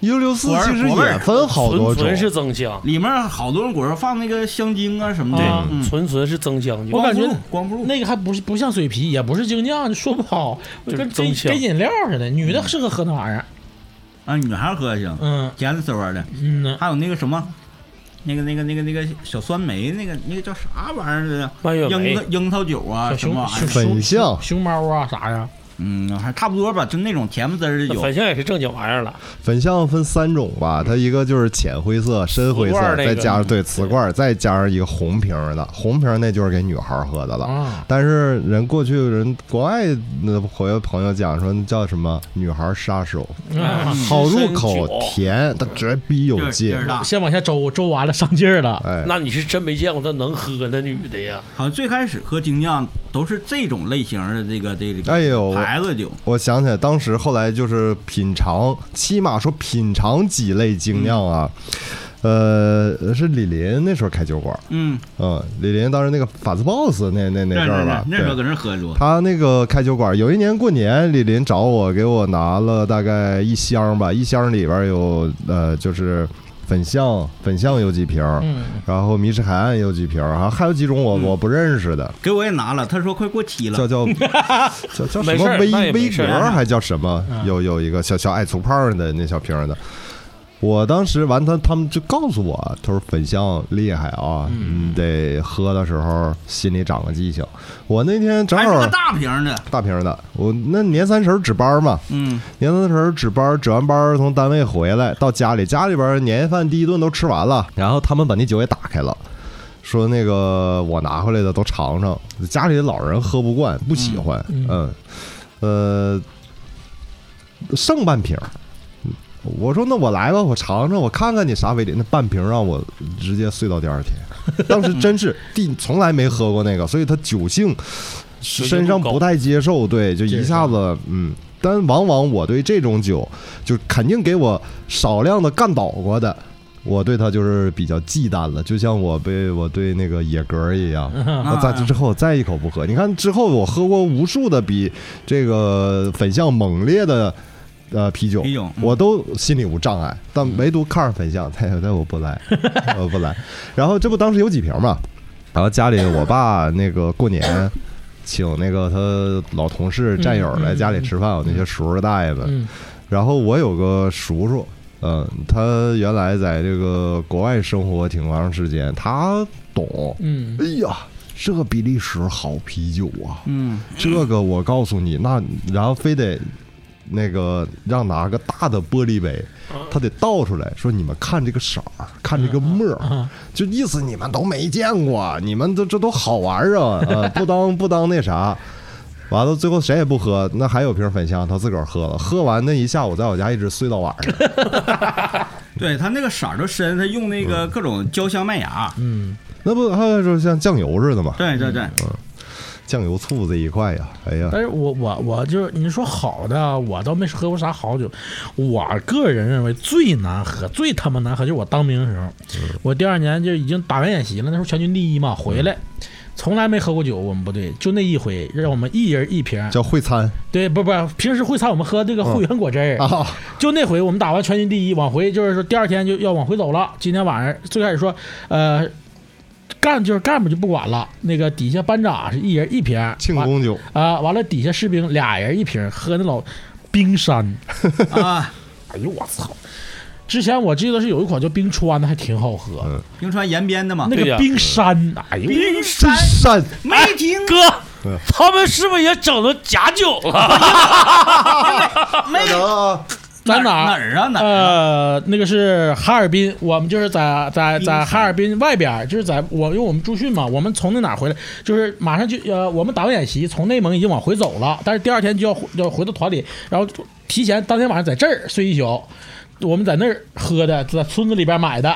一六六四
果儿
其实
果味儿
也分好多种
纯纯，是增香，
里面好多人果儿放那个香精啊什么的，
啊
嗯
纯纯是增香酒
我。感觉
光不住。
那个还不是不像水啤，也不是精酿，说不好，
就是
跟
增嗯
跟
香
跟饮料似的。女的适合喝那玩意儿，
啊，女孩儿喝还行，
嗯
甜的滋味儿的，
嗯呢，
还有那个什么。那个、那个、那个、那个小酸梅，那个、那个叫啥玩意儿的？
蔓越
樱
莓
桃、樱桃酒啊，
小
什么
熊
玩意
熊
儿
粉
熊
象
熊猫啊啥呀？
嗯，还差不多吧，就那种甜不滋儿的
那
酒。
反向也是正经玩意儿了，
粉象分三种吧。它一个就是浅灰色、深灰色
瓷罐，儿那
再
个
加上对瓷罐儿，再加上一个红瓶儿的，红瓶儿那就是给女孩儿喝的了。
啊，
但是人过去人国外那朋友朋友讲说叫什么女孩儿杀手，
嗯
哎好入
深
口啊
酒
甜，它绝逼有
劲
劲
儿。大。
先往下周周完了，上劲儿了。
哎，
那你是真没见过那能喝那女的呀？
好像最开始喝精酿都是这种类型的这个这个
哎呦
牌子酒，
我想起来，当时后来就是品尝，起码说品尝几类精酿啊。呃，是李林那时候开酒馆，
嗯，
嗯，李林当时那个法子 boss 那那那阵儿吧，
那时候
对
搁那喝多，
他那个开酒馆，有一年过年，李林找我，给我拿了大概一箱吧，一箱里边有呃，就是粉象，粉象有几瓶儿，
嗯，
然后迷失海岸有几瓶儿，啊，还有几种我
嗯
我不认识的，
给我也拿了，他说快过期
叫
(laughs)
了，
叫叫叫什
没
么
事儿那
微
也
微
没事
格
儿
儿还叫什么？
嗯
有有一个小小矮粗胖的那小瓶儿的。我当时完他他们就告诉我，他说粉象厉害啊，
嗯
你得喝的时候心里长个记性。我那天正
还是
好
个大瓶的，
大瓶儿的，我那年三十儿值班嘛，
嗯，
年三十儿值班，值完班儿从单位回来到家里，家里边儿年夜饭第一顿都吃完了，然后他们把那酒也打开了，说那个我拿回来的都尝尝，家里的老人喝不惯，不喜欢，嗯
嗯，
呃，剩半瓶儿。我说那我来吧，我尝尝，我看看你啥味道。那半瓶儿让我直接睡到第二天，当时真是第从来没喝过那个，所以它酒性身上不太接受，对，就一下子嗯。但往往我对这种酒，就肯定给我少量的干倒过的，我对它就是比较忌惮了，就像我被我对那个野格儿一
(laughs)
样。那
啊
在之后我再一口不喝，你看之后我喝过无数的比这个呃粉象猛烈的呃啤酒，
啤酒嗯
我都心里无障碍， (laughs) 哎但唯独看上粉象，他他我不来，我不来。然后这不当时有几瓶嘛，然后家里我爸那个过年请那个他老同事战友来家里吃饭，我那些叔叔大爷们，
嗯
然后我有个叔叔，嗯、他原来在这个国外生活挺长时间，他懂。
嗯
哎呀，这个比利时好啤酒啊！
嗯，
这个我告诉你，那然后非得那个让拿个大的玻璃杯，他得倒出来说：“你们看这个色儿，看这个沫儿，
啊，
就意思你们都没见过，你们都这都好玩儿啊，呃，不当不当那啥。”完了，最后谁也不喝，那还有瓶粉香，他自个儿喝了，喝完那一下午在我家一直睡到晚上。
对他那个色儿都深，他用那
嗯
个各种焦香麦芽，
嗯，
那不还有就是像酱油似的嘛，
对对对，
酱油醋这一块呀，哎呀，
但是我我我就是你说好的啊，我倒没喝过啥好酒。我个人认为最难喝、最他妈难喝就是我当兵的时候，
嗯
我第二年就已经打完演习了，那时候全军第一嘛，回来从来没喝过酒，我们部队就那一回，让我们一人一瓶。
叫会餐
对，不不，平时会餐我们喝这个汇源果汁儿，
嗯啊，
就那回我们打完全军第一，往回就是说第二天就要往回走了。今天晚上最开始说，呃，干就是干部就不管了，那个底下班长是一人一瓶，
庆
完
功酒，
啊，完了底下士兵俩人一瓶，喝那老冰山。
嗯
啊，
哎呦我操！之前我记得是有一款叫冰川的，还挺好喝，
嗯
冰川延边的嘛，
那
对
个
呀
冰山，哎呦，
冰
真
山
善
没听
(laughs) 哥
嗯，
他们是不是也整成假酒了？
没
啊，
在哪
哪
儿？
儿啊哪儿啊？
呃，那个是哈尔滨，我们就是在在
冰
在
山
哈尔滨外边儿，就是在我因为我们驻训嘛，我们从那哪儿回来，就是马上就呃，我们打完演习从内蒙已经往回走了，但是第二天就要回就要回到团里，然后提前当天晚上在这儿睡一宿，我们在那儿喝的，在村子里边买的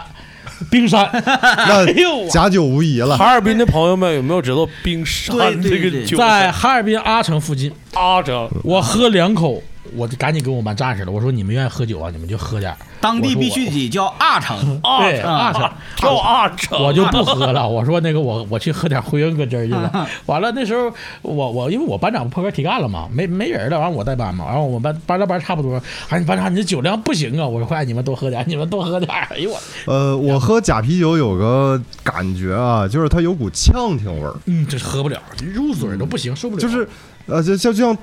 冰
(laughs)
山，哎呦
那
我
假酒无疑了
(laughs)
(laughs)
哈。尔滨的朋友们有没有知道冰山这
对对
个
对
酒？
在哈尔滨阿城附近，
阿城，
我喝两口，我就赶紧跟我们班战士了，我说你们愿意喝酒啊，你们就喝点儿，
当地必须得叫阿城，
阿
对
城，
阿城。
跳阿啊城，
我就不喝了。我说那个我我去喝点回云果汁儿去了。完了那时候我我因为我班长破格提干了嘛，没没人了，完了我带班嘛，然后我们班班到班差不多，哎你班长你这酒量不行啊，我说快你们多喝点，你们多喝点，哎呦我
呃，我喝假啤酒有个感觉啊，就是它有股呛挺味儿，
嗯这喝不了，入嘴都不行，受不了。
就是呃，就像就像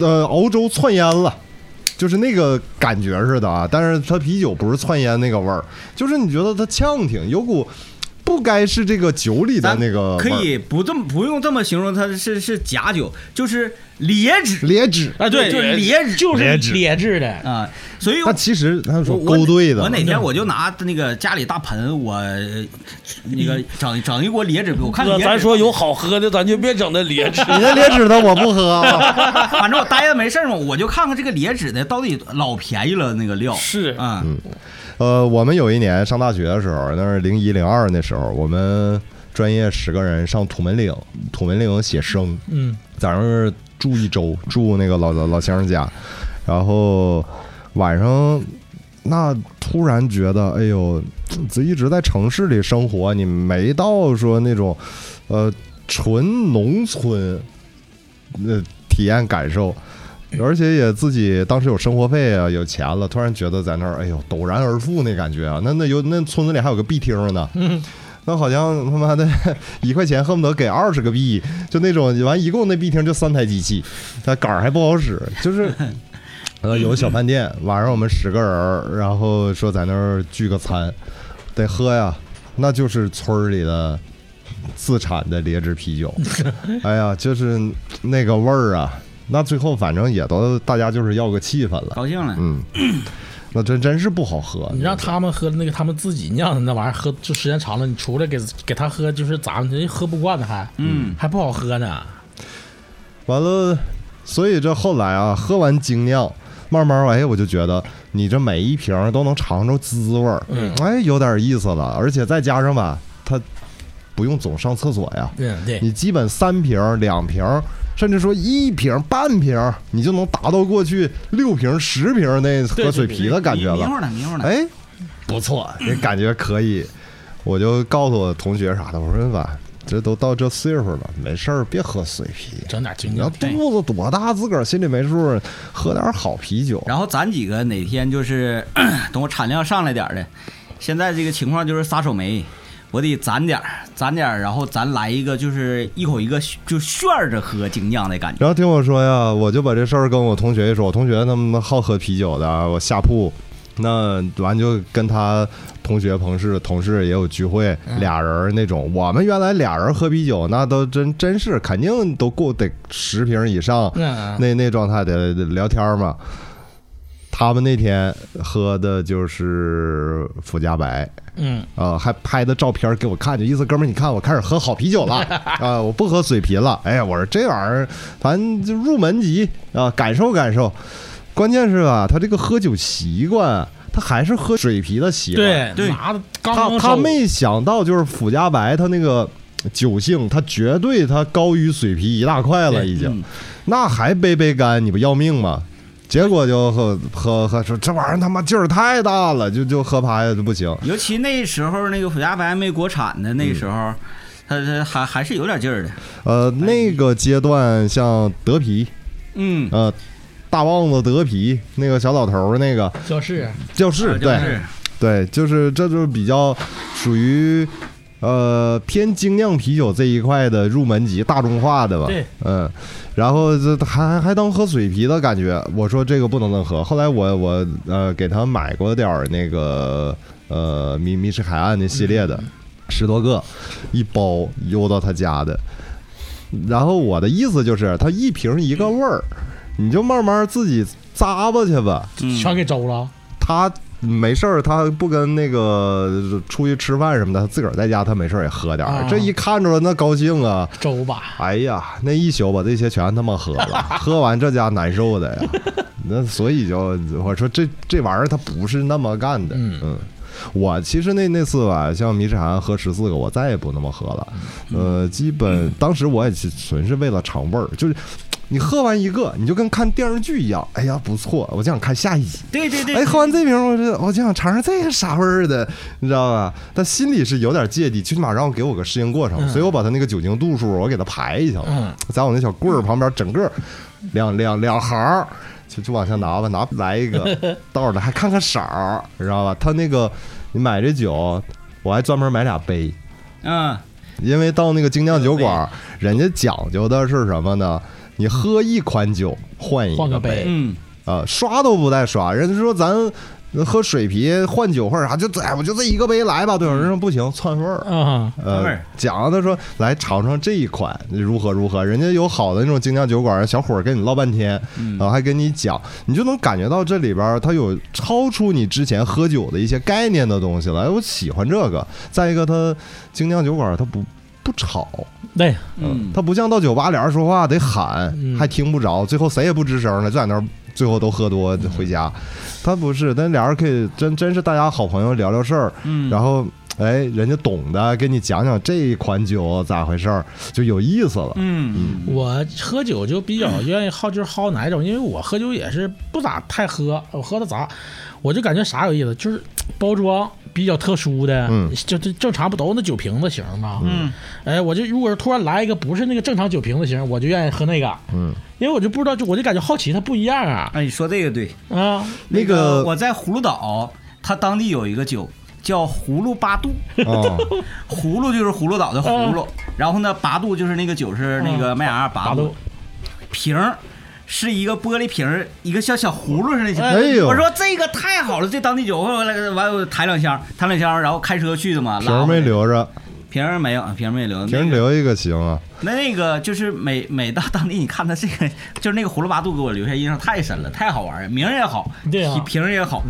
呃熬粥窜烟了。就是那个感觉似的啊，但是它啤酒不是窜烟那个味儿，就是你觉得它呛挺，有股不该是这个酒里的
咱
那个
可
味儿
以不这么不用这么形容，它是是假酒，就是劣质
劣质。
啊对，
就是劣质
就是劣质的，
啊，所以
那其实他说
我我
勾兑的，
我
(laughs)
哪天我就拿那个家里大盆，我呃那
嗯
个整整一锅椰子，我看
哥，
椰
咱
子
说有好喝的，咱就别整那劣质。
你那劣质的我不喝啊。
反正我待着没事儿嘛，我就看看这个椰子的到底老便宜了那个料
(laughs) 是
啊，
呃，我们有一年上大学的时候，那是零一零二那时候，我们专业十个人上土门岭，土门岭写生，
嗯
在那儿住一周，住那个老老老先生家，然后晚上那突然觉得，哎呦，这一直在城市里生活，你没到说那种呃纯农村呃体验感受。而且也自己当时有生活费啊，有钱了，突然觉得在那儿，哎呦，陡然而富那感觉啊！那那有那村子里还有个币厅呢，那好像他妈的 (laughs) 一块钱恨不得给二十个币，就那种完一共那币厅就三台机器，它杆儿还不好使，就是。呃，有个小饭店，晚上我们十个人儿，然后说在那儿聚个餐，得喝呀，那就是村儿里的自产的劣质啤酒，哎呀，就是那个味儿啊，那最后反正也都大家就是要个气氛了，
高兴了。
嗯，那真真是不好喝，
你让他们喝那个他们自己酿的那玩意儿喝，就时间长了，你出来给给他喝，就是咱们人家喝不惯的还
嗯，
还不好喝呢。
完了，所以这后来啊，喝完精酿，慢慢儿哎，我就觉得你这每一瓶儿都能尝着滋味儿，
嗯
哎，有点意思了。而且再加上吧，它不用总上厕所呀，
嗯对，
你基本三瓶儿、两瓶儿，甚至说一瓶儿、半瓶儿，你就能达到过去六瓶儿、十瓶儿那喝水啤的感觉
迷迷
了。
糊呢，迷糊呢。
哎，不错，这感觉可以。我就告诉我同学啥的，我说吧，这都到这岁数了，没事儿别喝水啤。
整点精
你要
酿。
肚子多大，自个儿心里没数，喝点好啤酒。
然后咱几个 (clears throat) 哪天就是等我产量上来点儿的，现在这个情况就是撒手没。我得攒点儿，攒点儿，然后咱来一个就是一口一个就炫着喝精酿的感觉。
然后听我说呀，我就把这事儿跟我同学一说，我同学他们好喝啤酒的，啊我下铺，那完就跟他同学、同事、同事也有聚会，俩人儿那种。我们原来俩人喝啤酒，那都真真是肯定都够得十瓶以上，
嗯，
那那状态得得聊天嘛。他们那天喝的就是福加白，
嗯，
啊，还拍的照片给我看，就意思哥们儿，你看我开始喝好啤酒了啊、我不喝水啤了。哎呀，我说这玩意儿，反正就入门级啊、感受感受。关键是吧，他这个喝酒习惯，他还是喝水啤的习惯。
对
对
拿刚
他
刚
他没想到，就是福加白他那个酒性，他绝对他高于水啤一大块了，已经。
嗯
那还杯杯干，你不要命吗？结果就喝喝喝说这玩意儿他妈劲儿太大了，就就喝趴下就不行。
尤其那时候那个普加白没国产的那时候，它它还还是有点劲儿的。
呃，那个阶段像德啤，
嗯，
呃，大棒子德啤那个小老头儿那个，
就是
就是
就
对
是
对，就是这就是比较属于呃偏精酿啤酒这一块的入门级大众化的吧。
对，
嗯，然后这还还当喝水啤的感觉，我说这个不能能喝。后来我我呃给他买过点儿那个呃迷迷失海岸那系列的、十多个，一包邮到他家的。然后我的意思就是，它一瓶一个味儿，你就慢慢自己咂巴去吧。
嗯
全给周了，
他没事儿，他不跟那个出去吃饭什么的，他自个儿在家他没事儿也喝点儿。
啊
这一看着那高兴啊，
周吧，
哎呀，那一宿把这些全他妈喝
(laughs)
了，喝完这家难受的呀。那所以就我说这这玩意儿它不是那么干的，
嗯
嗯。我其实那那次吧，像米志涵喝十四个，我再也不那么喝了。
嗯
呃，基本当时我也是纯是为了尝味儿，就是你喝完一个，你就跟看电视剧一样。哎呀，不错，我就想看下一集。
对对对，
哎，喝完这瓶，我这我就想尝尝这个啥味儿的，你知道吧？但心里是有点芥蒂，最起码让我给我个适应过程，所以我把它那个酒精度数我给它排一下了，
嗯
在我那小棍儿旁边整个两两两行儿，就就往下拿吧，拿来一
(laughs)
个，倒着来还看看色儿，你知道吧？他那个你买这酒，我还专门买俩杯，
嗯，
因为到那个精酿酒馆，人家讲究的是什么呢？你喝一款酒换一
换个
个
杯
嗯，
啊，刷都不带刷。人家说咱喝水啤换酒或者啥，就哎，我就这一个杯来吧。对，有人说不行，窜味儿。
啊
嗯，
窜
呃
味儿，
讲他说来尝尝这一款如何如何，人家有好的那种精酿酒馆，小伙儿跟你唠半天，啊，还跟你讲，你就能感觉到这里边儿它有超出你之前喝酒的一些概念的东西了。哎，我喜欢这个。再一个，它精酿酒馆它不不吵，
对，
嗯
他不像到酒吧俩人说话得喊，
嗯
还听不着，最后谁也不吱声了，就在那儿最后都喝多回家。
嗯
他不是，但俩人可以真真是大家好朋友聊聊事儿，
嗯
然后哎，人家懂的给你讲讲这一款酒咋回事儿，就有意思了。
嗯
我喝酒就比较愿意好，就是好哪一种，因为我喝酒也是不咋太喝，我喝的杂，我就感觉啥有意思，就是包装比较特殊的，
嗯
就就正常不都那酒瓶子型吗？
嗯，
哎，我就如果是突然来一个不是那个正常酒瓶子型，我就愿意喝那个，
嗯，
因为我就不知道，就我就感觉好奇它不一样啊，
哎，你说这个对，
啊，
那
个
个
我在葫芦岛，它当地有一个酒叫葫芦八度，
啊，
(laughs) 葫芦就是葫芦岛的葫芦，然后呢，八度就是那个酒是那个麦芽八
打
度
都，
瓶儿是一个玻璃瓶儿，一个像小葫芦似的小。
哎呦
我说这个太好了，这当地酒，后来完我抬两箱，抬两箱，然后开车去的嘛。
瓶儿没
留，
留着，
瓶儿没有，瓶儿没留，
瓶儿
那个。
留一个行啊。
那那个就是每每到当地，你看他这个就是那个葫芦八度给我留下印象太深了，太好玩儿，名儿也好，
对啊
瓶瓶儿也好，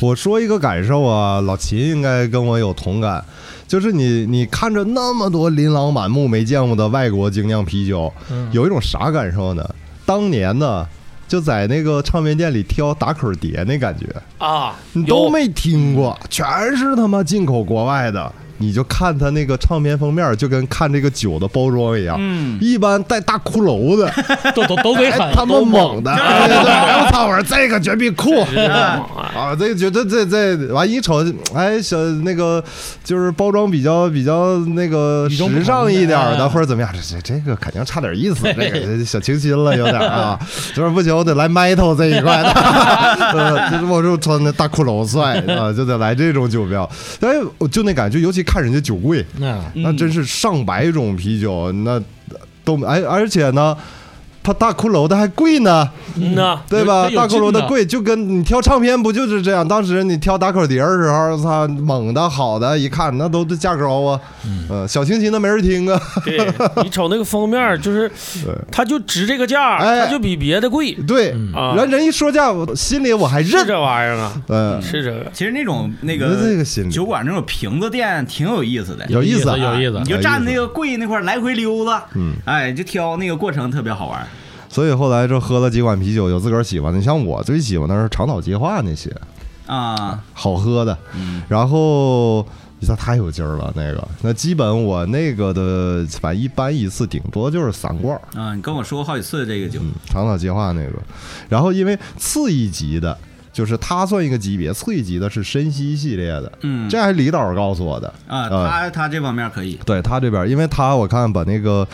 我说一个感受啊，老秦应该跟我有同感，就是你你看着那么多琳琅满目没见过的外国精酿啤酒，有一种啥感受呢？当年呢，就在那个唱片店里挑打口碟那感觉，
啊，
你
有
都没听过，全是他妈进口国外的。你就看他那个唱片封面，就跟看这个酒的包装一样，
嗯
一般带大骷髅的，
啊都都都给
哎
狠，
他们
都
猛的，哎对我操！我说这个绝壁酷，啊，这绝对这这完一瞅，哎，小那个就是包装比较比较那个
与众不
时尚一点儿
同的哎
的，或者怎么样，这这这个肯定差点意思，
(laughs)
这个这小清新了有点啊，就是不行，我得来 metal 这一块
(laughs)
的，呃，就是我就穿那大骷髅帅啊，就得来这种酒标，哎，我就那感觉，尤其看人家酒柜，
嗯，
那真是上百种啤酒，那都哎，而且呢，它大骷髅的还贵呢，
嗯呐，
对吧？
它有
大骷髅
劲
的
呢
贵，就跟你挑唱片不就是这样？当时你挑打口碟儿的时候，操，猛的好的，一看那都价高啊，嗯、小清新的没人听啊， (laughs)
对你瞅那个封面儿，就是
对
它就值这个价儿，
哎
它就比别的贵
对，
啊
嗯
然，后人一说价，我心里我还
是
认，
这玩意儿啊，
嗯，
是这个。
其实那种那
你这
个
个心理
酒馆那种瓶子店挺有意思的，
有意思啊，
嗯有意思
你就站那个柜那块儿来回溜达，
嗯，
哎，就挑那个过程特别好玩。
所以后来就喝了几款啤酒，有自个儿喜欢的。你像我最喜欢的是长岛计划那些
啊，
好喝的，
嗯
然后你看太有劲儿了那个。那基本我那个的，反正一般一次顶多就是三罐儿，
啊，你跟我说过好几次这个酒，
长岛计划那个。然后因为次一级的，就是它算一个级别，次一级的是深西系列的，
嗯
这还李导告诉我的。
啊，
呃
他他这方面可以，
对他这边儿，因为他我看把那个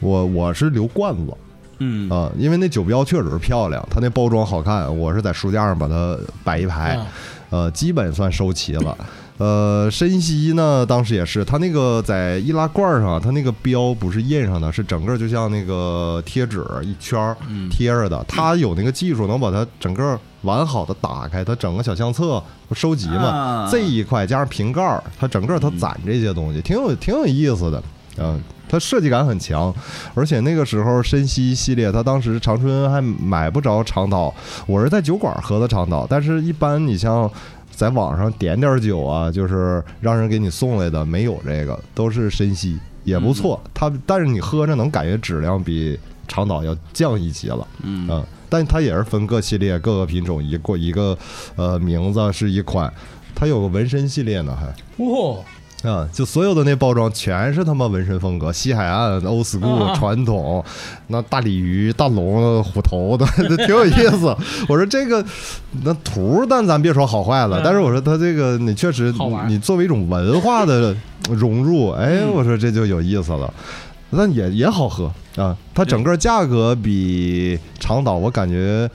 我我是留罐子，
嗯
啊、因为那酒标确实漂亮，它那包装好看，我是在书架上把它摆一排，
嗯
呃，基本算收齐了。呃，深吸呢，当时也是，它那个在易拉罐上，它那个标不是印上的，是整个就像那个贴纸一圈儿
嗯
贴着的。它有那个技术，能把它整个完好的打开，它整个小相册不收集嘛，
啊嗯
这一块加上瓶盖儿，它整个它攒这些东西，挺有挺有意思的。嗯，它设计感很强，而且那个时候深吸系列，它当时长春还买不着长岛，我是在酒馆喝的长岛，但是一般你像在网上点点酒啊，就是让人给你送来的，没有这个，都是深吸，也不错。它但是你喝着能感觉质量比长岛要降一级了，
嗯
嗯，但它也是分各系列、各个品种，一个一个呃名字是一款，它有个纹身系列呢还。
哦，
啊、就所有的那包装全是他妈纹身风格，西海岸、old school、
啊
传统，那大鲤鱼、大龙、虎头的， (laughs) 都挺有意思。我说这个那图儿，但咱别说好坏了，但是我说它这个你确实
嗯好玩嗯
你作为一种文化
(laughs)
的融入，哎，我说这就有意思了。但也也好喝啊，它整个价格比长岛我感觉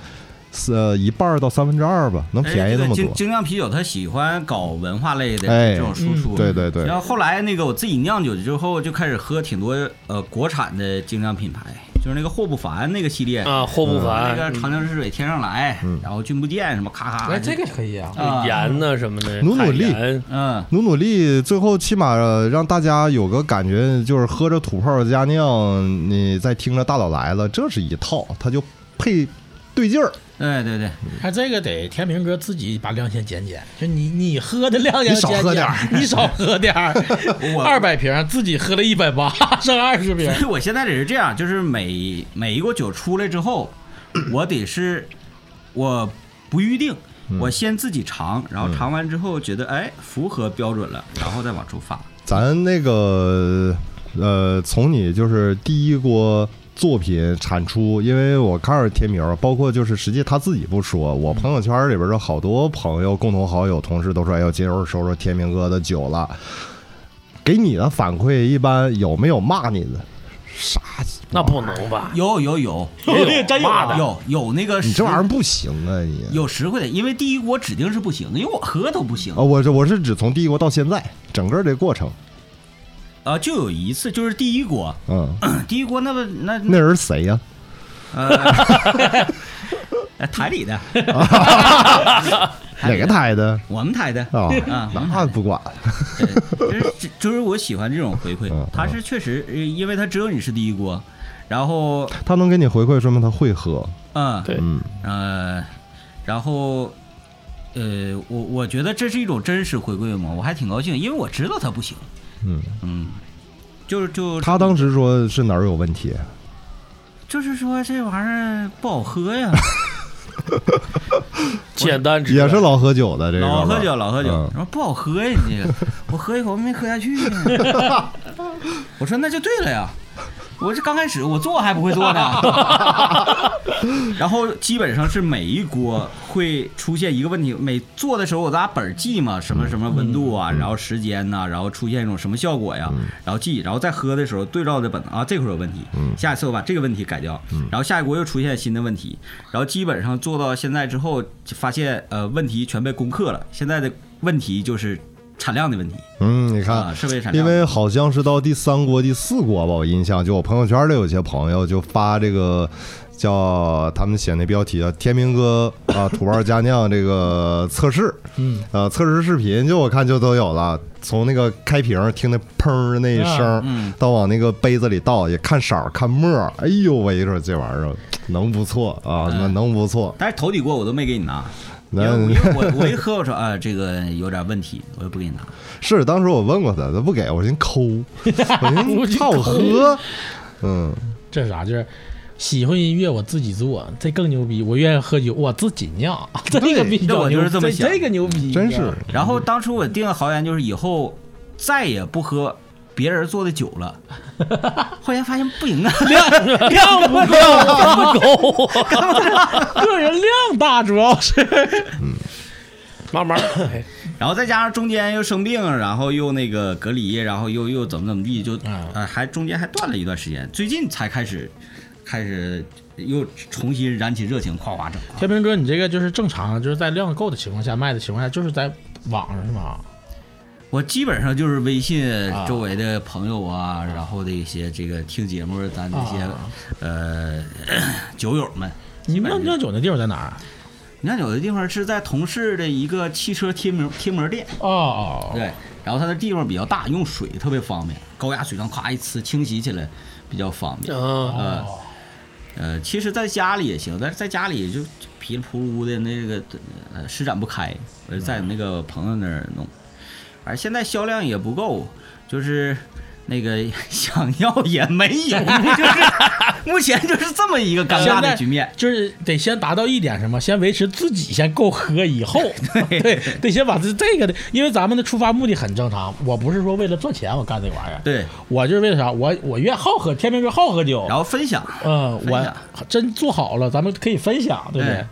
是呃一半儿到三分之二吧，能
哎
便宜那么
哎精
多。
精酿啤酒，他喜欢搞文化类的
哎
这种输出。
对对对
然，后后来那个我自己酿酒之后，就开始喝挺多呃国产的精酿品牌，就是那个霍不凡那个系列，
啊，霍不
那
凡、
个长江之水天上来，
嗯
然后君不见什么咔咔。
嗯哎，这个可以啊，
啊
盐呐什么的，
努努力
海盐
嗯
努努力，最后起码呃让大家有个感觉，就是喝着土炮加酿，你再听着大佬来了，这是一套，它就配对劲儿。
对对对，
他这个得天明哥自己把量先减减，就你你喝的量先
你少
减
喝
减
点儿，
你少喝点儿，
我
二百瓶自己喝了一百八，剩二十瓶
所，以我现在得是这样，就是每每一锅酒出来之 (coughs) 后，我得是我不预定，我先自己尝，然后尝完之后觉得哎符合标准了，然后再往出发。
咱那个呃，从你就是第一锅作品产出，因为我看着天明儿，包括就是实际他自己不说，我朋友圈里边的好多朋友、共同好友、同事都说，哎呦，今儿收着天明哥的酒了。给你的反馈一般有没有骂你的？啥？
那不能吧？
有有有
也有
真有
骂
啊
的，
有有那个
你这玩意
实
儿不行啊！你
有实惠的，因为第一锅指定是不行的，因为我喝都不行
啊，。我是我是指从帝国到现在整个这过程，
啊，就有一次就是第一 (coughs) 锅，
嗯，
第一锅那不那
那人谁
(laughs)
呀、
呃台里的，
哪个台的
我们台的。
啊
啊？
那不管，
对，就是就是我喜欢这种回馈
嗯，
他是确实，呃因为他只有你是第一锅，然后
他能给你回馈，说明他会喝。
嗯
对
嗯，
呃，然后呃，我我觉得这是一种真实回馈嘛，我还挺高兴，因为我知道他不行，
嗯
嗯，就是就
他当时说是哪儿有问题，
就是说这玩意儿不好喝呀，
简单直白
也是老喝酒的 (laughs) 这个
老喝酒
了，
老喝酒
嗯，
然后不好喝呀，你这个我喝一口没喝下去呀， (laughs) 我说那就对了呀。我这刚开始我做还不会做呢，然后基本上是每一锅会出现一个问题，每做的时候我拿本儿记嘛，什么什么温度
嗯
啊，然后时间呐、然后出现一种什么效果呀，然后记，然后再喝的时候对照着本啊，这会儿有问题，
嗯
下一次我把这个问题改掉，然后下一锅又出现新的问题，然后基本上做到现在之后，就发现呃问题全被攻克了，现在的问题就是。产量的问题
嗯，你看
啊，，是为产
因
量。
为好像是到第三国、第四国吧，我印象就我朋友圈里有些朋友就发这个叫他们写那标题啊，天明哥啊土味佳酿这个测试，
嗯，
呃，测试视频就我看就都有了，从那个开瓶听那砰的那一声，
嗯
到往那个杯子里倒，也看色儿看沫儿，哎呦喂，你说这玩意儿能不错啊，那能不错，
但是头底锅我都没给你拿，因为
那
我因为我我一喝我说啊，这个有点问题，我就不给你拿。
(laughs) 是当时我问过他，他不给我，寻思抠，我
我
寻思
寻思
怕我
抠
喝，嗯。
这是啥？就是喜欢音乐，我自己做，这更牛逼。我愿意喝酒，我自己酿， (laughs) 这个比较
那我就
牛
是这么想
这个牛逼，
真是，
然后当初我定的豪言就是以后再也不喝别人做的酒
(laughs)
了，后来发现不行啊，
量不够，
(laughs)
量不
啊
够，个人量大，主要是。
慢慢儿，哎
然后再加上中间又生病，然后又那个隔离，然后又又怎么怎么地，就
嗯
呃还中间还断了一段时间，最近才开始开始又重新燃起热情，夸夸整。
(laughs) 天平哥，你这个就是正常，就是在量够的情况下卖的情况下，就是在网上是吗？
我基本上就是微信
啊
周围的朋友啊，然后的一些这个听节目咱这些、
啊
呃 (coughs) 酒友们。
你们酿酒那地方在哪儿？啊
酿酒的地方是在同事的一个汽车贴膜贴膜店，
哦，
对，然后它的地方比较大，用水特别方便，高压水缸咔一呲清洗起来比较方便。
啊，
呃
哦，
呃，其实在家里也行，但是在家里就噼里扑噜的那个呃施展不开，我就在那个朋友那儿弄，而现在销量也不够，就是那个 (laughs) 想要也没有，
(laughs)
就是目前就是这么一个尴尬
现
的
在
局面。
就是得先达到一点什么，先维持自己先够喝，以
(laughs)
后对得先把这这个的，因为咱们的出发目的很正常，我不是说为了赚钱我干这个玩意儿，
对，
我就是为了啥，我我愿好喝，天平哥好喝酒
然，后分享，
嗯，
分
我
享
真做好了，咱们可以分享，对不对
哎？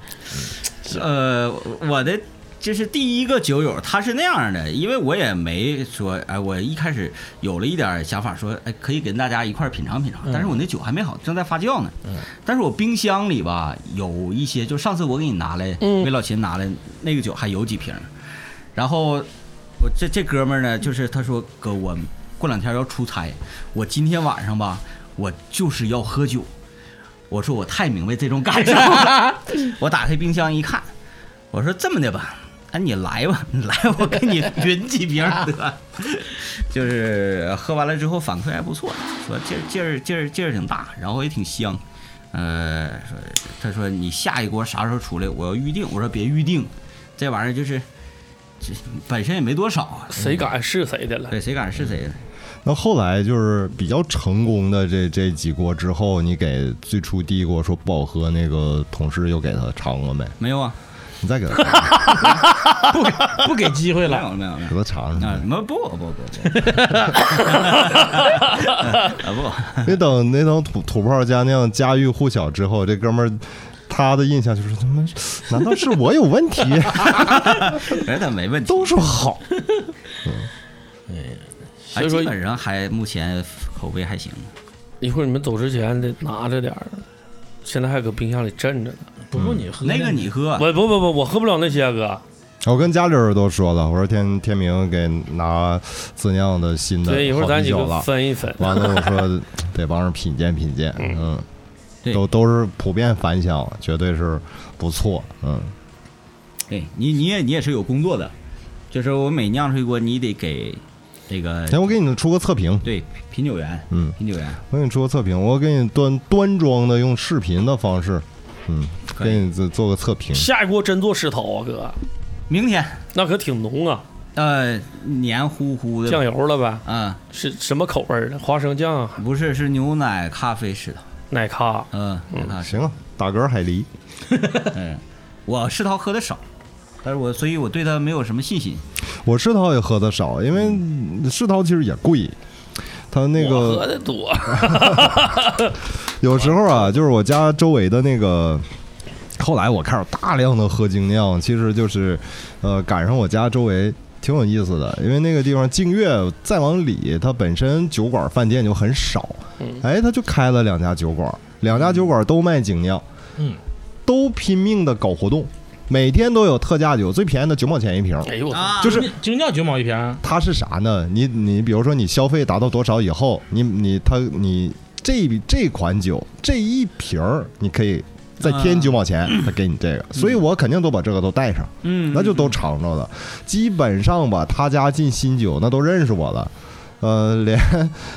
呃，我的就是第一个酒友，他是那样的，因为我也没说，哎，我一开始有了一点想法，说，哎，可以跟大家一块儿品尝品尝，但是我那酒还没好，正在发酵呢。嗯。但是我冰箱里吧有一些，就上次我给你拿来，
嗯
魏老秦拿来那个酒还有几瓶儿，然后我这这哥们儿呢，就是他说哥，我过两天要出差，我今天晚上吧，我就是要喝酒。我说我太明白这种感受了，我打开冰箱一看，我说这么的吧，哎，你来吧，你来，我给你匀几瓶儿得了。就是喝完了之后反馈还不错，说劲儿劲儿劲儿劲儿挺大，然后也挺香。呃，说他说你下一锅啥时候出来？我要预定。我说别预定，这玩意儿就是这本身也没多少，
谁敢是谁的了？
对谁敢是谁的。
那后来就是比较成功的这这几锅之后，你给最初第一锅说不好喝那个同事又给他尝过没？
没有啊，
你再给他尝
不给不给机会
没
了，
有没有没有
给。他尝
啊 (laughs)
尝，，
没不不不不，啊不，
那等那等土土炮家酿家喻户晓之后，这哥们儿他的印象就是他妈，难道是我有问题？
哎，他没问题。
都说好，
哎，
所以说
基本上还目前口碑还行。
一会儿你们走之前得拿着点儿，现在还搁冰箱里镇着呢。
不够你喝
那个你
啊
喝，
我不不不，我喝不了那些啊哥，
我跟家里人都说了，我说天天明给拿自酿的新的
所以一会儿
好
咱
啤
几
酒
个
了，
分一分。
完了，我说得帮着品鉴品鉴，嗯，
对
都都是普遍反响，绝对是不错，嗯，
对哎你你也你也是有工作的，就是我每酿出一锅，你得给这个
哎行，我给你出个测评，
对品酒员，
嗯，
品酒员
我给你出个测评，我给你端端庄的用视频的方式，嗯，
可
给
以。
你做做个测评，
下一锅真做石头啊，哥，
明天
那可挺浓啊，
呃黏糊糊的
酱油了呗？
啊、
是什么口味儿的？花生酱啊、
不是是牛奶咖啡石头，
奶咖？
嗯、奶咖啡
行啊，打嗝海狸，
嗯，我世涛喝的少，但是我所以我对他没有什么信心。
我世涛也喝的少，因为世涛其实也贵。他那
我喝
个
的多，
有时候啊，就是我家周围的那个，后来我开始大量的喝精酿，其实就是，呃，赶上我家周围挺有意思的，因为那个地方净月再往里，它本身酒馆饭店就很少，哎，他就开了两家酒馆，两家酒馆都卖精酿，
嗯，
都拼命的搞活动，每天都有特价酒，最便宜的九毛钱一瓶。
哎呦我操！
啊，
就是
精酿九毛一瓶儿，
它是啥呢？你你比如说你消费达到多少以后，你你它你这这款酒这一瓶儿，你可以再添
啊
九毛钱，他给你这个，所以我肯定都把这个都带上，
嗯，
那就都尝着了。基本上吧，他家进新酒那都认识我了。呃，连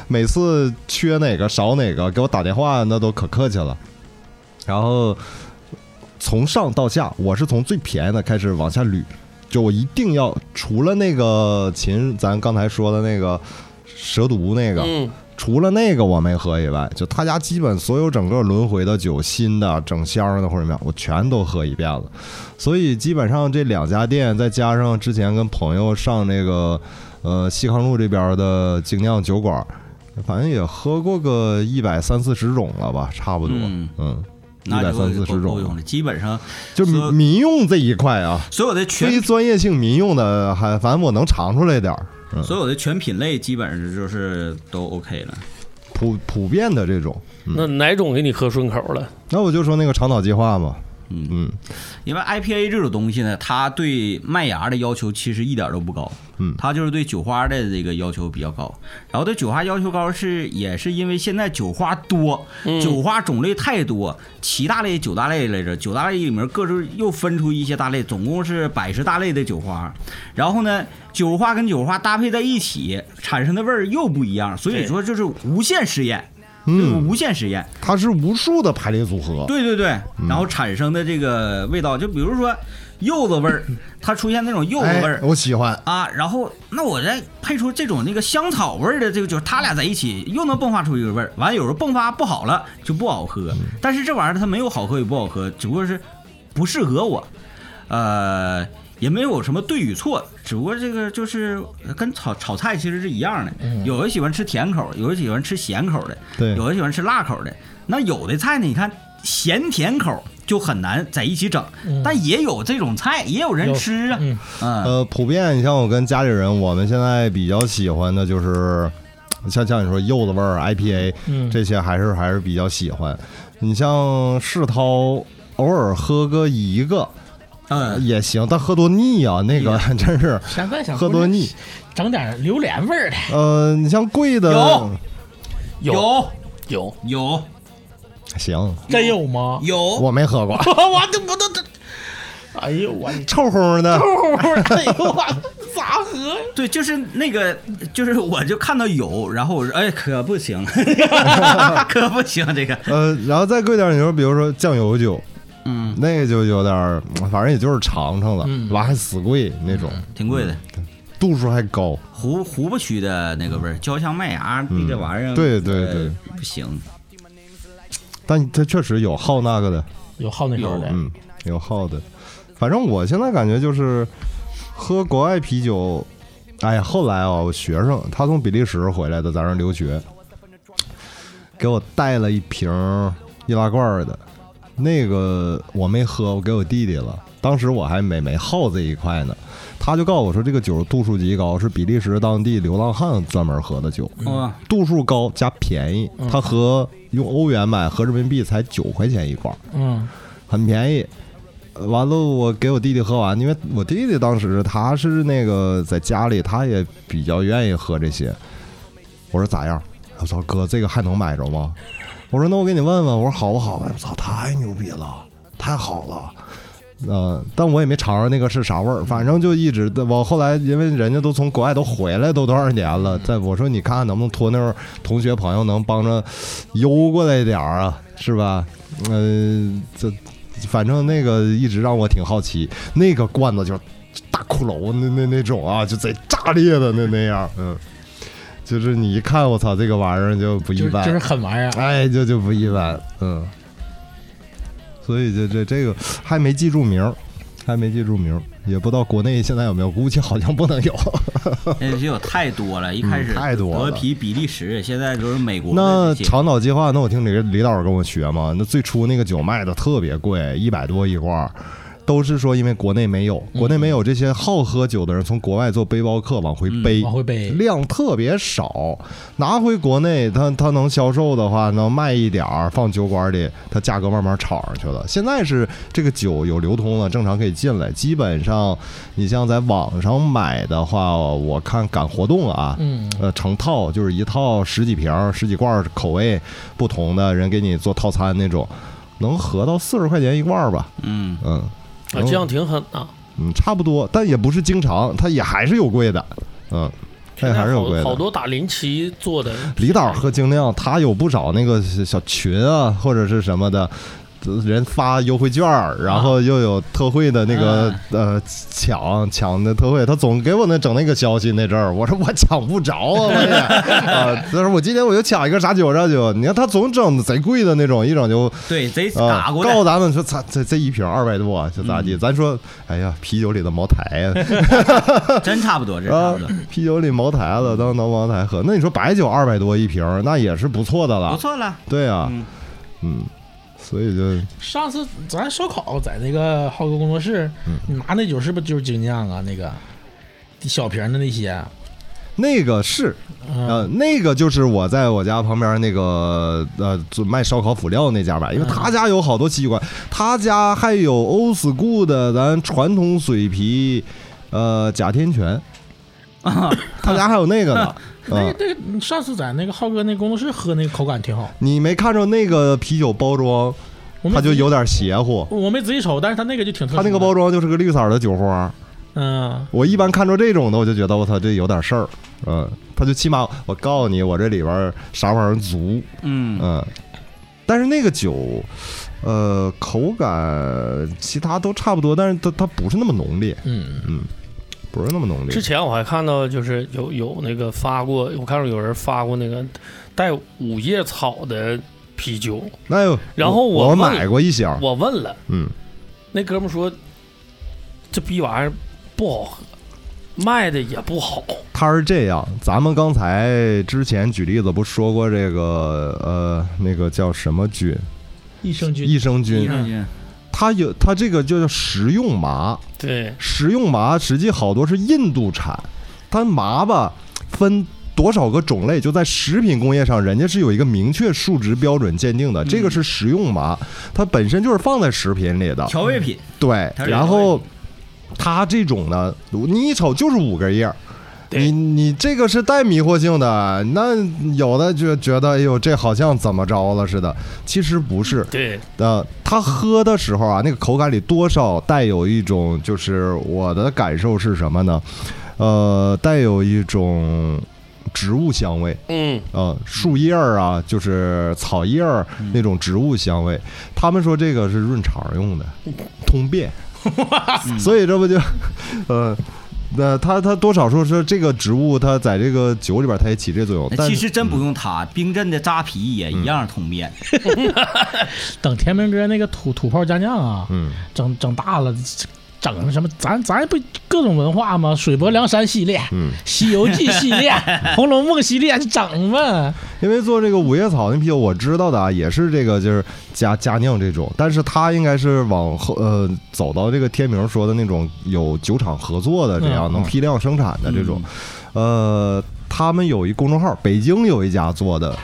每次缺哪个少哪个，给我打电话那都可客气了。然后从上到下，我是从最便宜的开始往下捋，就我一定要除了那个秦，咱刚才说的那个蛇毒那个，
嗯，
除了那个我没喝以外，就他家基本所有整个轮回的酒，新的整箱的或者怎么样，我全都喝一遍了。所以基本上这两家店，再加上之前跟朋友上那个呃西康路这边的精酿酒馆，反正也喝过个一百三四十种了吧，差不多，
嗯
嗯，一
那
百
就
三四
够
十
够用
种，
了，基本上
就
所有
民用这一块啊，
所有的全
非专业性民用的还反正我能尝出来点儿，嗯，
所有的全品类基本上就是都 OK 了。
普普遍的这种。
那哪种给你喝顺口了？啊
那我就说那个长岛计划嘛，
嗯
嗯。
因为 IPA 这种东西呢，它对麦芽的要求其实一点都不高，
嗯
它就是对酒花的这个要求比较高。然后对酒花要求高是也是因为现在酒花多，酒花种类太多，七大类九大类来着，九大类里面各自又分出一些大类，总共是百十大类的酒花。然后呢，酒花跟酒花搭配在一起产生的味儿又不一样，所以说就是无限实验，就是
嗯，
无限实验。
它是无数的排列组合，
对对对，然后产生的这个味道，就比如说柚子味儿，它出现那种柚子
哎
味儿。
我喜欢。
啊，然后那我再配出这种那个香草味儿的，这个就是它俩在一起又能迸发出一个味儿。完，有时候迸发不好了就不好喝，但是这玩意儿它没有好喝与不好喝，只不过是不适合我，呃，也没有什么对与错，只不过这个就是跟炒炒菜其实是一样的，有人喜欢吃甜口儿，有人喜欢吃咸口儿的，
对
有的喜欢吃辣口的，那有的菜呢，你看咸甜口就很难在一起整，但也有这种菜，也有人吃啊，
嗯
嗯，
呃，普遍你像我跟家里人，我们现在比较喜欢的就是，像像你说柚子味儿啊 IPA
嗯
这些，还是还是比较喜欢。你像世涛，偶尔喝个一个
嗯，
也行，但喝多腻啊，那个 (laughs) 真是。
现在想
喝多腻，
整点榴莲味儿的，
呃，你像贵的
有
有
有
有，
有
行，
真有吗？，
(laughs) 有，
我没喝过
我都不都都，哎呦我 (laughs) 的
臭烘烘的。
哎呦我 (laughs) 咋喝呀？
对，就是那个，就是我就看到有，然后我说，哎，可不
(laughs)
行， (laughs) 可不行，这 (laughs) 个，
呃，然后再贵点儿，你说比如说酱油酒，
嗯，
那个就有点儿，嗯反正也就是尝尝了，
嗯
完还死贵那种，
挺贵的，
度数还高。
胡胡不区的那个味儿，焦香麦芽，
嗯
这玩意儿，
对对对
呃，不行，
但它确实有好那个的，
有好那口的，
嗯，有好的。反正我现在感觉就是喝国外啤酒，哎呀，后来哦，我学生他从比利时回来的，在那儿留学，给我带了一瓶易拉罐儿的，那个我没喝，我给我弟弟了。当时我还没没好这一块呢，他就告诉我说这个酒度数极高，是比利时当地流浪汉专门喝的酒。
哇，
度数高加便宜，它和用欧元买合人民币才九块钱一罐儿，
嗯
很便宜。呃完了，我给我弟弟喝完，因为我弟弟当时他是那个在家里，他也比较愿意喝这些。我说咋样？我操哥，这个还能买着吗？我说那我给你问问，我说好不好呗？哎我操，太牛逼了，太好了。呃，但我也没尝尝那个是啥味儿，反正就一直我后来因为人家都从国外都回来都多少年了，在我说你看看能不能托那儿同学朋友能帮着邮过来点儿啊，是吧？嗯、这反正那个一直让我挺好奇，那个罐子就是大骷髅那那那种啊，就贼炸裂的那那样，嗯，就是你一看我操这个玩意儿就不一
就是
般，
就是狠玩意儿。啊
哎，就就不一般，嗯。所以这这这个还没记住名儿，还没记住名儿，也不知道国内现在有没有，估计好像不能有。
那就有太多了，一开始
嗯太多了
俄皮、比利时，现在都是美国
那
的这些，
长岛计划，那我听李李导跟我学嘛，那最初那个酒卖的特别贵，一百多一罐儿，都是说因为国内没有，
嗯
国内没有这些好喝酒的人从国外做背包客往回背，
嗯往回背
量特别少，拿回国内它它能销售的话，能卖一点儿放酒馆里，它价格慢慢炒上去了。现在是这个酒有流通了，正常可以进来，基本上你像在网上买的话，我看赶活动啊，
嗯
呃，成套就是一套十几瓶儿、十几罐儿口味不同的人给你做套餐那种，能合到四十块钱一罐儿吧，
嗯，
嗯。
啊，这样挺狠啊。
嗯，差不多，但也不是经常，它也还是有贵的，嗯，它
现
也
在
还是有
好
贵
好
的。
多打零七做的，
李导喝精酿，他有不少那个小群啊，或者是什么的，人发优惠券儿，然
啊
后又有特惠的那个、
嗯
呃抢抢的特惠，他总给我那整那个消息那阵儿，我说我抢不着啊，我也啊，他说我今天我就抢一个啥酒啥酒，你看他总整贼贵的那种，一整就
对，贼
啊
打，过
告
来嗯
诉，咱们说，咱这这一瓶二百多，啊就咋地？咱说，哎呀，啤酒里的茅台呀，
真差不多，真差
啊
不多，，
啤酒里茅台了，当当茅台喝。那你说白酒二百多一瓶，那也是不错的
不
了。
错了。
对啊，
嗯
嗯，所以就
上次咱烧烤在那个浩哥工作室，
嗯
你拿那酒是不是就是精酿啊？那个小瓶的那些，啊
那个是，
嗯
呃，那个就是我在我家旁边那个呃做卖烧烤辅料那家吧，
嗯
因为他家有好多奇奇怪，他家还有 old school 的咱传统水啤，呃，假天泉，
啊
(coughs) 他家还有那个呢。
那
啊。
那个上次在那个浩哥那工作室喝那个口感挺好，
你没看着那个啤酒包装，
我没
它就
仔细
有点邪乎。
我没仔细瞅，但是他那个就挺特殊
它
的
那个包，装就是个绿色的酒花，
嗯，
我一般看着这种的，我就觉得我操，这有点事儿。嗯，它就起码我告诉你，我这里边儿啥玩意儿足。
嗯，
嗯，但是那个酒，呃，口感其他都差不多，但是它它不是那么浓烈，
嗯，
不是那么浓烈
之。前我还看到就是有有那个发过，我看到有人发过那个带五叶草的啤酒，
那有，
然后
我
我问
买过一箱，
我问了，
嗯，
那哥们说这逼玩意儿不好喝，卖的也不好，
它是这样，咱们刚才之前举例子不说过这个呃那个叫什么菌，
益生菌，
益生菌
益，生菌，
它有它这个就叫食用麻，
对，
食用麻实际好多是印度产，它麻吧分。多少个种类就在食品工业上，人家是有一个明确数值标准鉴定的，这个是食用麻，它本身就是放在食品里的。
调味品，
对，
它是
然后它这种呢，你一瞅就是五个叶儿。你
对
你这个是带迷惑性的，那有的就觉得哎呦，这好像怎么着了似的，其实不是，
对，
呃，他喝的时候啊，那个口感里多少带有一种，就是我的感受是什么呢？呃，带有一种植物香味，
嗯，
呃，树叶儿啊，就是草叶儿那种植物香味。他们说这个是润肠用的，通便，所以这不就，呃。那它它多少说是这个植物，它在这个酒里边儿它也起这作用，但嗯
其实真不用它，冰镇的扎啤也一样通便。
等天明哥那个土土炮加酿啊，
嗯，
整整大了，整那什么，咱咱不各种文化吗？水泊梁山系列，
嗯
西游记
(laughs)
系列，红楼梦系列，整吧。
因为做这个五叶草那啤酒，我知道的啊，也是这个就是加加酿这种，但是它应该是往后呃走到这个天明说的那种有酒厂合作的这样、
嗯
能批量生产的这种，呃，他们有一公众号，北京有一家做的，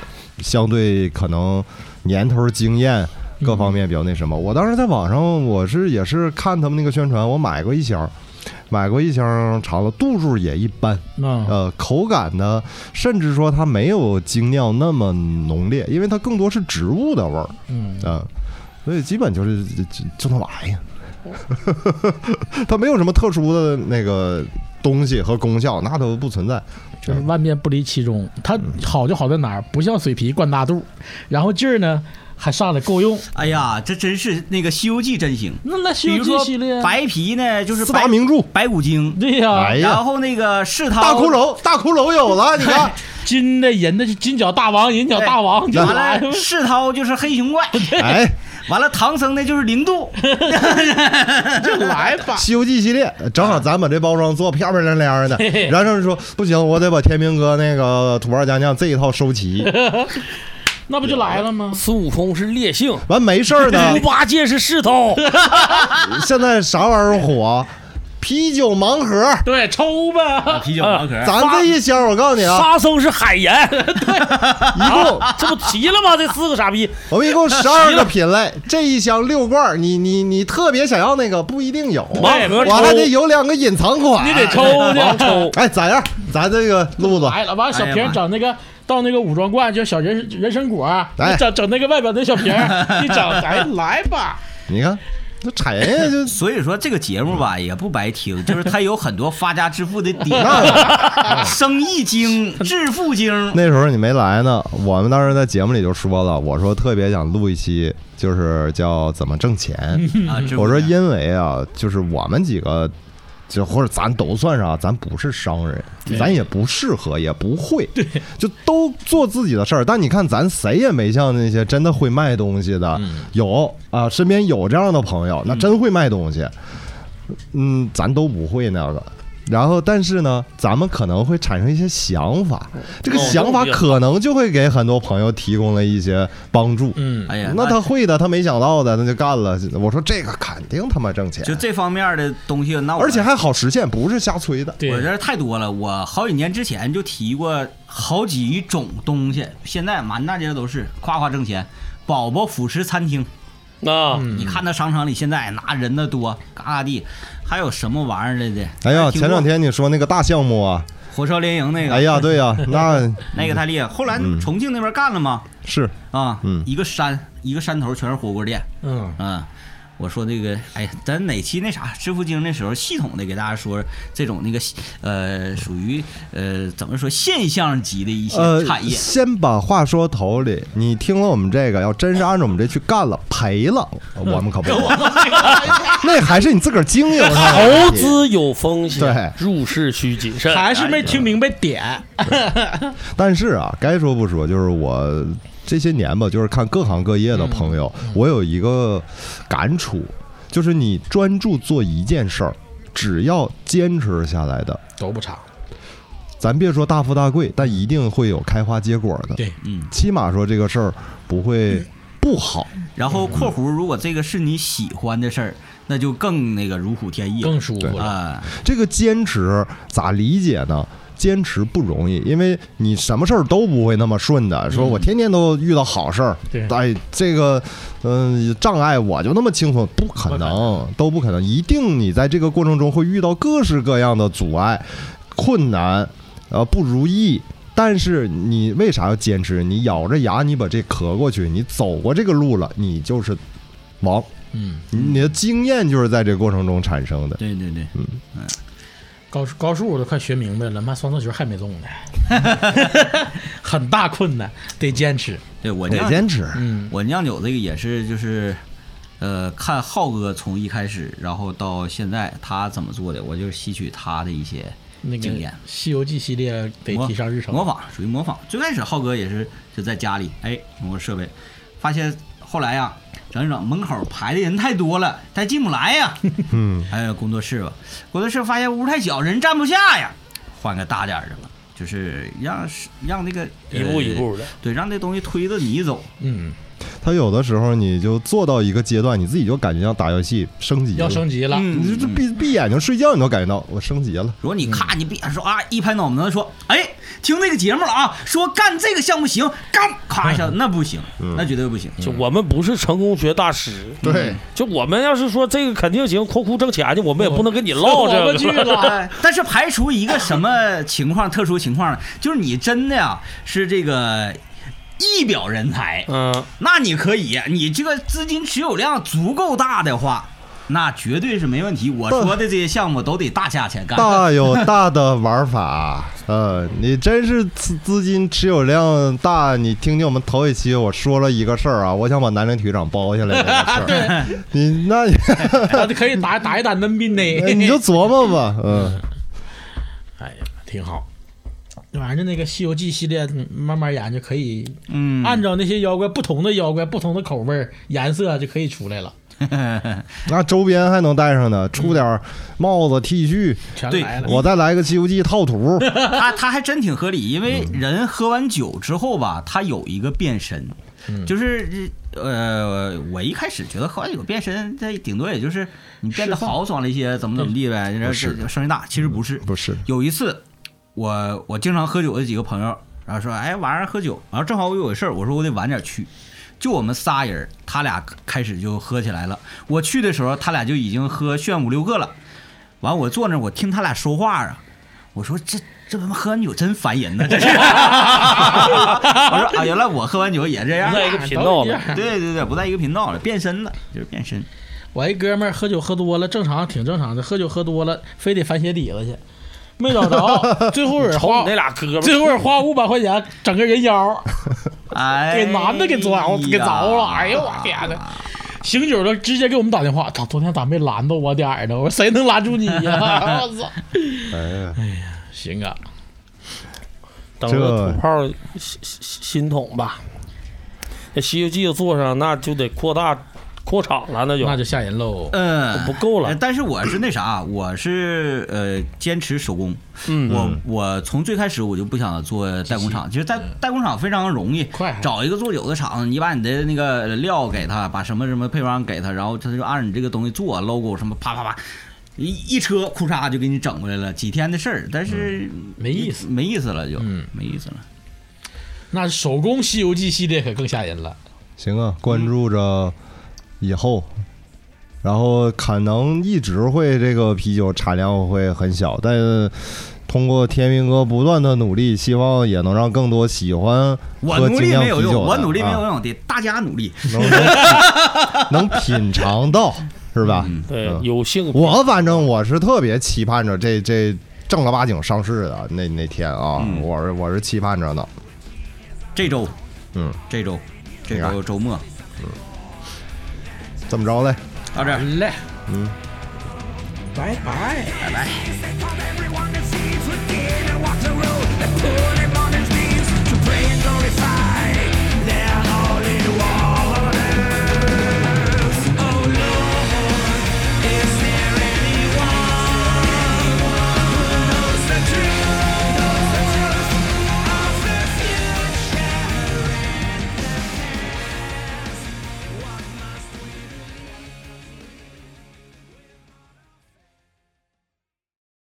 相对可能年头儿经验。各方面比较那什么，我当时在网上，我是也是看他们那个宣传，我买过一箱儿，买过一箱儿尝了，度数也一般，
嗯，
呃，口感呢，甚至说它没有精酿那么浓烈，因为它更多是植物的味儿啊、
嗯，
呃所以基本就是就就就那玩意儿，它没有什么特殊的那个东西和功效，那都不存在。
就是万变不离其宗。它好就好在哪儿？不像水皮灌大肚，然后劲儿呢还上来够用。
哎呀，这真是那个《西游记》真行。
那那《西
比
游
如
记
说》
系列，啊
白皮呢，就是
四
白
大名著，
白骨精，
对呀、
哎呀
然，后那个是他
大骷髅，大骷髅有了，你看，
金的银的是金角大王，银角大王，就
完
来
了，世涛就是黑
(laughs)
熊怪，
哎，
完了唐僧呢就是零度，
就来吧
《西游记》系列，正好咱把这包装做漂漂亮亮的，然后就说不行，我得把天明哥那个土二家酱这一套收齐。
(laughs) 那不就来了吗？
孙悟空是烈性，
完没事儿呢
猪。八戒是势头，
(laughs) 现在啥玩意儿火？啤酒盲盒，
哎
对，抽呗，
啤酒盲盒，
啊咱这一箱，我告诉你啊，
沙僧是海盐，啊
一共
这不齐了吗？这四个傻逼，
我们一共十二个品类，这一箱六罐儿，你你你特别想要那个不一定有，
盲盒抽
我还得有两个隐藏款，
你得抽去抽。
哎，咋样？咱这个路子，
来了，完了小
哎呀
瓶
妈
整那个到那个武装观，就小人人参果，
哎
你整整那个外边那小瓶，一整，哎，来吧，
你看，那踩人家就 (laughs)
所以说这个节目吧也不白听，就是它有很多发家致富的
(laughs)
点，
那
生意经、致富经。
那时候你没来呢，我们当时在节目里就说了，我说特别想录一期，就是叫怎么挣钱。
啊，致富
我说
经
因为啊，就是我们几个，就或者咱都算上啊，咱不是商人，咱也不适合，也不会，就都做自己的事儿。但你看，咱谁也没像那些真的会卖东西的，
嗯
有啊，身边有这样的朋友，那真会卖东西。嗯，咱都不会那个。然后，但是呢，咱们可能会产生一些想法，这个
哦
想法
这个
可能就会给很多朋友提供了一些帮助。
嗯，
哎呀，
那他会的，他没想到的，那就干了。我说这个肯定他妈挣钱，
就这方面的东西，那我
而且还好实现，不是瞎吹的。
对
我这太多了，我好几年之前就提过好几种东西，现在满大街都是，夸夸挣钱。宝宝辅食餐厅，
啊，
嗯
你看那商场里现在那人的多，嘎嘎地，还有什么玩意儿来的？
哎呀，
还听
前
过
两天你说那个大项目啊，
火烧连营那个，
哎呀，对
(laughs)
呀，那
那个太厉害。后来
嗯
重庆那边干了吗？
是
啊，
嗯
一个山一个山头全是火锅店，
嗯，
嗯，我说那个，哎，咱哪期那啥致富经的时候，系统的给大家说这种那个呃，属于呃怎么说现象级的一些
呃，
产业，
先把话说头里，你听了我们这个，要真是按照我们这去干了，赔了，我们可不。 (laughs) 那还是你自个儿经营啊上的
投
问题
资有风险
对，
入市需谨慎。哎
还是没听明白点，
但是啊，该说不说，就是我这些年吧，就是看各行各业的朋友，我有一个感触，就是你专注做一件事儿，只要坚持下来的，
都不差，
咱别说大富大贵，但一定会有开花结果的。
对，
嗯。
起码说这个事儿不会不好。
然后括弧，如果这个是你喜欢的事儿，那就更那个如虎添翼了
更舒服了，
啊。
这个坚持咋理解呢？坚持不容易，因为你什么事儿都不会那么顺的。说我天天都遇到好事儿，
对
哎，这个嗯、障碍我就那么轻松，不可能，都不可能。一定你在这个过程中会遇到各式各样的阻碍、困难，呃，不如意。但是你为啥要坚持？你咬着牙，你把这磕过去，你走过这个路了，你就是王。
嗯，
你的经验就是在这个过程中产生的。
对对对，
高数高数我都快学明白了，妈双色球还没中呢，很大困难，得坚持，
对我
得
酿
坚持。
嗯，
我酿酒这个也是就是，呃，看浩哥从一开始，然后到现在他怎么做的，我就吸取他的一些
那个
经
《
验。
西游记》系列得
模
提上日程，
模仿属于模仿。最开始浩哥也是就在家里，哎，通过设备，发现后来呀、啊整一整门口排的人太多了，他进不来呀。
嗯，
还有工作室吧，工作室发现屋太小，人站不下呀，换个大点儿的吧，就是让让那个
一步一，
呃
步的，
对，让那东西推着你走。
嗯，
他有的时候你就做到一个阶段，你自己就感觉像打游戏升级了，
要升级了，
嗯，
你就
嗯
闭闭眼睛睡觉，你都感觉到我升级了。
如果你咔，
嗯
你闭眼说啊，一拍脑门子说，哎，听这个节目了啊，说干这个项目行，干，咔
(laughs)
一下，那不行，那绝对不行。
就我们不是成功学大师，
对，
就我们要是说这个肯定行，括弧挣钱去，我们也不能跟你唠
嗯我们
这
去
个。
了，
但是排除一个什么情况，特殊情况呢？就是你真的呀，是这个一表人才，
嗯，
那你可以，你这个资金持有量足够大的话，那绝对是没问题。我说的这些项目都得大价钱干。
大有大的玩法，呃，你真是资资金持有量大。你听听我们头一期我说了一个事儿啊，我想把南陵体育场包下来
(laughs)
这个事儿，你那你
啊可以打打一打嫩兵呢，
哎你就琢磨吧，嗯，
哎呀， (laughs) 挺好。反正那个《西游记》系列，嗯慢慢研究可以
嗯，
按照那些妖怪不同的妖怪、不同的口味儿、颜色就可以出来了。
那周边还能带上呢，出点儿帽子、T 恤，
全
对
来了。
我再来个《西游记》套图，
他他还真挺合理，因为
嗯
人喝完酒之后吧，他有一个变身，
嗯
就是呃，我一开始觉得喝完酒变身，这顶多也就是你变得豪爽了一些，怎么怎么地呗，然后
是嗯
这声音大，其实不是。
不是，
有一次，我我经常喝酒的几个朋友，然后说，哎，晚上喝酒，然后正好我有事儿，我说我得晚点去。就我们仨人，他俩开始就喝起来了。我去的时候，他俩就已经喝炫五六个了。完，我坐那儿，我听他俩说话啊，我说这这他妈喝完酒真烦
(laughs)
人呐，这是。我说啊，原来我喝完酒也这样
不。在一个
哎
频道了，
对对对，不在一个频道了，变身了，就是变身。
我一哥们儿喝酒喝多了，正常挺正常的，喝酒喝多了非得翻鞋底子去，没找
(laughs)
着，最后也
瞅你
花
那俩哥们儿，
最后也花五百块钱整个人妖，
哎，
给男的给着给着了，哎呦我天
呐！
呐！醒酒了，直接给我们打电话，操，昨天咋没拦到我点儿呢？我说谁能拦住你呀、
(laughs)
我操！
哎呀，
行啊，
等
这
着土炮新新新桶吧。那《西游记》做上，那就得扩大扩场了，那就
那就吓人喽。
嗯，
不够
呃
了。
但是我是那啥，我是呃坚持手工。
嗯
我我从最开始我就不想做代工厂，其实代代工厂非常容易，
快
找一个做酒的厂，你把你的那个料给他，把什么什么配方给他，然后他就按你这个东西做 logo 什么，啪啪啪。一一车库嚓就给你整回来了，几天的事儿，但是
没意思
没意思了就，
嗯
没意思了。
那手工《西游记》系列可更吓人了。
行啊，关注着以后，然后可能一直会这个啤酒产量会很小，但是通过天明哥不断的努力，希望也能让更多喜欢
我
喝
努
精
力
酿
没
啤
有
酒的
用，我努力没有
啊
用，得大家努力。
能啊能能品尝到是吧？
对
嗯，
有幸
我反正我是特别期盼着这这正儿八经上市的那那天啊，
嗯
我是我是期盼着呢。
这周，
嗯，
这周，这
你看
周周末
这么着嘞？
到这儿。
好嘞，
嗯，
拜拜。
She said